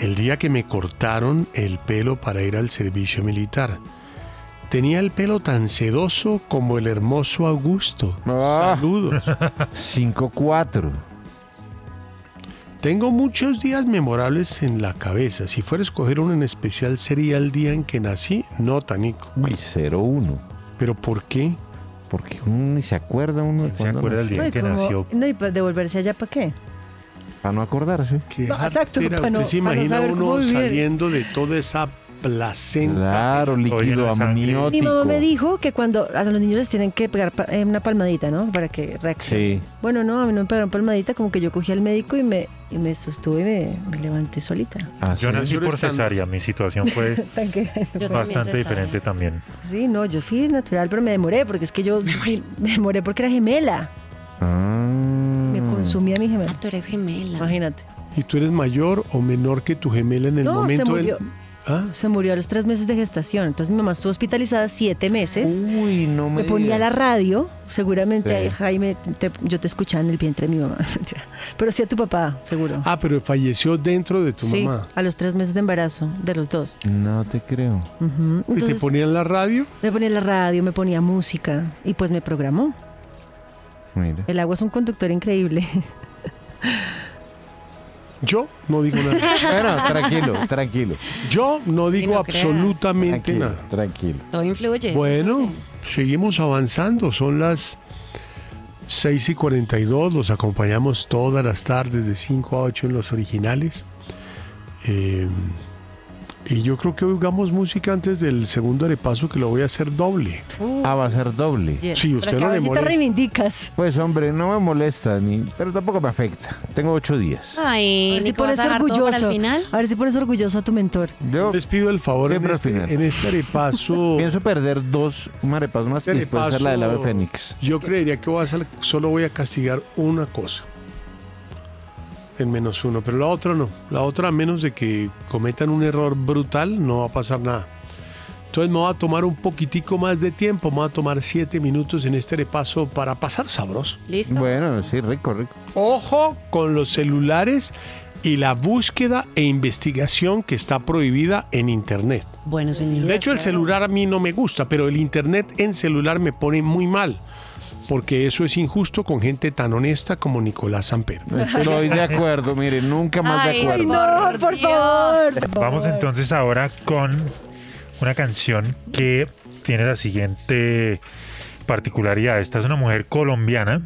Speaker 4: El día que me cortaron el pelo para ir al servicio militar. Tenía el pelo tan sedoso como el hermoso Augusto.
Speaker 5: Ah.
Speaker 4: Saludos.
Speaker 5: 5-4.
Speaker 4: Tengo muchos días memorables en la cabeza. Si fuera a escoger uno en especial sería el día en que nací. Nota, Nico.
Speaker 5: Uy, 0-1.
Speaker 4: ¿Pero por qué?
Speaker 5: Porque uno ni se acuerda uno de
Speaker 22: se
Speaker 5: cuando
Speaker 22: acuerda el día
Speaker 7: No, y
Speaker 22: en que
Speaker 7: como-
Speaker 22: nació.
Speaker 7: No, y para devolverse allá, ¿para qué?
Speaker 5: Para no acordarse.
Speaker 7: No, exacto,
Speaker 4: jartera.
Speaker 7: para no-
Speaker 4: Usted se
Speaker 7: para no
Speaker 4: imagina
Speaker 7: saber cómo
Speaker 4: uno
Speaker 7: vivir.
Speaker 4: saliendo de toda esa placenta.
Speaker 5: Claro, líquido
Speaker 7: Mi mamá
Speaker 5: amniótico.
Speaker 7: me dijo que cuando a los niños les tienen que pegar pa- eh, una palmadita, ¿no? Para que reaccionen.
Speaker 5: Sí.
Speaker 7: Bueno, no, a mí no me pegaron palmadita, como que yo cogí al médico y me, y me sostuve y me, me levanté solita.
Speaker 5: Ah,
Speaker 22: Yo nací por cesárea, mi situación Ah, fue
Speaker 7: Tan que- fue-
Speaker 22: bastante diferente también.
Speaker 7: Sí, no, yo fui natural, pero me demoré, porque es que yo me demoré porque era gemela. Me
Speaker 4: Mm.
Speaker 7: consumía mi gemela. Ah,
Speaker 6: tú eres gemela.
Speaker 7: Imagínate.
Speaker 4: ¿Y tú eres mayor o menor que tu gemela en el
Speaker 7: no, se
Speaker 4: momento
Speaker 7: murió.
Speaker 4: del... ¿Ah?
Speaker 7: Se murió a los tres meses de gestación. Entonces mi mamá estuvo hospitalizada siete meses.
Speaker 5: Uy, no
Speaker 7: me ponía la
Speaker 5: digas.
Speaker 7: radio.
Speaker 4: Sí.
Speaker 7: Seguramente, Jaime, te- yo te escuchaba en el vientre de mi mamá. Mentira. Pero sí a tu papá, seguro.
Speaker 4: Ah, pero falleció dentro de tu
Speaker 7: sí,
Speaker 4: mamá.
Speaker 7: a los tres meses de embarazo, de los dos.
Speaker 5: No te creo.
Speaker 7: Ujú.
Speaker 4: ¿Y te
Speaker 7: Entonces,
Speaker 4: ponían la radio?
Speaker 7: me ponía la radio, me ponía música y pues me programó.
Speaker 5: Mira.
Speaker 7: El agua es un conductor increíble.
Speaker 4: Yo no digo nada.
Speaker 5: Bueno, tranquilo, tranquilo.
Speaker 4: Yo no digo
Speaker 6: no creas.
Speaker 4: absolutamente
Speaker 5: Tranquilo,
Speaker 4: nada.
Speaker 5: tranquilo.
Speaker 6: Todo influye.
Speaker 4: Bueno, seguimos avanzando. Son las 6 y 42. Los acompañamos todas las tardes de 5 a 8 en los originales. Eh, y yo creo que oigamos música antes del segundo repaso que lo voy a hacer doble.
Speaker 5: Ah, va a ser doble.
Speaker 4: Sí, usted no le molesta.
Speaker 7: reivindicas.
Speaker 5: Pues hombre, no me molesta, ni, pero tampoco me afecta. Tengo ocho días.
Speaker 6: Ay,
Speaker 7: a ver si
Speaker 6: Nico, ¿vas
Speaker 7: pones
Speaker 6: a dejar todo para el
Speaker 7: orgulloso.
Speaker 6: final?
Speaker 7: A ver si pones orgulloso a tu mentor.
Speaker 5: Yo
Speaker 4: Les pido el favor en
Speaker 5: Siempre al
Speaker 4: este,
Speaker 5: final.
Speaker 4: en este repaso.
Speaker 5: pienso perder dos, un arepas más
Speaker 4: este
Speaker 5: y después hacer la del ave
Speaker 4: repaso,
Speaker 5: fénix.
Speaker 4: Yo creería que voy a hacer- solo voy a castigar una cosa. En menos uno, pero la otra no. La otra, a menos de que cometan un error brutal, no va a pasar nada. Entonces me va a tomar un poquitico más de tiempo, me va a tomar siete minutos en este repaso para pasar sabroso.
Speaker 6: Listo.
Speaker 5: Bueno, sí, rico, rico.
Speaker 4: Ojo con los celulares y la búsqueda e investigación que está prohibida en Internet.
Speaker 6: Bueno, señor.
Speaker 4: De hecho, el celular a mí no me gusta, pero el internet en celular me pone muy mal. Porque eso es injusto con gente tan honesta como Nicolás Samper.
Speaker 5: Estoy de acuerdo, mire, nunca más de acuerdo.
Speaker 7: no, por favor.
Speaker 22: Vamos entonces ahora con una canción que tiene la siguiente particularidad. Esta es una mujer colombiana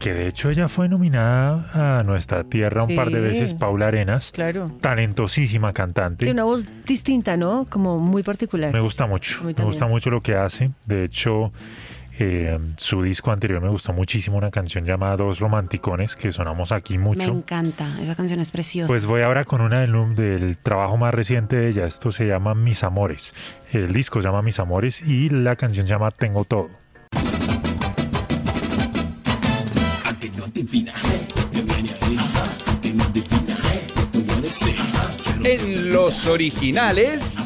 Speaker 22: que de hecho ella fue nominada a nuestra tierra un par de
Speaker 7: Sí.
Speaker 22: veces, Paula Arenas,
Speaker 7: Claro.
Speaker 22: talentosísima cantante.
Speaker 7: Tiene una voz distinta, ¿no? Como muy particular.
Speaker 22: Me gusta mucho,
Speaker 7: A mí
Speaker 22: me
Speaker 7: también.
Speaker 22: gusta mucho lo que hace. De hecho, eh, su disco anterior me gustó muchísimo, una canción llamada Dos Romanticones, que sonamos aquí
Speaker 6: Me
Speaker 22: mucho.
Speaker 6: encanta. Esa canción es preciosa.
Speaker 22: Pues voy ahora con una del, nu- del trabajo más reciente de ella. Esto se llama Mis Amores. El disco se llama Mis Amores y la canción se llama Tengo Todo.
Speaker 18: En los originales,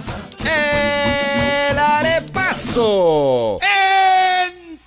Speaker 18: el arepaso.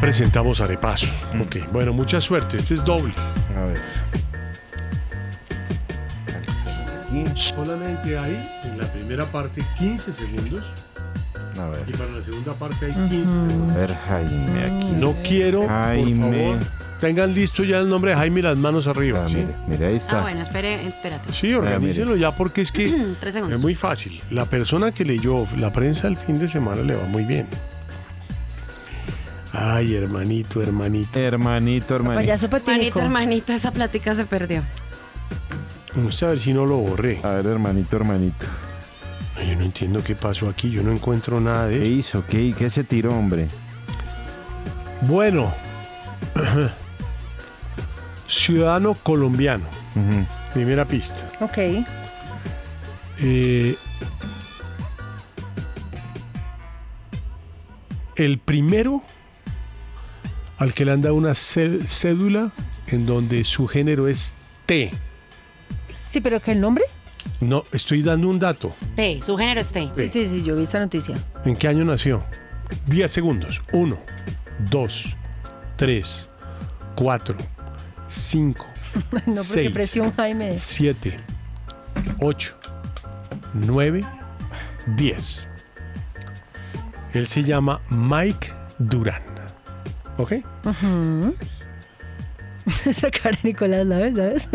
Speaker 4: presentamos arepaso. Ok, bueno, mucha suerte. Este es doble.
Speaker 5: A ver.
Speaker 4: Solamente hay en la primera parte 15 segundos
Speaker 5: A ver.
Speaker 4: y para la segunda parte hay 15 segundos.
Speaker 5: A ver, Jaime, aquí.
Speaker 4: No quiero, por
Speaker 5: Jaime.
Speaker 4: favor, tengan listo ya el nombre de Jaime y las manos arriba. ¿sí?
Speaker 5: Mira, ahí está. Ah,
Speaker 6: Ah, bueno, espere, espérate.
Speaker 4: Sí, organícelo ya porque es que
Speaker 6: Tres
Speaker 4: es
Speaker 6: segundos.
Speaker 4: muy fácil. La persona que leyó la prensa el fin de semana le va muy bien. Ay, hermanito, hermanito.
Speaker 5: Hermanito,
Speaker 6: Payaso Hermanito, hermanito, esa plática se perdió.
Speaker 4: Vamos a ver si no lo borré.
Speaker 5: A ver, hermanito, hermanito.
Speaker 4: Yo no entiendo qué pasó aquí, yo no encuentro nada de
Speaker 5: ¿Qué
Speaker 4: eso.
Speaker 5: hizo? ¿Qué, qué se tiró, hombre?
Speaker 4: Bueno, ciudadano colombiano, primera pista.
Speaker 7: Ok.
Speaker 4: Eh, el primero al que le han dado una cé- cédula en donde su género es T.
Speaker 7: Sí, pero ¿qué el nombre?
Speaker 4: No, estoy dando un dato.
Speaker 7: T, su género es T. Sí, sí, sí, yo vi esa noticia.
Speaker 4: ¿En qué año nació? 10 segundos. 1, 2, 3, 4, 5,
Speaker 7: No, porque
Speaker 4: 6,
Speaker 7: presión, Jaime.
Speaker 4: 7, 8, 9, 10. Él se llama Mike Durán. ¿Ok?
Speaker 7: Ujú. Esa cara de Nicolás, ¿la ves? ¿La ves?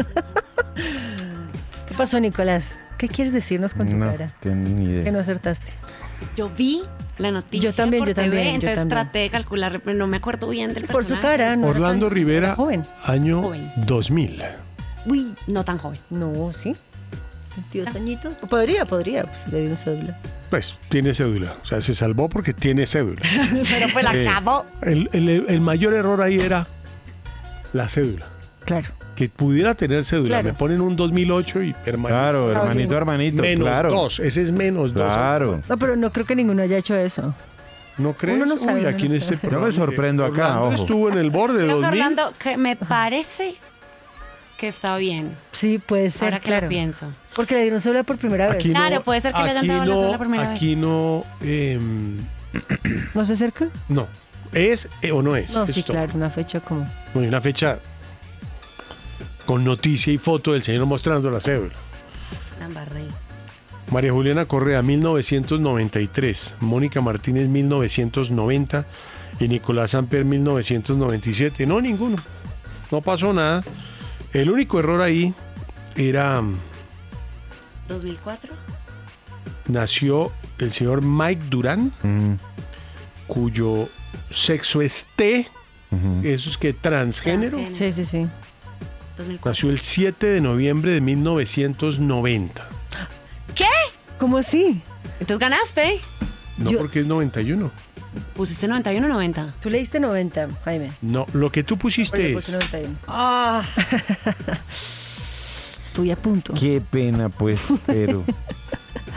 Speaker 7: ¿Qué pasó, Nicolás? ¿Qué quieres decirnos con tu
Speaker 5: no,
Speaker 7: cara?
Speaker 5: tengo ni idea.
Speaker 7: Que no acertaste.
Speaker 6: Yo vi la noticia.
Speaker 7: Yo también,
Speaker 6: por
Speaker 7: yo
Speaker 6: TV,
Speaker 7: también, yo
Speaker 6: Entonces
Speaker 7: también.
Speaker 6: traté de calcular, pero no me acuerdo bien del
Speaker 7: Por su
Speaker 6: personaje.
Speaker 7: cara, Ah, no.
Speaker 4: Orlando Rivera, año
Speaker 6: Joven.
Speaker 4: 2000.
Speaker 6: Uy, no tan joven.
Speaker 7: No, sí. 22 añitos. Podría, podría. Pues le dieron cédula.
Speaker 4: Pues tiene cédula. O sea, se salvó porque tiene cédula.
Speaker 7: pero
Speaker 4: pues la Eh.
Speaker 7: acabó.
Speaker 4: El, el- el mayor error ahí era la cédula.
Speaker 7: Claro.
Speaker 4: Que pudiera tener cédula.
Speaker 7: Claro.
Speaker 4: Me ponen un 2008 y hermanito.
Speaker 5: Claro, hermanito, hermanito,
Speaker 4: Menos
Speaker 5: claro.
Speaker 4: dos. Ese es menos dos.
Speaker 5: Claro.
Speaker 7: No, pero no creo que ninguno haya hecho eso.
Speaker 4: ¿No crees?
Speaker 7: Uno no
Speaker 4: Uy,
Speaker 7: sabe, uno
Speaker 4: aquí
Speaker 7: no
Speaker 4: en este
Speaker 7: sabe.
Speaker 5: Yo me sorprendo acá,
Speaker 4: Orlando
Speaker 5: ojo.
Speaker 4: estuvo en el borde de
Speaker 6: Creo que
Speaker 4: 2000.
Speaker 6: Orlando, que me parece que está bien.
Speaker 7: Sí, puede ser.
Speaker 6: Ahora que
Speaker 7: claro.
Speaker 6: lo pienso.
Speaker 7: Porque le dieron cédula por primera vez.
Speaker 4: Aquí no-
Speaker 6: Claro, puede ser que le hayan
Speaker 4: aquí
Speaker 6: dado la
Speaker 4: no-
Speaker 6: cédula por primera vez.
Speaker 4: Aquí no. em,
Speaker 7: ¿No se acerca?
Speaker 4: no. ¿Es eh, o no es?
Speaker 7: No, sí,
Speaker 4: Esto.
Speaker 7: claro, una fecha como.
Speaker 4: No hay una fecha con noticia y foto del señor mostrando la cédula.
Speaker 6: La embarré.
Speaker 4: María Juliana Correa, 1993. Mónica Martínez, 1990. Y Nicolás Samper, 1997. No, ninguno. No pasó nada. El único error ahí era. mm,
Speaker 6: ¿2004?
Speaker 4: Nació el señor Mike Durán, cuyo sexo es T. Eso es que transgénero.
Speaker 7: Sí, sí, sí.
Speaker 4: Nació el 7 de noviembre de 1990.
Speaker 6: ¿Qué?
Speaker 7: ¿Cómo así?
Speaker 6: Entonces ganaste.
Speaker 4: No,
Speaker 7: Yo-
Speaker 4: porque es 91.
Speaker 6: Pusiste 91 90.
Speaker 7: Tú le diste 90, Jaime.
Speaker 4: No, lo que tú pusiste
Speaker 7: Oye, pues
Speaker 4: es.
Speaker 7: puse 91.
Speaker 6: Ah.
Speaker 7: Estoy a punto.
Speaker 5: Qué pena, pues, pero.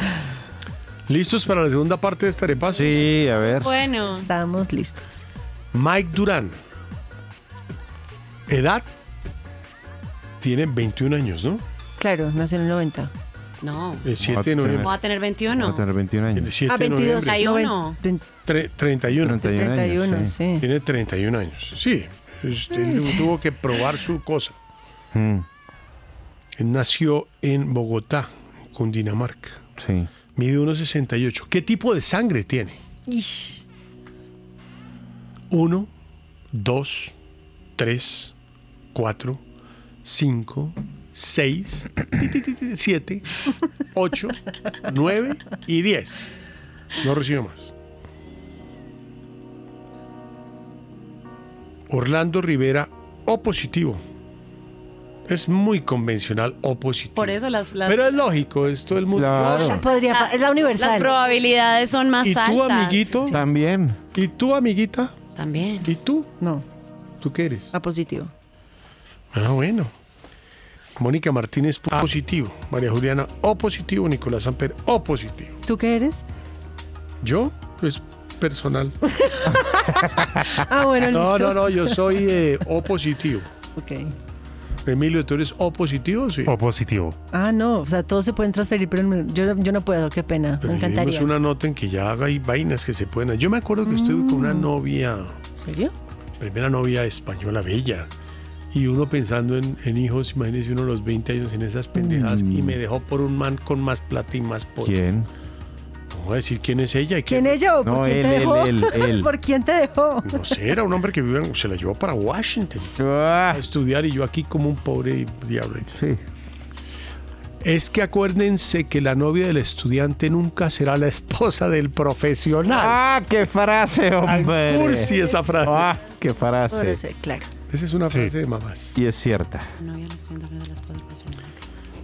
Speaker 4: ¿Listos para la segunda parte de esta repaso?
Speaker 5: Sí, a ver.
Speaker 6: Bueno.
Speaker 7: Estamos listos.
Speaker 4: Mike Durán. Edad. Tiene 21 años, ¿no?
Speaker 7: Claro, nació en el 90.
Speaker 6: No.
Speaker 4: El 7 de
Speaker 5: Va a tener-
Speaker 4: noviembre.
Speaker 6: Voy a tener 21.
Speaker 5: Va a tener 21
Speaker 4: El
Speaker 5: años.
Speaker 4: 7
Speaker 7: Ah,
Speaker 4: de
Speaker 7: 22.
Speaker 4: noviembre.
Speaker 6: 31.
Speaker 7: Noven-
Speaker 4: Tre- 31.
Speaker 5: 31 años.
Speaker 7: 31,
Speaker 5: sí.
Speaker 7: sí.
Speaker 4: Tiene 31 años. Sí. Usted
Speaker 7: Sí.
Speaker 4: tuvo que probar su cosa.
Speaker 5: Mm,
Speaker 4: Él nació en Bogotá, Cundinamarca.
Speaker 5: sí.
Speaker 4: Mide 1,68. ¿Qué tipo de sangre tiene?
Speaker 7: Ish.
Speaker 4: 1, 2, 3, 4, 5, 6, 7, 8, 9 y 10. No recibo más. Orlando Rivera, O positivo. Es muy convencional O positivo.
Speaker 6: Por eso las, las,
Speaker 4: Pero es lógico, es todo el mundo.
Speaker 5: Claro.
Speaker 7: Podría, pa- es la universal.
Speaker 6: las probabilidades son más
Speaker 4: ¿Y tú,
Speaker 6: altas.
Speaker 4: amiguito?
Speaker 5: También.
Speaker 4: ¿Y tú, amiguita?
Speaker 6: También.
Speaker 4: ¿Y tú?
Speaker 7: No,
Speaker 4: ¿Tú qué eres?
Speaker 7: a positivo.
Speaker 4: Ah, bueno. Mónica Martínez, O positivo. María Juliana, O positivo. Nicolás Amper, O positivo.
Speaker 7: ¿Tú qué eres?
Speaker 4: Yo, es personal.
Speaker 7: Ah, bueno, listo.
Speaker 4: No, no, no, yo soy eh, O positivo.
Speaker 7: Ok.
Speaker 4: Emilio, ¿tú eres O positivo? Sí.
Speaker 22: O positivo.
Speaker 7: Ah, no, o sea, todos se pueden transferir, pero no- yo, yo no puedo, qué pena.
Speaker 4: Pero
Speaker 7: me
Speaker 4: ya dimos
Speaker 7: encantaría. Mm.
Speaker 4: una nota en que ya hay vainas que se pueden... Yo me acuerdo que estuve con una novia
Speaker 7: ¿En serio?
Speaker 4: primera novia española bella. Y uno pensando en, en hijos, imagínese uno a los 20 años en esas pendejadas
Speaker 5: Mm.
Speaker 4: y me dejó por un man con más plata y más poder.
Speaker 5: ¿Quién?
Speaker 4: No voy a decir quién es ella y
Speaker 7: ¿Quién ella o por quién te dejó? ¿Por quién te dejó?
Speaker 4: No sé, era un hombre que vive en- se la llevó para Washington a estudiar y yo aquí como un pobre diablo.
Speaker 5: Ah. Sí.
Speaker 4: Es que acuérdense que la novia del estudiante nunca será la esposa del profesional.
Speaker 5: ¡Ah, qué frase, hombre!
Speaker 4: Tan cursi esa frase.
Speaker 5: ¡Ah, qué frase!
Speaker 7: claro.
Speaker 4: Esa es una frase de mamás.
Speaker 5: Y es cierta.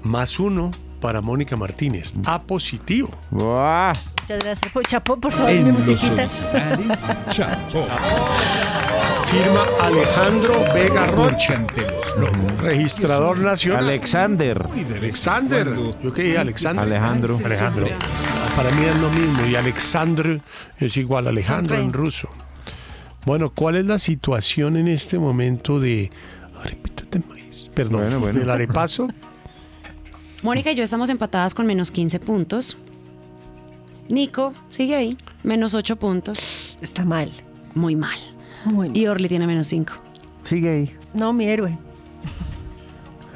Speaker 4: Más uno para Mónica Martínez. A positivo.
Speaker 5: Ah.
Speaker 7: Muchas gracias. Pues, Chapo, por favor, mi
Speaker 4: En los
Speaker 7: musiquita.
Speaker 4: originales, Chapo. Firma Alejandro Vega Rocha. Registrador nacional.
Speaker 5: Alexander.
Speaker 4: Alexander. Yo qué dije, Alexander.
Speaker 5: Alejandro. Alejandro.
Speaker 4: Para mí es lo mismo. Y Alexandre es igual a Alejandro en ruso. Bueno, ¿cuál es la situación en este momento de. Arepita de maíz. Perdón,
Speaker 5: bueno.
Speaker 4: del arepaso.
Speaker 6: Mónica y yo estamos empatadas con menos 15 puntos. Nico sigue ahí, menos 8 puntos.
Speaker 7: Está mal.
Speaker 6: Muy mal. Y Orly tiene menos 5.
Speaker 5: Sigue ahí.
Speaker 7: No, mi héroe.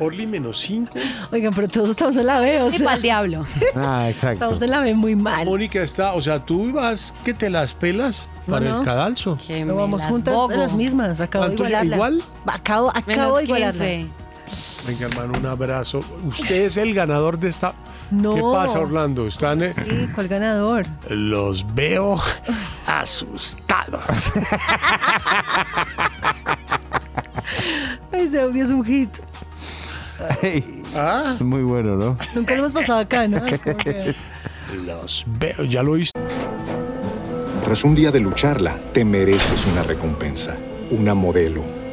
Speaker 4: Orly menos 5.
Speaker 7: Oigan, pero todos estamos en la B, o sea.
Speaker 6: pa'l diablo.
Speaker 5: Ah, exacto.
Speaker 7: Estamos en la B muy mal.
Speaker 4: Mónica está, o sea, tú vas que te las pelas
Speaker 7: No,
Speaker 4: para
Speaker 7: no.
Speaker 4: el cadalso.
Speaker 7: No vamos juntas
Speaker 6: bogo.
Speaker 7: en las mismas. Acabo de
Speaker 4: ¿Cuánto ya?
Speaker 7: igualarla.
Speaker 4: ¿Igual?
Speaker 7: Acabo, acabo de igualarla.
Speaker 4: Venga, hermano, un abrazo. Usted es el ganador de esta.
Speaker 7: No.
Speaker 4: ¿Qué pasa, Orlando? Están. eh,
Speaker 7: Sí, ¿cuál ganador?
Speaker 4: Los veo asustados.
Speaker 7: Ese audio es un hit.
Speaker 4: Ah.
Speaker 5: Muy bueno, ¿no?
Speaker 7: Nunca lo hemos pasado acá, ¿no? Como que-
Speaker 4: Los veo, ya lo hice.
Speaker 9: Tras un día de lucharla, te mereces una recompensa, una modelo,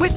Speaker 10: With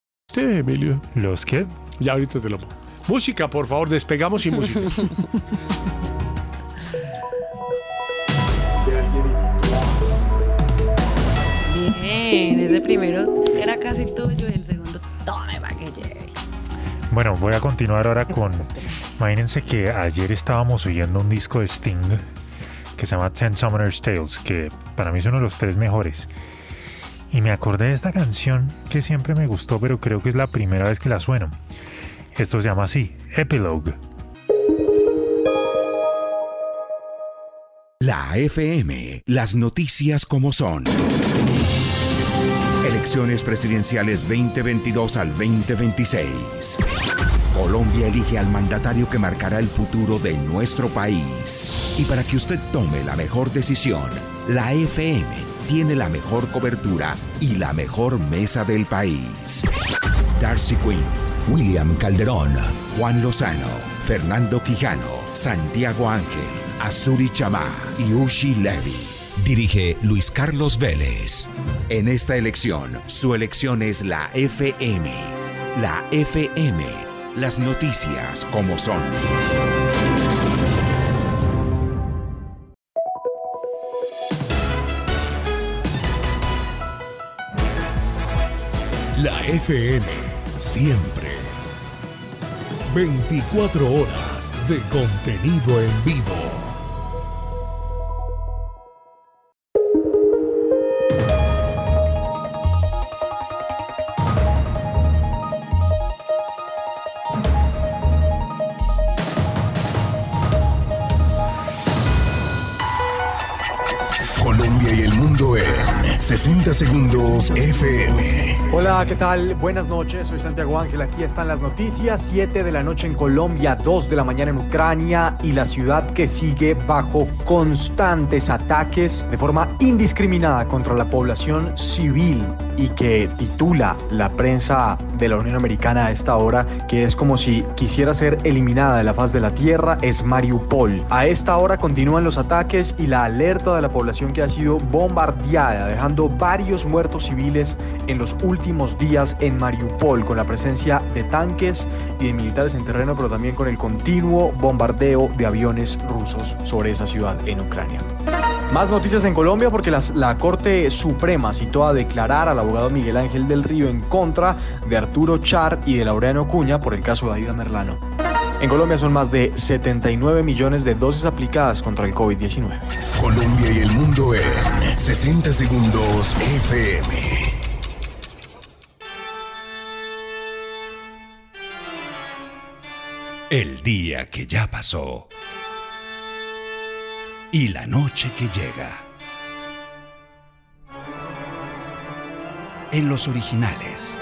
Speaker 4: Usted, Emilio.
Speaker 8: ¿Los qué?
Speaker 4: Ya ahorita te lo pongo. Música, por favor, despegamos sin música.
Speaker 6: Bien, ese primero era casi tuyo y el segundo, tome pa' que lleve.
Speaker 8: Bueno, voy a continuar ahora con. Imagínense que ayer estábamos oyendo un disco de Sting que se llama Ten Summoner's Tales, que para mí es uno de los tres mejores. Y me acordé de esta canción que siempre me gustó, pero creo que es la primera vez que la sueno. Esto se llama así: Epilogue.
Speaker 2: La FM, las noticias como son. Elecciones presidenciales 2022 al 2026. Colombia elige al mandatario que marcará el futuro de nuestro país. Y para que usted tome la mejor decisión, la FM tiene la mejor cobertura y la mejor mesa del país. Darcy Quinn, William Calderón, Juan Lozano, Fernando Quijano, Santiago Ángel, Azuri Chamá y Ushi Levy. Dirige Luis Carlos Vélez. En esta elección, su elección es la FM. La FM. Las noticias como son.
Speaker 3: La FM, siempre. 24 horas de contenido en vivo.
Speaker 2: Colombia y el mundo en
Speaker 3: 60 segundos FM.
Speaker 16: Hola, ¿qué tal? Buenas noches, soy Santiago Ángel. Aquí están las noticias. 7 de la noche en Colombia, 2 de la mañana en Ucrania y la ciudad que sigue bajo constantes ataques de forma indiscriminada contra la población civil y que titula la prensa de la Unión Americana a esta hora que es como si quisiera ser eliminada de la faz de la tierra es Mariupol. A esta hora continúan los ataques y la alerta de la población que ha sido bombardeada, dejando varios muertos civiles en los últimos días en Mariupol, con la presencia de tanques y de militares en terreno, pero también con el continuo bombardeo de aviones rusos sobre esa ciudad en Ucrania. Más noticias en Colombia porque las- la Corte Suprema citó a declarar al abogado Miguel Ángel del Río en contra de Arturo Char y de Laureano Cuña por el caso de Aida Merlano. En Colombia son más de 79 millones de dosis aplicadas contra el COVID-19.
Speaker 3: Colombia y el mundo en 60 segundos FM.
Speaker 2: El día que ya pasó. Y la noche que llega. En los originales.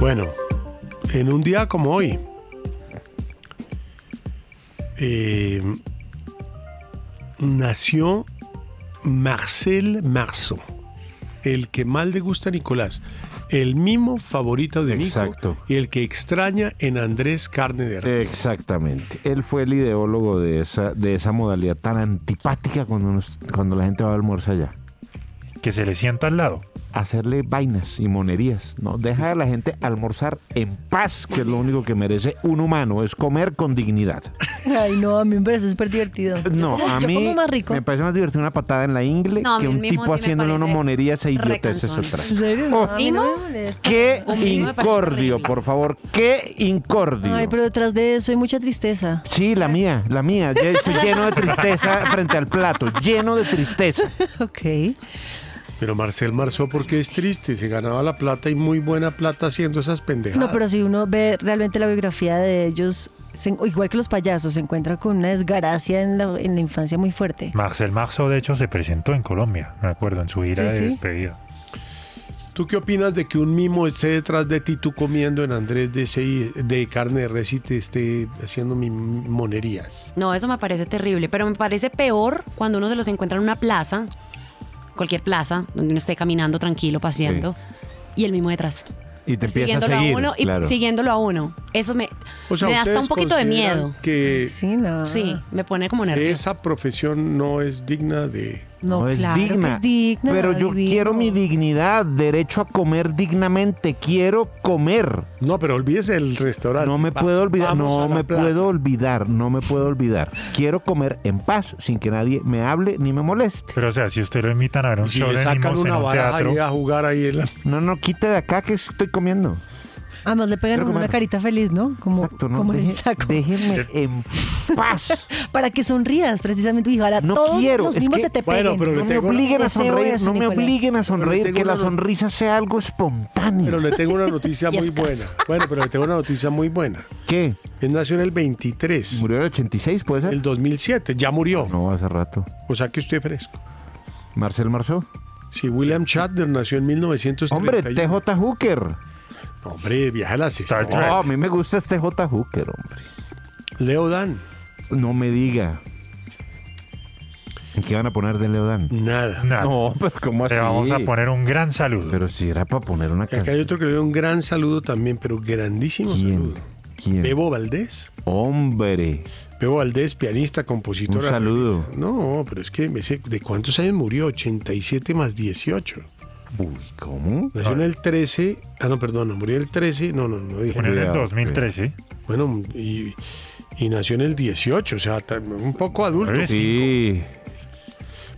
Speaker 4: Bueno, en un día como hoy, eh, nació Marcel Marceau, el que más le gusta a Nicolás, el mimo favorito de Nico
Speaker 5: Exacto.
Speaker 4: y el que extraña en Andrés Carne de Res.
Speaker 5: Exactamente. Él fue el ideólogo de esa, de esa modalidad tan antipática cuando, nos- cuando la gente va a almorzar allá.
Speaker 8: Que se le sienta al lado.
Speaker 5: Hacerle vainas y monerías. No, deja a la gente almorzar en paz, que es lo único que merece un humano, es comer con dignidad.
Speaker 7: Ay, no, a mí me parece súper divertido.
Speaker 5: No, a
Speaker 7: Yo
Speaker 5: mí
Speaker 7: como más rico.
Speaker 5: me parece más divertido una patada en la ingle
Speaker 7: No, a mí
Speaker 5: que
Speaker 7: el
Speaker 5: un
Speaker 7: mimo
Speaker 5: tipo
Speaker 7: sí me
Speaker 5: haciéndole una
Speaker 7: parece
Speaker 5: monería esa idiotez es
Speaker 7: recansón.
Speaker 5: otra.
Speaker 7: ¿En serio?
Speaker 6: Ah,
Speaker 7: No, a mí no
Speaker 6: ¿Mimo?
Speaker 7: me molesta.
Speaker 5: Oh, Qué
Speaker 7: A mí no me parece
Speaker 5: incordio, por favor, qué incordio.
Speaker 7: Ay, pero detrás de eso hay mucha tristeza.
Speaker 5: Sí, la mía, la mía. Yo estoy lleno de tristeza frente al plato, lleno de tristeza.
Speaker 7: Ok.
Speaker 4: Pero Marcel Marceau, ¿por qué es triste? Se ganaba la plata y muy buena plata haciendo esas pendejadas.
Speaker 7: No, pero si uno ve realmente la biografía de ellos, se en- igual que los payasos, se encuentran con una desgracia en la, en la infancia muy fuerte.
Speaker 8: Marcel Marceau, de hecho, se presentó en Colombia, me acuerdo, en su gira
Speaker 7: Sí,
Speaker 8: de
Speaker 7: sí.
Speaker 8: despedida.
Speaker 4: ¿Tú qué opinas de que un mimo esté detrás de ti, tú comiendo en Andrés de, ese- de carne de res y te esté haciendo mi- monerías?
Speaker 6: No, eso me parece terrible, pero me parece peor cuando uno se los encuentra en una plaza, cualquier plaza, donde uno esté caminando tranquilo, paseando, y el mismo detrás.
Speaker 5: Y te empiezas a
Speaker 6: Siguiéndolo a,
Speaker 5: seguir.
Speaker 6: uno y
Speaker 5: claro.
Speaker 6: siguiéndolo a uno. Eso me, me da hasta
Speaker 4: ¿ustedes
Speaker 6: un poquito de
Speaker 4: consideran
Speaker 6: miedo.
Speaker 4: Que
Speaker 6: Sí, me pone como nervioso.
Speaker 4: esa profesión no es digna de...
Speaker 5: No, es digna. pero yo quiero mi dignidad, derecho a comer dignamente, quiero comer.
Speaker 4: No, pero olvídese el restaurante.
Speaker 5: No me
Speaker 4: Va-
Speaker 5: puedo olvidar,
Speaker 4: vamos a
Speaker 5: no
Speaker 4: la
Speaker 5: me
Speaker 4: plaza.
Speaker 5: puedo olvidar, no me puedo olvidar. Quiero comer en paz, sin que nadie me hable ni me moleste.
Speaker 8: Pero, o sea, si usted lo invitan a ver un
Speaker 5: Y si
Speaker 8: show
Speaker 5: le
Speaker 8: de
Speaker 5: sacan
Speaker 8: mimos en
Speaker 5: una
Speaker 8: un
Speaker 5: baraja
Speaker 8: teatro,
Speaker 5: ahí a
Speaker 4: jugar ahí en la...
Speaker 5: No, no, quita de acá que estoy comiendo.
Speaker 7: Además le pegan
Speaker 5: Quiero
Speaker 7: a uno una
Speaker 5: comer.
Speaker 7: carita feliz, ¿no? Como,
Speaker 5: no,
Speaker 7: como en el
Speaker 5: deje- Eh, em,
Speaker 7: saco.
Speaker 5: Déjenme en paz.
Speaker 7: Para que sonrías, precisamente, hijo. Ahora
Speaker 5: No
Speaker 7: todos
Speaker 5: quiero.
Speaker 7: los
Speaker 5: es
Speaker 7: mimos
Speaker 5: que-
Speaker 7: se te peguen.
Speaker 5: no me obliguen a
Speaker 7: Deseo
Speaker 5: sonreír,
Speaker 7: eso,
Speaker 5: no me
Speaker 7: Nicolás.
Speaker 5: obliguen a sonreír,
Speaker 4: tengo
Speaker 5: que la
Speaker 4: una-
Speaker 5: sonrisa sea algo espontáneo.
Speaker 4: Pero le tengo una noticia
Speaker 5: Y
Speaker 4: muy
Speaker 5: escaso.
Speaker 4: buena. Bueno, pero le tengo una noticia muy buena.
Speaker 5: ¿Qué?
Speaker 4: Él nació en el 23.
Speaker 5: ¿Murió en el 86, puede ser?
Speaker 4: El 2007, ya murió.
Speaker 5: No, hace rato.
Speaker 4: O sea que usted fresco.
Speaker 5: Marcel Marceau.
Speaker 4: Sí, William Shatner nació en 1931.
Speaker 5: Hombre, TJ Hooker.
Speaker 4: Hombre, viaja a la sexta.
Speaker 5: No, a mí me gusta este J. Hooker, hombre.
Speaker 4: Leo Dan.
Speaker 5: No me diga. ¿Y qué van a poner de Leodan?
Speaker 4: Nada.
Speaker 8: nada.
Speaker 5: No, pero ¿cómo así?
Speaker 8: Le vamos a poner un gran saludo.
Speaker 5: Pero si era para poner una
Speaker 4: Acá
Speaker 5: canción.
Speaker 4: hay otro que le dio un gran saludo también, pero grandísimo saludo.
Speaker 5: ¿Quién?
Speaker 4: Bebo Valdés.
Speaker 5: Hombre.
Speaker 4: Bebo Valdés, pianista, compositor.
Speaker 5: Un saludo.
Speaker 4: arreglista. Pues No, pero es que me sé- ¿de cuántos años murió? 87 más 18.
Speaker 5: Uy, ¿cómo?
Speaker 4: Nació en el 13. Ah, no, perdón, no, murió en el 13. No, no, no dije.
Speaker 8: Murió en el Cuidado, 2013.
Speaker 4: Bueno, y, y nació en el 18, o sea, ta- un poco adulto.
Speaker 8: Pues
Speaker 5: Sí.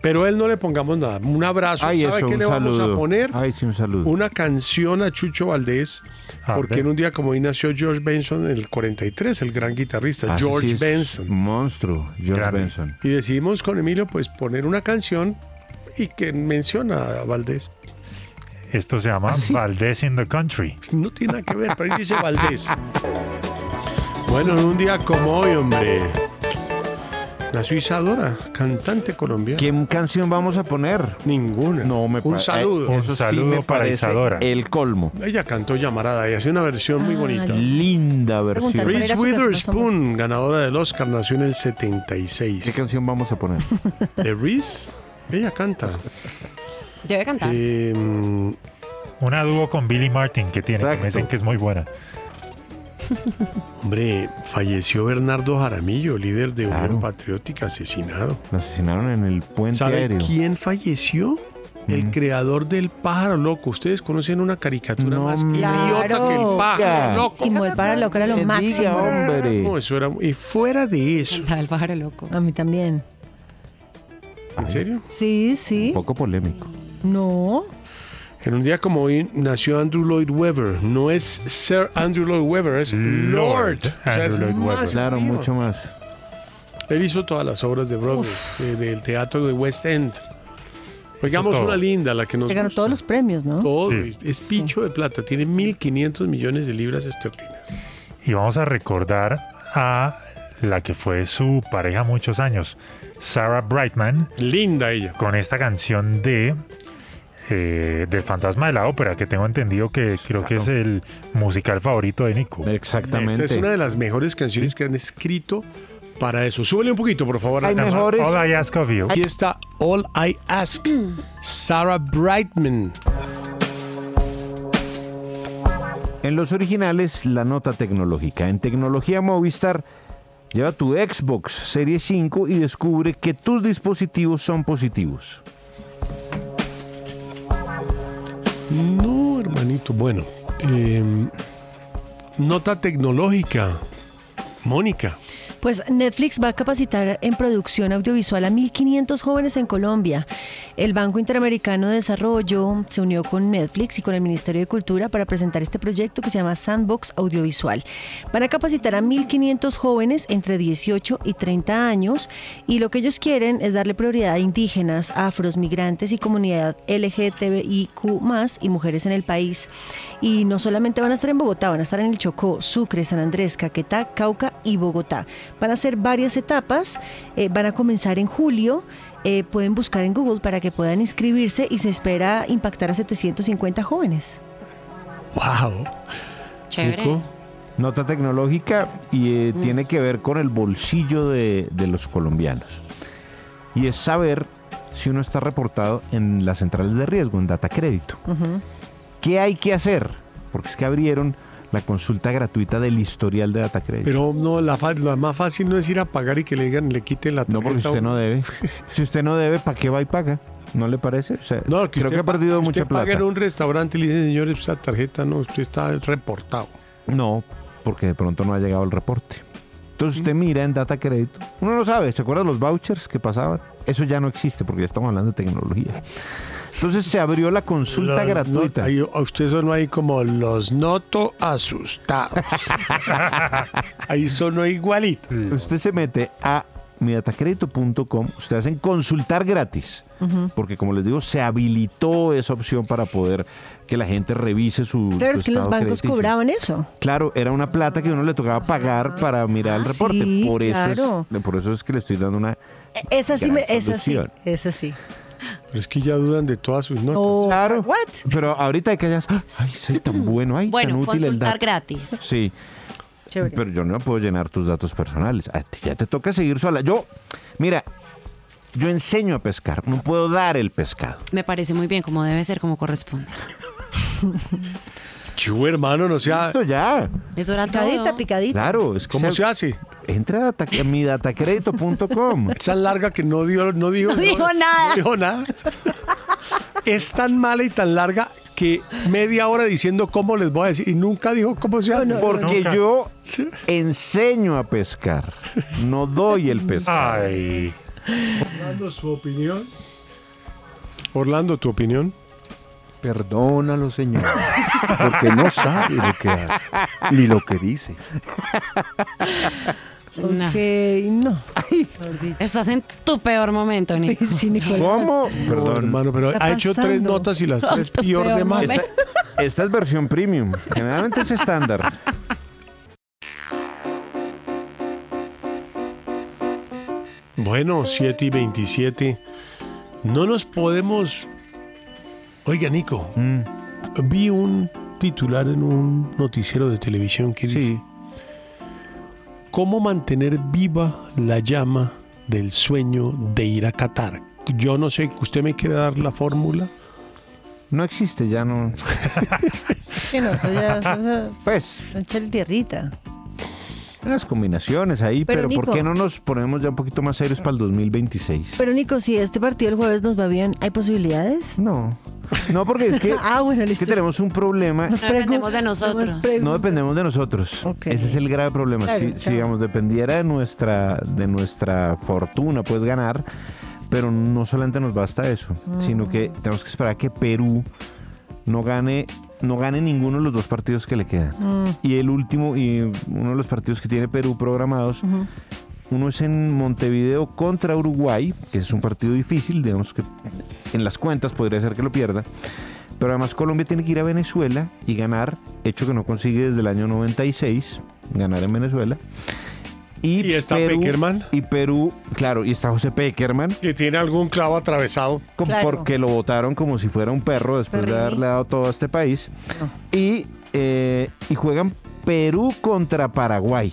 Speaker 4: Pero a él no le pongamos nada. Un abrazo.
Speaker 5: Ay,
Speaker 4: Ah, ¿Sabe
Speaker 5: eso,
Speaker 4: qué
Speaker 5: un
Speaker 4: le vamos a
Speaker 5: saludo.
Speaker 4: poner?
Speaker 5: Ay, sí, un saludo.
Speaker 4: Una canción a Chucho Valdés, porque en un día como hoy nació George Benson en el 43, el gran guitarrista
Speaker 5: Así
Speaker 4: George
Speaker 5: Ah, sí es
Speaker 4: Benson.
Speaker 5: Monstruo, George Benson.
Speaker 4: Y decidimos con Emilio pues poner una canción y que menciona a Valdés.
Speaker 22: Esto se llama Valdés in the Country.
Speaker 4: No tiene nada que ver, pero ahí dice Valdés. Bueno, en un día como hoy, hombre. Nació Isadora, cantante colombiana.
Speaker 5: ¿Qué canción vamos a poner?
Speaker 4: Ninguna.
Speaker 5: No me
Speaker 4: Un
Speaker 5: pa-
Speaker 4: saludo.
Speaker 5: eh, eso sí me parece El colmo.
Speaker 4: Ella cantó Llamarada y hace una versión muy bonita.
Speaker 5: Linda versión.
Speaker 4: Reese Witherspoon, ganadora del Oscar, nació en el 76. ¿Qué
Speaker 5: canción vamos a poner?
Speaker 4: ¿De Reese? Ella canta.
Speaker 6: Debe cantar.
Speaker 4: Eh, mm,
Speaker 22: Una dúo con Billy Martin que tiene, que me dicen que es muy buena.
Speaker 4: hombre, falleció Bernardo Jaramillo, líder de Unión Patriótica, asesinado.
Speaker 5: Lo asesinaron en el puente
Speaker 4: ¿Sabe
Speaker 5: aéreo. Mm.
Speaker 4: quién falleció? El creador del pájaro loco. Ustedes conocen una caricatura más idiota que el pájaro loco.
Speaker 7: Y mover para loco era lo máximo.
Speaker 4: No, eso era- y fuera de eso.
Speaker 6: el pájaro loco.
Speaker 7: A mí también.
Speaker 4: ¿En serio?
Speaker 7: Sí, sí.
Speaker 5: Poco polémico.
Speaker 7: No.
Speaker 4: En un día como hoy nació Andrew Lloyd Webber. No es Sir Andrew Lloyd Webber, es Lord. O sea, es más
Speaker 5: Claro,
Speaker 4: arriba.
Speaker 5: mucho más.
Speaker 4: Él hizo todas las obras de Broadway, de- del teatro de West End. Oigamos
Speaker 7: todo.
Speaker 4: una linda, la que nos
Speaker 7: Se ganó todos los premios, ¿no?
Speaker 4: Todo, es picho de plata, tiene 1.500 millones de libras este esterlinas.
Speaker 22: Y vamos a recordar a la que fue su pareja muchos años, Sarah Brightman.
Speaker 4: Linda ella.
Speaker 22: Con esta canción de eh, del fantasma de la ópera, que tengo entendido que creo que es el musical favorito de Nico.
Speaker 5: Exactamente.
Speaker 4: Esta Este es una de las mejores canciones que han escrito para eso. Súbele un poquito, por favor.
Speaker 5: Hay
Speaker 4: Natalia.
Speaker 5: mejores.
Speaker 22: All I ask of you.
Speaker 4: Aquí está All I Ask, Sarah Brightman.
Speaker 5: En los originales, la nota tecnológica. En tecnología Movistar, lleva tu Xbox Serie 5 y descubre que tus dispositivos son positivos.
Speaker 4: No, hermanito. Bueno, eh, nota tecnológica. Mónica.
Speaker 7: Pues Netflix va a capacitar en producción audiovisual a 1.500 jóvenes en Colombia. El Banco Interamericano de Desarrollo se unió con Netflix y con el Ministerio de Cultura para presentar este proyecto que se llama Sandbox Audiovisual. Van a capacitar a 1.500 jóvenes entre 18 y 30 años y lo que ellos quieren es darle prioridad a indígenas, afros, migrantes y comunidad LGTBIQ y mujeres en el país. Y no solamente van a estar en Bogotá, van a estar en el Chocó, Sucre, San Andrés, Caquetá, Cauca y Bogotá. Van a hacer varias etapas, eh, van a comenzar en julio. eh, pueden buscar en Google para que puedan inscribirse y se espera impactar a 750 jóvenes.
Speaker 4: ¡Wow!
Speaker 6: Chévere.
Speaker 5: Nota tecnológica y eh, tiene que ver con el bolsillo de, de los colombianos. Y es saber si uno está reportado en las centrales de riesgo, en data crédito. ¿Qué hay que hacer? Porque es que abrieron la consulta gratuita del historial de data crédito.
Speaker 4: Pero no, la, fa- la más fácil no es ir a pagar y que le digan, le quiten la tarjeta.
Speaker 5: No, porque usted no debe. Si usted no debe, ¿para qué va y paga? ¿No le parece? O sea,
Speaker 4: No,
Speaker 5: creo
Speaker 4: usted
Speaker 5: que ha
Speaker 4: pa-
Speaker 5: perdido
Speaker 4: usted
Speaker 5: mucha
Speaker 4: paga
Speaker 5: plata.
Speaker 4: en un restaurante y le dicen, señores, esa tarjeta no, usted está reportado.
Speaker 5: No, porque de pronto no ha llegado el reporte. Entonces usted mira en data crédito. Uno no sabe, ¿se acuerdan los vouchers que pasaban? Eso ya no existe porque ya estamos hablando de tecnología. Entonces se abrió la consulta
Speaker 4: Los
Speaker 5: gratuita.
Speaker 4: no- ahí- a usted sonó ahí como los noto asustados. ahí sonó igualito.
Speaker 5: Usted se mete a midatacredito.com, usted hacen consultar gratis. Porque como les digo, se habilitó esa opción para poder que la gente revise su...
Speaker 7: Claro,
Speaker 5: su
Speaker 7: es que los
Speaker 5: estado
Speaker 7: bancos
Speaker 5: crediticio.
Speaker 7: cobraban eso.
Speaker 5: Claro, era una plata que uno le tocaba pagar para mirar el
Speaker 7: Ah,
Speaker 5: reporte.
Speaker 7: sí,
Speaker 5: por, eso
Speaker 7: claro.
Speaker 5: es, por eso es que le estoy dando una...
Speaker 7: E- Esa sí,
Speaker 5: gran
Speaker 7: me, esa sí,
Speaker 5: solución.
Speaker 7: esa sí.
Speaker 4: Pero es que ya dudan de todas sus notas.
Speaker 7: Oh,
Speaker 5: claro. Pero ahorita hay que hayas... Ay, soy tan bueno, ay, tan
Speaker 6: Bueno,
Speaker 5: útil el
Speaker 6: consultar
Speaker 5: dato.
Speaker 6: gratis.
Speaker 5: Sí.
Speaker 7: Chévere.
Speaker 5: Pero yo no puedo llenar tus datos personales. A ti ya te toca seguir sola. Yo, mira, yo enseño a pescar. No puedo dar el pescado.
Speaker 6: Me parece muy bien, como debe ser, como corresponde.
Speaker 4: Chú, hermano, no sea...
Speaker 5: Esto ya.
Speaker 6: Es hora
Speaker 7: Picadita,
Speaker 6: todo.
Speaker 7: picadita.
Speaker 5: Claro, es
Speaker 4: ¿Cómo
Speaker 5: como...
Speaker 4: se hace?
Speaker 5: Entra a, data- a midatacredito.com.
Speaker 4: Es tan larga que no, dio, no dijo...
Speaker 6: No dijo nada.
Speaker 4: No dijo nada. es tan mala y tan larga que media hora diciendo cómo les voy a decir y nunca dijo cómo se hace.
Speaker 5: Porque
Speaker 22: Nunca.
Speaker 5: yo enseño a pescar. No doy el pescado.
Speaker 22: Ay,
Speaker 4: Orlando, su opinión. Orlando, tu opinión.
Speaker 12: Perdónalo, Señor, porque no sabe lo que hace ni lo que dice.
Speaker 6: Nah.
Speaker 7: Ok, no.
Speaker 6: Estás en tu peor momento, Nico.
Speaker 5: ¿Cómo? Perdón,
Speaker 4: Pues, hermano, pero
Speaker 6: Está
Speaker 4: ha hecho tres
Speaker 6: pasando.
Speaker 4: notas y las
Speaker 6: No,
Speaker 4: tres
Speaker 6: tu
Speaker 4: peor de
Speaker 6: peor
Speaker 4: mal.
Speaker 6: momento.
Speaker 5: Esta, esta es versión premium. Generalmente es estándar.
Speaker 4: Bueno, 7 y 27. No nos podemos. Oiga, Nico,
Speaker 5: Mm.
Speaker 4: vi un titular en un noticiero de televisión que dice: ¿Cómo mantener viva la llama del sueño de ir a Qatar? Yo no sé, ¿usted me quiere dar la fórmula?
Speaker 5: No existe, ya no.
Speaker 7: Que no, eso ya. eso ya-
Speaker 5: Pues,
Speaker 7: echa el tierrita.
Speaker 5: unas combinaciones ahí,
Speaker 7: Pero,
Speaker 5: pero,
Speaker 7: Nico-
Speaker 5: ¿por qué no nos ponemos ya un poquito más serios para el 2026?
Speaker 7: Pero Nico, si este partido el jueves nos va bien, ¿hay posibilidades?
Speaker 5: No. No, porque es que,
Speaker 7: ah, bueno,
Speaker 5: es que tenemos un problema.
Speaker 6: No dependemos de nosotros.
Speaker 5: No dependemos de nosotros. Ese es el grave problema.
Speaker 6: Claro,
Speaker 5: si,
Speaker 6: claro.
Speaker 5: si, digamos, dependiera de nuestra, de nuestra fortuna, puedes ganar. Pero no solamente nos basta eso,
Speaker 7: Mm.
Speaker 5: sino que tenemos que esperar a que Perú no gane, no gane ninguno de los dos partidos que le quedan.
Speaker 7: Mm.
Speaker 5: Y el último, y uno de los partidos que tiene Perú programados, uno es en Montevideo contra Uruguay, que es un partido difícil, digamos que en las cuentas podría ser que lo pierda. Pero además Colombia tiene que ir a Venezuela y ganar, hecho que no consigue desde el año 96, ganar en Venezuela. Y,
Speaker 4: está Pekerman.
Speaker 5: Y Perú, claro, y está José Peckerman.
Speaker 4: Que tiene algún clavo atravesado. Claro.
Speaker 5: Porque lo votaron como si fuera un perro después de haberle dado todo a este país. Y, eh, y juegan Perú contra Paraguay.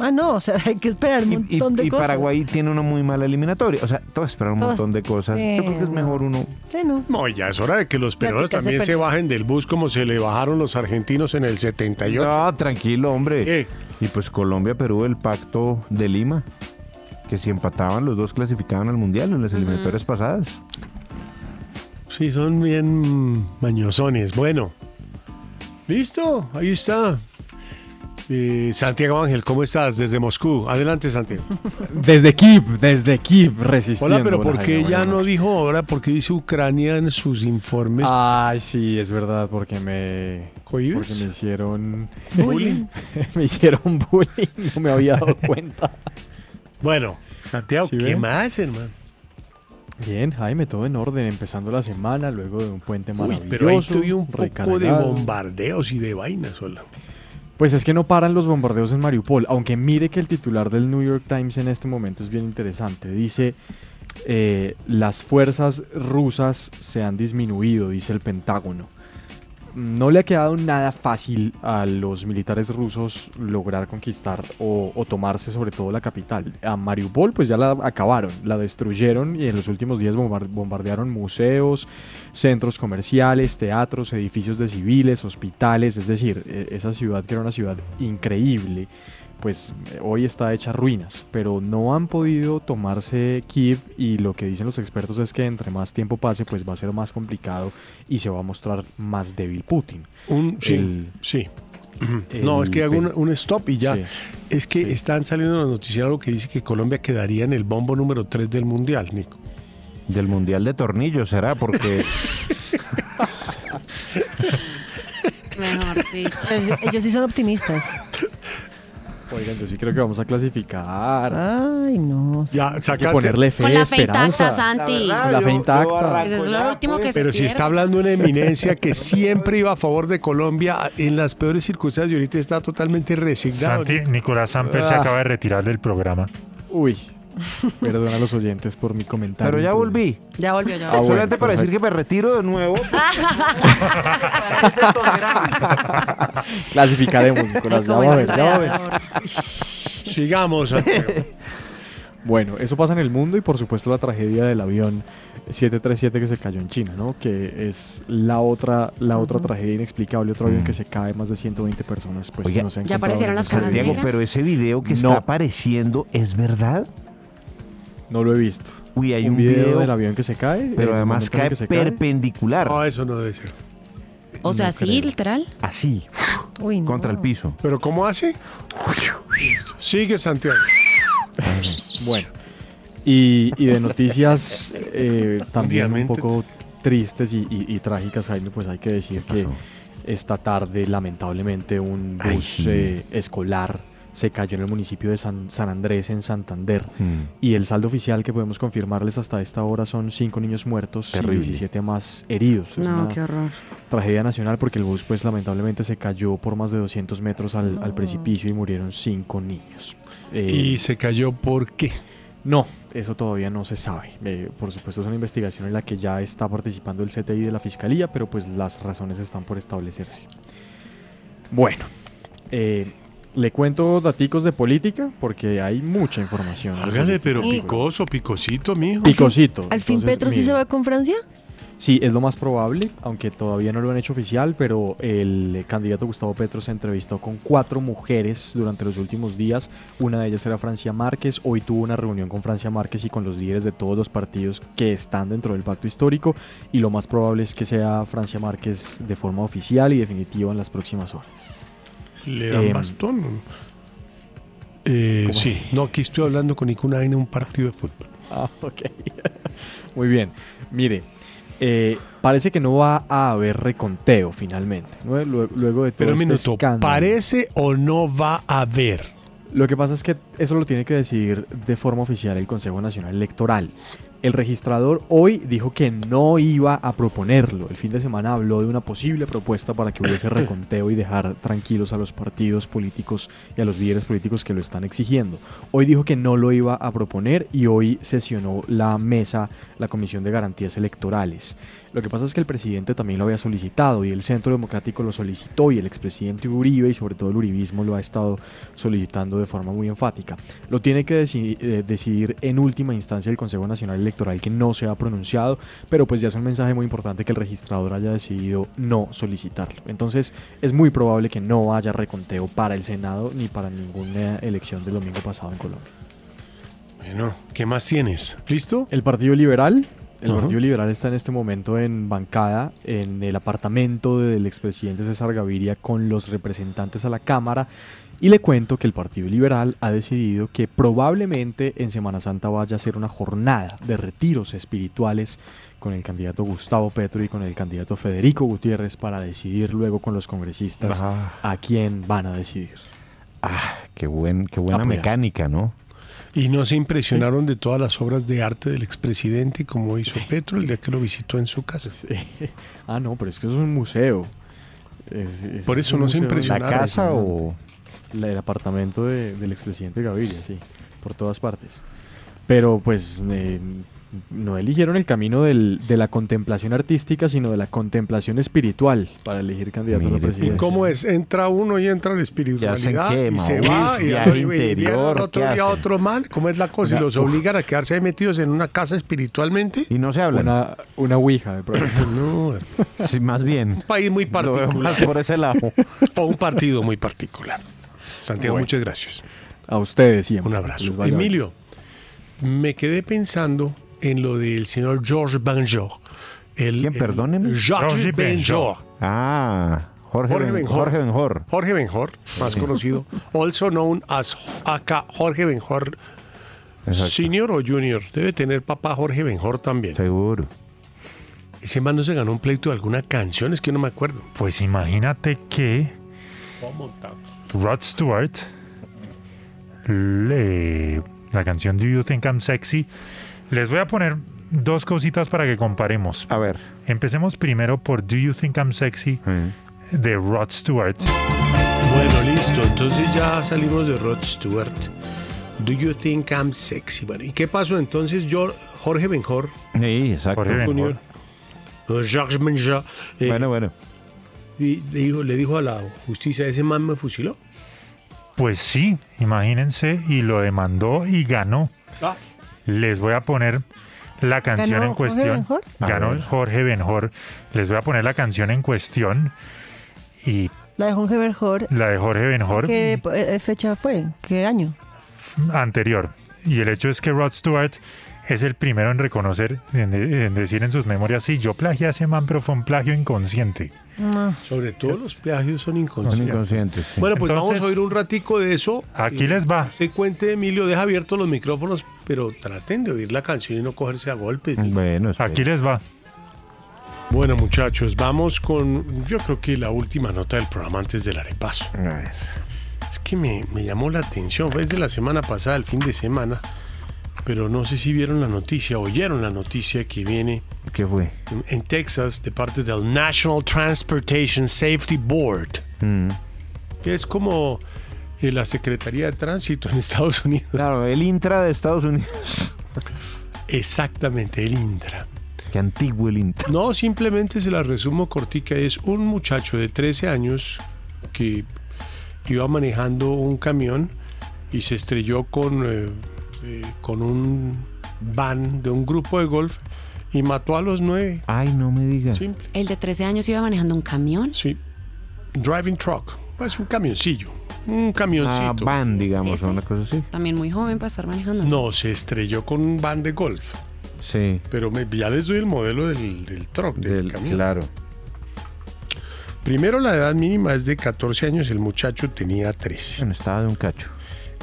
Speaker 7: Ah, no, o sea, hay que esperar un
Speaker 5: Y,
Speaker 7: montón de
Speaker 5: y
Speaker 7: cosas.
Speaker 5: Paraguay tiene una muy mala eliminatoria. O sea, todo esperar un
Speaker 7: Todo
Speaker 5: montón de cosas.
Speaker 7: sí,
Speaker 5: Yo creo que es
Speaker 7: no.
Speaker 5: mejor uno.
Speaker 7: Bueno,
Speaker 4: No, ya es hora de que los peruanos
Speaker 7: Plática se
Speaker 4: también se
Speaker 7: perdió.
Speaker 4: bajen del bus como se le bajaron los argentinos en el 78.
Speaker 5: No, Ah, tranquilo, hombre. Y pues Colombia-Perú, el pacto de Lima. Que si empataban, los dos clasificaban al mundial en las eliminatorias pasadas.
Speaker 4: Sí, son bien mañosones. Bueno, listo, ahí está. Eh, Santiago Ángel, ¿cómo estás? Desde Moscú. Adelante, Santiago.
Speaker 16: Desde Kiev, desde Kiev resistiendo.
Speaker 4: Hola, pero ¿por
Speaker 16: Hola,
Speaker 4: qué
Speaker 16: Jaime,
Speaker 4: ya
Speaker 16: buenas
Speaker 4: no dijo ahora? ¿Por qué dice Ucrania en sus informes?
Speaker 16: Ay, sí, es verdad, porque me.
Speaker 4: ¿Cohibes?
Speaker 16: Porque me hicieron.
Speaker 4: Bullying.
Speaker 16: me hicieron bullying, no me había dado cuenta.
Speaker 4: Bueno, Santiago,
Speaker 16: ¿Sí
Speaker 4: ¿qué
Speaker 16: ven?
Speaker 4: más, hermano?
Speaker 16: Bien, Jaime, todo en orden, empezando la semana, luego de un puente
Speaker 4: Uy,
Speaker 16: maravilloso.
Speaker 4: pero ahí tuve un poco de
Speaker 16: recargado.
Speaker 4: bombardeos y de vainas, hola.
Speaker 16: Pues es que no paran los bombardeos en Mariupol, aunque mire que el titular del New York Times en este momento es bien interesante. Dice, eh, las fuerzas rusas se han disminuido, dice el Pentágono. No le ha quedado nada fácil a los militares rusos lograr conquistar o, o tomarse sobre todo la capital. A Mariupol pues ya la acabaron, la destruyeron y en los últimos días bombar- bombardearon museos, centros comerciales, teatros, edificios de civiles, hospitales, es decir, e- esa ciudad que era una ciudad increíble, pues eh, hoy está hecha ruinas, pero no han podido tomarse Kiev y lo que dicen los expertos es que entre más tiempo pase pues va a ser más complicado y se va a mostrar más débil Putin.
Speaker 4: Un, sí,
Speaker 16: El-
Speaker 4: sí. no,
Speaker 16: el
Speaker 4: es que hago un,
Speaker 16: pe-
Speaker 4: un stop y ya.
Speaker 16: Sí.
Speaker 4: Es que están saliendo los noticiarios que dice que Colombia quedaría en el bombo número 3 del Mundial, Nico.
Speaker 5: Del mundial de tornillos será, porque.
Speaker 6: Mejor dicho.
Speaker 7: Ellos, ellos sí son optimistas.
Speaker 16: Oigan, yo sí creo que vamos a clasificar.
Speaker 7: Ay, no.
Speaker 4: Ya,
Speaker 16: Hay que ponerle fe,
Speaker 6: Con la fe
Speaker 16: esperanza.
Speaker 6: intacta, Santi.
Speaker 16: Con la fe intacta.
Speaker 6: Pues es lo último que
Speaker 4: Pero
Speaker 6: se
Speaker 4: si
Speaker 6: pierde.
Speaker 4: está hablando una eminencia que siempre iba a favor de Colombia en las peores circunstancias y ahorita está totalmente resignado.
Speaker 22: Santi, Nicolás Samper se
Speaker 4: Ah.
Speaker 22: acaba de retirar del programa.
Speaker 16: Uy, perdona a los oyentes por mi comentario.
Speaker 5: Pero ya
Speaker 16: imprudente.
Speaker 5: volví.
Speaker 6: Ya volvió, ya
Speaker 16: Ah,
Speaker 6: volvió.
Speaker 16: bueno,
Speaker 5: Solamente para decir que me retiro de nuevo.
Speaker 16: Clasificaremos, Nicolás. Ya va a ver, ya va a ver.
Speaker 4: Sigamos. Santiago.
Speaker 16: Bueno, eso pasa en el mundo y por supuesto la tragedia del avión 737 que se cayó en China, ¿no? Que es la otra, la otra tragedia inexplicable, otro avión que se cae, más de 120 personas, pues
Speaker 5: Oiga,
Speaker 16: no se han
Speaker 6: Mm. Ya aparecieron las cajas
Speaker 5: Santiago,
Speaker 6: negras.
Speaker 5: pero ese video que
Speaker 16: No.
Speaker 5: está apareciendo, ¿es verdad?
Speaker 16: No lo he visto.
Speaker 5: Uy, hay
Speaker 16: Un
Speaker 5: un,
Speaker 16: video del avión que se cae, en el
Speaker 5: Pero además
Speaker 16: momento en el
Speaker 5: cae
Speaker 16: que se cae.
Speaker 5: perpendicular.
Speaker 4: No, eso no debe ser.
Speaker 6: O sea,
Speaker 5: No
Speaker 6: sí,
Speaker 5: creo.
Speaker 6: literal.
Speaker 5: Así,
Speaker 7: Uy, no.
Speaker 5: contra el piso.
Speaker 4: ¿Pero cómo hace? Sigue Santiago.
Speaker 16: Bueno, y, y de noticias eh, también un
Speaker 4: Obviamente.
Speaker 16: poco tristes y, y- y trágicas, Jaime, pues hay que decir que esta tarde lamentablemente un bus
Speaker 5: sí.
Speaker 16: eh, escolar se cayó en el municipio de San, San Andrés, en Santander.
Speaker 5: Mm.
Speaker 16: Y el saldo oficial que podemos confirmarles hasta esta hora son cinco niños muertos y
Speaker 5: Terrible.
Speaker 16: 17 más heridos. Es
Speaker 6: No,
Speaker 16: una
Speaker 6: qué horror.
Speaker 16: Tragedia nacional porque el bus pues lamentablemente se cayó por más de 200 metros al, al precipicio y murieron cinco niños. Eh,
Speaker 4: ¿Y se cayó por qué?
Speaker 16: No, eso todavía no se sabe. Eh, por supuesto es una investigación en la que ya está participando el CTI de la Fiscalía, pero pues las razones están por establecerse. Bueno, eh, le cuento daticos de política porque hay mucha información.
Speaker 4: Hágale, pero
Speaker 7: Sí.
Speaker 4: picoso, picosito, mijo.
Speaker 16: Picosito.
Speaker 7: ¿Al fin
Speaker 16: Entonces,
Speaker 7: Petro sí
Speaker 16: mire.
Speaker 7: se va con Francia?
Speaker 16: Sí, es lo más probable, aunque todavía no lo han hecho oficial, pero el candidato Gustavo Petro se entrevistó con cuatro mujeres durante los últimos días. Una de ellas era Francia Márquez. Hoy tuvo una reunión con Francia Márquez y con los líderes de todos los partidos que están dentro del pacto histórico. Y lo más probable es que sea Francia Márquez de forma oficial y definitiva en las próximas horas.
Speaker 4: Le dan
Speaker 16: Em,
Speaker 4: bastón. Eh,
Speaker 16: ¿Cómo
Speaker 4: sí, no, aquí estoy hablando con Icuna en un partido de fútbol.
Speaker 16: Ah, ok. Muy bien. Mire, eh, parece que no va a haber reconteo finalmente. ¿no? Luego, luego de todo
Speaker 4: Pero un
Speaker 16: este
Speaker 4: minuto,
Speaker 16: escándalo.
Speaker 4: ¿parece o no va a haber?
Speaker 16: Lo que pasa es que eso lo tiene que decidir de forma oficial el Consejo Nacional Electoral. El registrador hoy dijo que no iba a proponerlo. El fin de semana habló de una posible propuesta para que hubiese reconteo y dejar tranquilos a los partidos políticos y a los líderes políticos que lo están exigiendo. Hoy dijo que no lo iba a proponer y hoy sesionó la mesa, la Comisión de Garantías Electorales. Lo que pasa es que el presidente también lo había solicitado y el Centro Democrático lo solicitó y el expresidente Uribe y sobre todo el uribismo lo ha estado solicitando de forma muy enfática. Lo tiene que deci- eh, decidir en última instancia el Consejo Nacional Electoral que no se ha pronunciado, pero pues ya es un mensaje muy importante que el registrador haya decidido no solicitarlo. Entonces es muy probable que no haya reconteo para el Senado ni para ninguna elección del domingo pasado en Colombia.
Speaker 4: Bueno, ¿qué más tienes? ¿Listo?
Speaker 16: El Partido Liberal. El
Speaker 4: Ajá.
Speaker 16: Partido Liberal está en este momento en bancada, en el apartamento del expresidente César Gaviria con los representantes a la Cámara. Y le cuento que el Partido Liberal ha decidido que probablemente en Semana Santa vaya a ser una jornada de retiros espirituales con el candidato Gustavo Petro y con el candidato Federico Gutiérrez para decidir luego con los congresistas
Speaker 5: Ah.
Speaker 16: a quién van a decidir.
Speaker 5: Qué, buen, qué buena
Speaker 16: Apoyado.
Speaker 5: mecánica, ¿no?
Speaker 4: Y no se impresionaron de todas las obras de arte del expresidente, como hizo Petro el día que lo visitó en su casa.
Speaker 16: Ah, no, pero es que eso es un museo. Es- es-
Speaker 4: Por
Speaker 16: es
Speaker 4: eso
Speaker 16: un
Speaker 4: no se
Speaker 16: museo
Speaker 4: impresionaron. ¿La casa o-
Speaker 16: La- el apartamento de- del expresidente Gaviria, sí, por todas partes. Pero pues eh, no eligieron el camino del- de la contemplación artística, sino de la contemplación espiritual para elegir candidato a la
Speaker 4: ¿Y
Speaker 16: presidencia.
Speaker 4: cómo es? Entra uno y entra la espiritualidad y se va y, al
Speaker 5: interior, ¿qué
Speaker 4: otro día
Speaker 5: hacen?
Speaker 4: otro mal. ¿Cómo es la cosa? ¿Y
Speaker 5: Una-
Speaker 4: los obligan a quedarse ahí metidos en una casa espiritualmente?
Speaker 5: Y no se hablan.
Speaker 16: Una, una ouija, de pronto.
Speaker 4: no.
Speaker 5: Sí, más bien.
Speaker 4: Un país muy
Speaker 5: Lo veo
Speaker 4: particular.
Speaker 5: más por ese lado.
Speaker 4: o un partido muy particular. Santiago, muchas gracias.
Speaker 16: A ustedes siempre.
Speaker 4: Un
Speaker 16: Les
Speaker 4: abrazo.
Speaker 16: vaya bien.
Speaker 4: Emilio, me quedé pensando en lo del señor George Benjor. El,
Speaker 5: ¿Quién?
Speaker 4: el-
Speaker 5: Perdóneme.
Speaker 4: George
Speaker 5: Jorge
Speaker 4: Benjor.
Speaker 5: Ah, Jorge,
Speaker 4: Jorge
Speaker 5: Ben-
Speaker 4: Benjor.
Speaker 5: Jorge Benjor.
Speaker 4: Jorge Benjor, más conocido, also known as acá Jorge Benjor,
Speaker 5: Exacto.
Speaker 4: senior o junior. Debe tener papá Jorge Benjor también.
Speaker 5: Seguro.
Speaker 4: Ese man no se ganó un pleito de alguna canción, es que no me acuerdo.
Speaker 22: Pues imagínate que Rod Stewart, le- la canción Do You Think I'm Sexy, les voy a poner dos cositas para que comparemos.
Speaker 5: A ver.
Speaker 22: Empecemos primero por Do You Think I'm Sexy de Rod Stewart.
Speaker 4: Bueno, listo, entonces ya salimos de Rod Stewart. Do you think I'm sexy, buddy? ¿Y qué pasó entonces, Jor- Jorge Benjor?
Speaker 5: Sí, exacto.
Speaker 4: Jorge Benjor. Eh, George Benjor. eh,
Speaker 5: Bueno, bueno.
Speaker 4: y le dijo, le dijo a la justicia, ese man me fusiló.
Speaker 22: Pues sí, imagínense, y lo demandó y ganó.
Speaker 4: Ah.
Speaker 22: Les voy a poner la canción
Speaker 4: ¿Ganó
Speaker 22: en
Speaker 4: Jorge
Speaker 22: cuestión.
Speaker 4: Benjor? A
Speaker 22: Ganó
Speaker 4: ver.
Speaker 22: Jorge Benjor. Les voy a poner la canción en cuestión y
Speaker 7: La de Jorge Berjor.
Speaker 22: la de Jorge Benjor
Speaker 7: ¿Qué eh, fecha fue? ¿Qué año?
Speaker 22: anterior. Y el hecho es que Rod Stewart es el primero en reconocer, en, en decir en sus memorias, sí, yo plagié a ese man, pero fue un plagio inconsciente.
Speaker 4: Sobre todo los plagios son inconscientes.
Speaker 5: Son inconscientes, sí.
Speaker 4: Bueno, pues
Speaker 22: Entonces-
Speaker 4: vamos a oír un ratico de eso.
Speaker 22: Aquí
Speaker 4: Eh,
Speaker 22: les va.
Speaker 4: Usted cuente, Emilio, deja abiertos los micrófonos, pero traten de oír la canción y no cogerse a golpes.
Speaker 5: Bueno,
Speaker 22: Aquí les va.
Speaker 4: Bueno, muchachos, vamos con yo creo que la última nota del programa antes del arepaso. es que me, me llamó la atención, fue desde la semana pasada, el fin de semana, pero no sé si vieron la noticia, oyeron la noticia que viene
Speaker 5: ¿Qué fue?
Speaker 4: en, en Texas de parte del National Transportation Safety Board,
Speaker 5: Mm.
Speaker 4: que es como eh, la Secretaría de Tránsito en Estados Unidos.
Speaker 5: Claro, el Intra de Estados Unidos.
Speaker 4: Exactamente, el Intra.
Speaker 5: Qué antiguo el Intra.
Speaker 4: No, simplemente se la resumo cortica. Es un muchacho de 13 años que iba manejando un camión y se estrelló con, eh, eh, con un van de un grupo de golf y mató a los nueve.
Speaker 5: Ay, no me digas.
Speaker 4: Simple.
Speaker 6: El de 13 años iba manejando un camión.
Speaker 4: Sí. Driving truck. Pues un camioncillo. Un camioncito.
Speaker 5: Ah, van, digamos, o una cosa así.
Speaker 6: También muy joven para estar manejando.
Speaker 4: No, se estrelló con un van de golf.
Speaker 5: Sí.
Speaker 4: Pero me- ya les doy el modelo del, del truck, del, camión.
Speaker 5: Claro.
Speaker 4: Primero, la edad mínima es de 14 años, el muchacho tenía 13.
Speaker 5: Bueno, estaba de un cacho.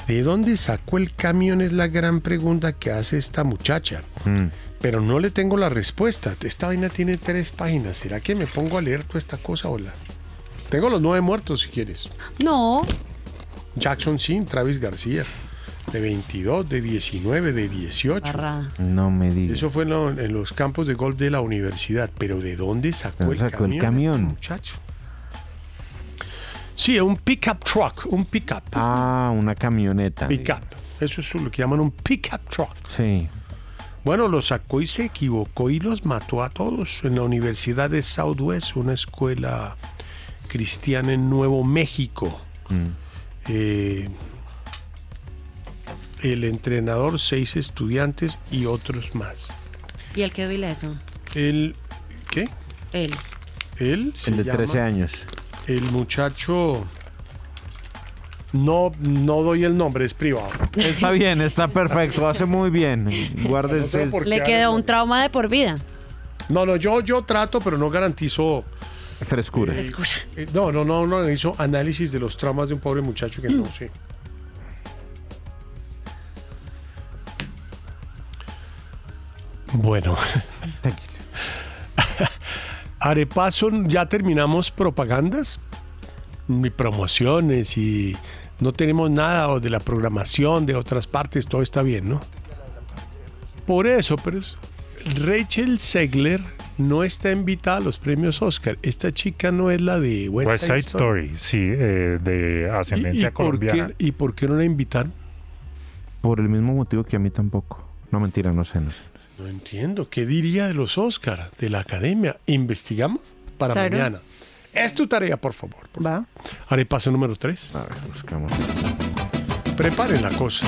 Speaker 4: ¿De dónde sacó el camión? Es la gran pregunta que hace esta muchacha. Pero no le tengo la respuesta. Esta vaina tiene tres páginas. ¿Será que me pongo a leer toda esta cosa, hola? Tengo los nueve muertos, si quieres.
Speaker 6: No.
Speaker 4: Jackson Sin, Travis García. De 22, de 19, de 18.
Speaker 5: No me digas.
Speaker 4: Eso fue en, lo- en los campos de golf de la universidad. Pero ¿de dónde sacó,
Speaker 5: ¿Dónde
Speaker 4: el,
Speaker 5: sacó el
Speaker 4: camión
Speaker 5: camión?
Speaker 4: este muchacho. Sí, un pickup truck, un pickup.
Speaker 5: Ah, una camioneta.
Speaker 4: Pickup. Eso es lo que llaman un pickup truck.
Speaker 5: Sí.
Speaker 4: Bueno, los sacó y se equivocó y los mató a todos en la Universidad de Southwest, una escuela cristiana en Nuevo México. Eh, el entrenador, seis estudiantes y otros más.
Speaker 6: ¿Y él quedó ileso?
Speaker 4: El, ¿Qué?
Speaker 6: Él.
Speaker 4: Él se
Speaker 5: El de
Speaker 4: llama-
Speaker 5: 13 años.
Speaker 4: El muchacho... No, no doy el nombre, es privado.
Speaker 5: Está bien, está perfecto, hace muy bien. Guárdese. el-
Speaker 6: Le quedó un trauma de por vida.
Speaker 4: No, no, yo, yo trato, pero no garantizo
Speaker 5: Frescura.
Speaker 6: Frescura.
Speaker 4: Eh, No, no, no, no hizo análisis de los traumas de un pobre muchacho que no sé. Bueno. Arepaso, ya terminamos propagandas y promociones y no tenemos nada o de la programación de otras partes, todo está bien, ¿no? Por eso, pero es- Rachel Segler no está invitada a los premios Oscar. Esta chica no es la de West,
Speaker 22: West Side Story, sí, eh, de
Speaker 4: ¿Y,
Speaker 22: ascendencia
Speaker 4: y por
Speaker 22: colombiana.
Speaker 4: qué, ¿Y por qué no la invitaron?
Speaker 5: Por el mismo motivo que a mí tampoco. No, mentira, no sé. No sé.
Speaker 4: No entiendo. ¿Qué diría de los Oscar, de la academia? ¿Investigamos? Para
Speaker 5: Claro.
Speaker 4: mañana. Es tu tarea, por favor. por favor. Haré paso número 3.
Speaker 5: A ver, buscamos.
Speaker 4: Preparen la cosa.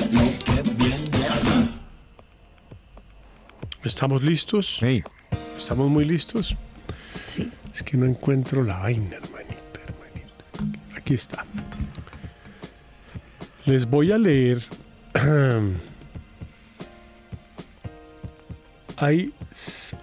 Speaker 4: ¿Estamos listos?
Speaker 5: Sí.
Speaker 4: ¿Estamos muy listos?
Speaker 6: Sí.
Speaker 4: Es que no encuentro la vaina, hermanito, hermanito. Aquí está. Les voy a leer. Hay. s-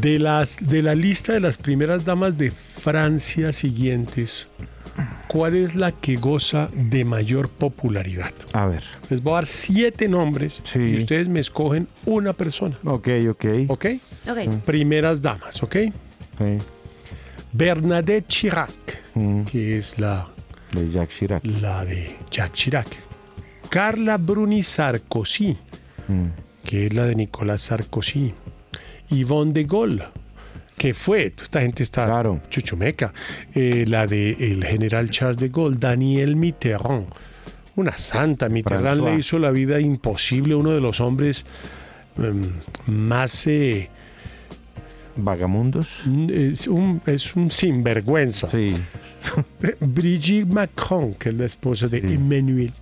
Speaker 4: De, las, de la lista de las primeras damas de Francia siguientes, ¿cuál es la que goza de mayor popularidad?
Speaker 5: A ver.
Speaker 4: Les voy a dar siete nombres y ustedes me escogen una persona.
Speaker 5: Ok, ok.
Speaker 4: ¿Ok?
Speaker 6: Ok.
Speaker 4: Primeras damas, ¿ok?
Speaker 5: Sí.
Speaker 4: Bernadette Chirac, que es la,
Speaker 5: De Jack Chirac.
Speaker 4: la de Jacques Chirac. Carla Bruni Sarkozy, que es la de Nicolás Sarkozy. Yvonne de Gaulle, que fue, esta gente está chuchumeca, eh, la de el general Charles de Gaulle, Daniel Mitterrand, una santa. Mitterrand
Speaker 5: François.
Speaker 4: le hizo la vida imposible, uno de los hombres em, más... eh,
Speaker 5: Vagamundos.
Speaker 4: Mm, Es un, es un sinvergüenza.
Speaker 5: Hmm.
Speaker 4: Brigitte Macron, que es la esposa de Emmanuel.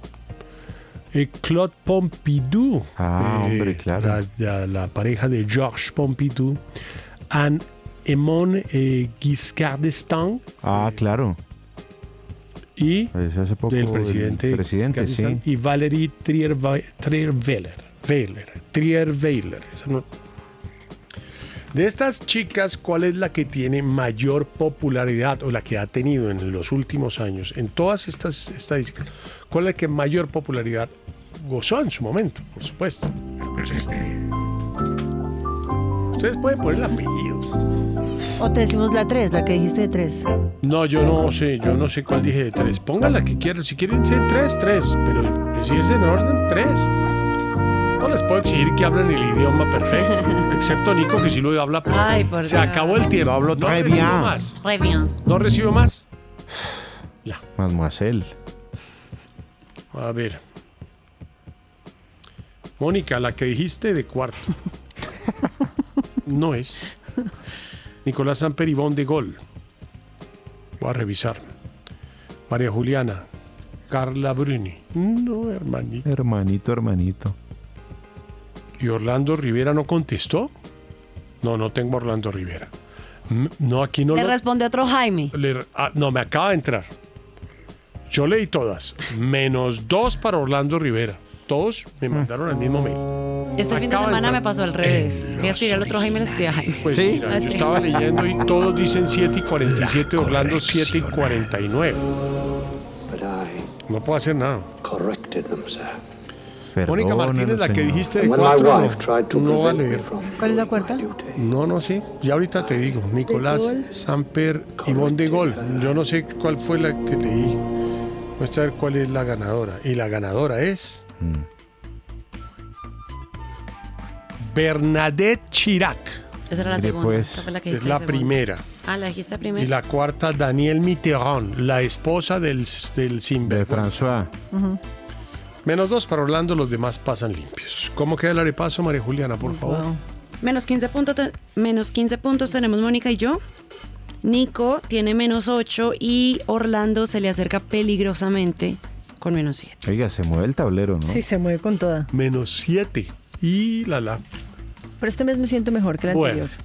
Speaker 4: eh, Claude Pompidou.
Speaker 5: Ah, hombre, claro.
Speaker 4: La, la- la pareja de Georges Pompidou. Anne Emon Giscard d'Estaing.
Speaker 5: Ah, claro.
Speaker 4: Y
Speaker 5: Pues hace poco
Speaker 4: del
Speaker 5: el
Speaker 4: presidente,
Speaker 5: presidente,
Speaker 4: Giscard d'Estaing
Speaker 5: sí.
Speaker 4: y Valérie Trier Weiler. Weiler, Trier Weiler. esa no- De estas chicas, ¿cuál es la que tiene mayor popularidad o la que ha tenido en los últimos años? En todas estas estadísticas, ¿cuál es la que mayor popularidad gozó en su momento? Por supuesto. Ustedes pueden poner el apellido.
Speaker 7: O te decimos la 3, la que dijiste de 3.
Speaker 4: No, yo no sé, yo no sé cuál dije de tres. Pongan la que quieran. Si quieren ser tres, tres. Pero pues, si es en orden, tres. No les puedo exigir que hablen el idioma perfecto. excepto Nico, que sí lo habla.
Speaker 6: Ay, por
Speaker 4: Se
Speaker 6: Dios.
Speaker 4: acabó el tiempo.
Speaker 5: Lo hablo
Speaker 4: no
Speaker 5: très
Speaker 4: recibo
Speaker 5: bien.
Speaker 4: más.
Speaker 6: Re bien.
Speaker 4: No recibo más.
Speaker 5: Mademoiselle.
Speaker 4: A ver. Mónica, la que dijiste de cuarto. No es. Nicolás Amperibón de gol. Voy a revisar. María Juliana. Carla Bruni. No, hermanito.
Speaker 5: Hermanito, hermanito.
Speaker 4: ¿Y Orlando Rivera no contestó? No, no tengo a Orlando Rivera. M- No, aquí no
Speaker 6: Le
Speaker 4: lo-
Speaker 6: responde otro Jaime.
Speaker 4: le re- ah, no, me acaba de entrar. Yo leí todas, menos dos para Orlando Rivera. Todos me mandaron el mismo mail.
Speaker 6: Este fin de
Speaker 4: Acaba de
Speaker 6: semana
Speaker 4: entrar.
Speaker 6: me pasó al revés. Voy a escribir al otro Jaime y le escribí a Jaime.
Speaker 4: Pues mira, yo
Speaker 6: Así.
Speaker 4: estaba leyendo y todos dicen 7 y 47, Orlando 7 y 49. No puedo hacer nada. Mónica Martínez, la que dijiste de
Speaker 23: When my
Speaker 4: cuatro,
Speaker 23: wife tried
Speaker 4: no,
Speaker 23: to
Speaker 4: no va a
Speaker 23: prevent me
Speaker 4: leer.
Speaker 7: ¿Cuál es la cuarta?
Speaker 4: No, no sé. Ya ahorita te digo. Nicolás Samper Ivonne de Gol. Yo no sé cuál fue la que leí. Voy a saber cuál es la ganadora. Y la ganadora es. Bernadette Chirac.
Speaker 6: Esa era la
Speaker 4: Mire,
Speaker 6: segunda.
Speaker 4: pues,
Speaker 6: esa fue la que
Speaker 4: es
Speaker 6: dijiste
Speaker 4: la
Speaker 6: segunda.
Speaker 4: primera.
Speaker 6: Ah, la dijiste primera.
Speaker 4: Y la cuarta, Daniel Mitterrand, la esposa del, del sinvergüenza.
Speaker 6: Ujú.
Speaker 4: Menos dos para Orlando, los demás pasan limpios. ¿Cómo queda el arepaso, María Juliana, por favor?
Speaker 6: Menos 15 puntos, te- menos 15 puntos tenemos Mónica y yo. Nico tiene menos 8 y Orlando se le acerca peligrosamente con menos 7.
Speaker 5: Oiga, se mueve el tablero, ¿no?
Speaker 7: Sí, se mueve con toda.
Speaker 4: Menos siete. Y la la.
Speaker 7: Pero este mes me siento mejor que el
Speaker 4: Bueno.
Speaker 7: anterior.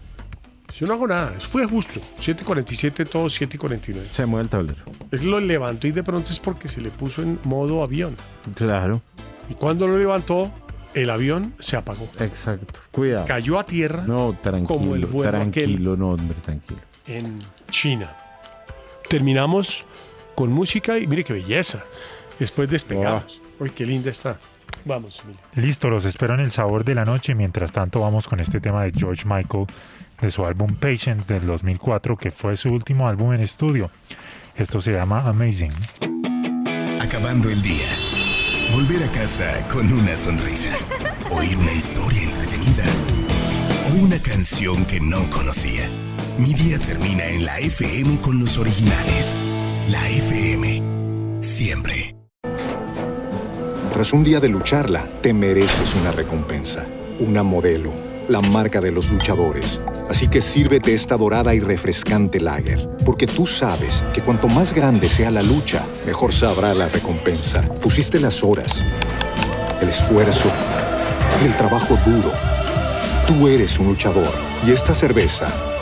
Speaker 4: Si no hago nada, fue justo. 7.47, todos 7.49.
Speaker 5: Se mueve el tablero.
Speaker 4: Es lo levantó y de pronto es porque se le puso en modo avión.
Speaker 5: Claro.
Speaker 4: Y cuando lo levantó, el avión se apagó.
Speaker 5: Exacto. Cuidado.
Speaker 4: Cayó a tierra
Speaker 5: No,
Speaker 4: como el
Speaker 5: tranquilo,
Speaker 4: vuelo
Speaker 5: tranquilo, no, hombre, tranquilo.
Speaker 4: en China. Terminamos con música y mire qué belleza. Después despegamos. Uy, qué linda está. Vamos, Emilio.
Speaker 22: Listo, los espero en el sabor de la noche. Mientras tanto, vamos con este tema de George Michael de su álbum Patience del 2004, que fue su último álbum en estudio. Esto se llama Amazing.
Speaker 3: Acabando el día. Volver a casa con una sonrisa. Oír una historia entretenida. O una canción que no conocía. Mi día termina en la FM con los originales. La FM. Siempre.
Speaker 9: Tras un día de lucharla, te mereces una recompensa, una modelo, la marca de los luchadores. Así que sírvete esta dorada y refrescante lager, porque tú sabes que cuanto más grande sea la lucha, mejor sabrá la recompensa. Pusiste las horas, el esfuerzo, el trabajo duro. Tú eres un luchador y esta cerveza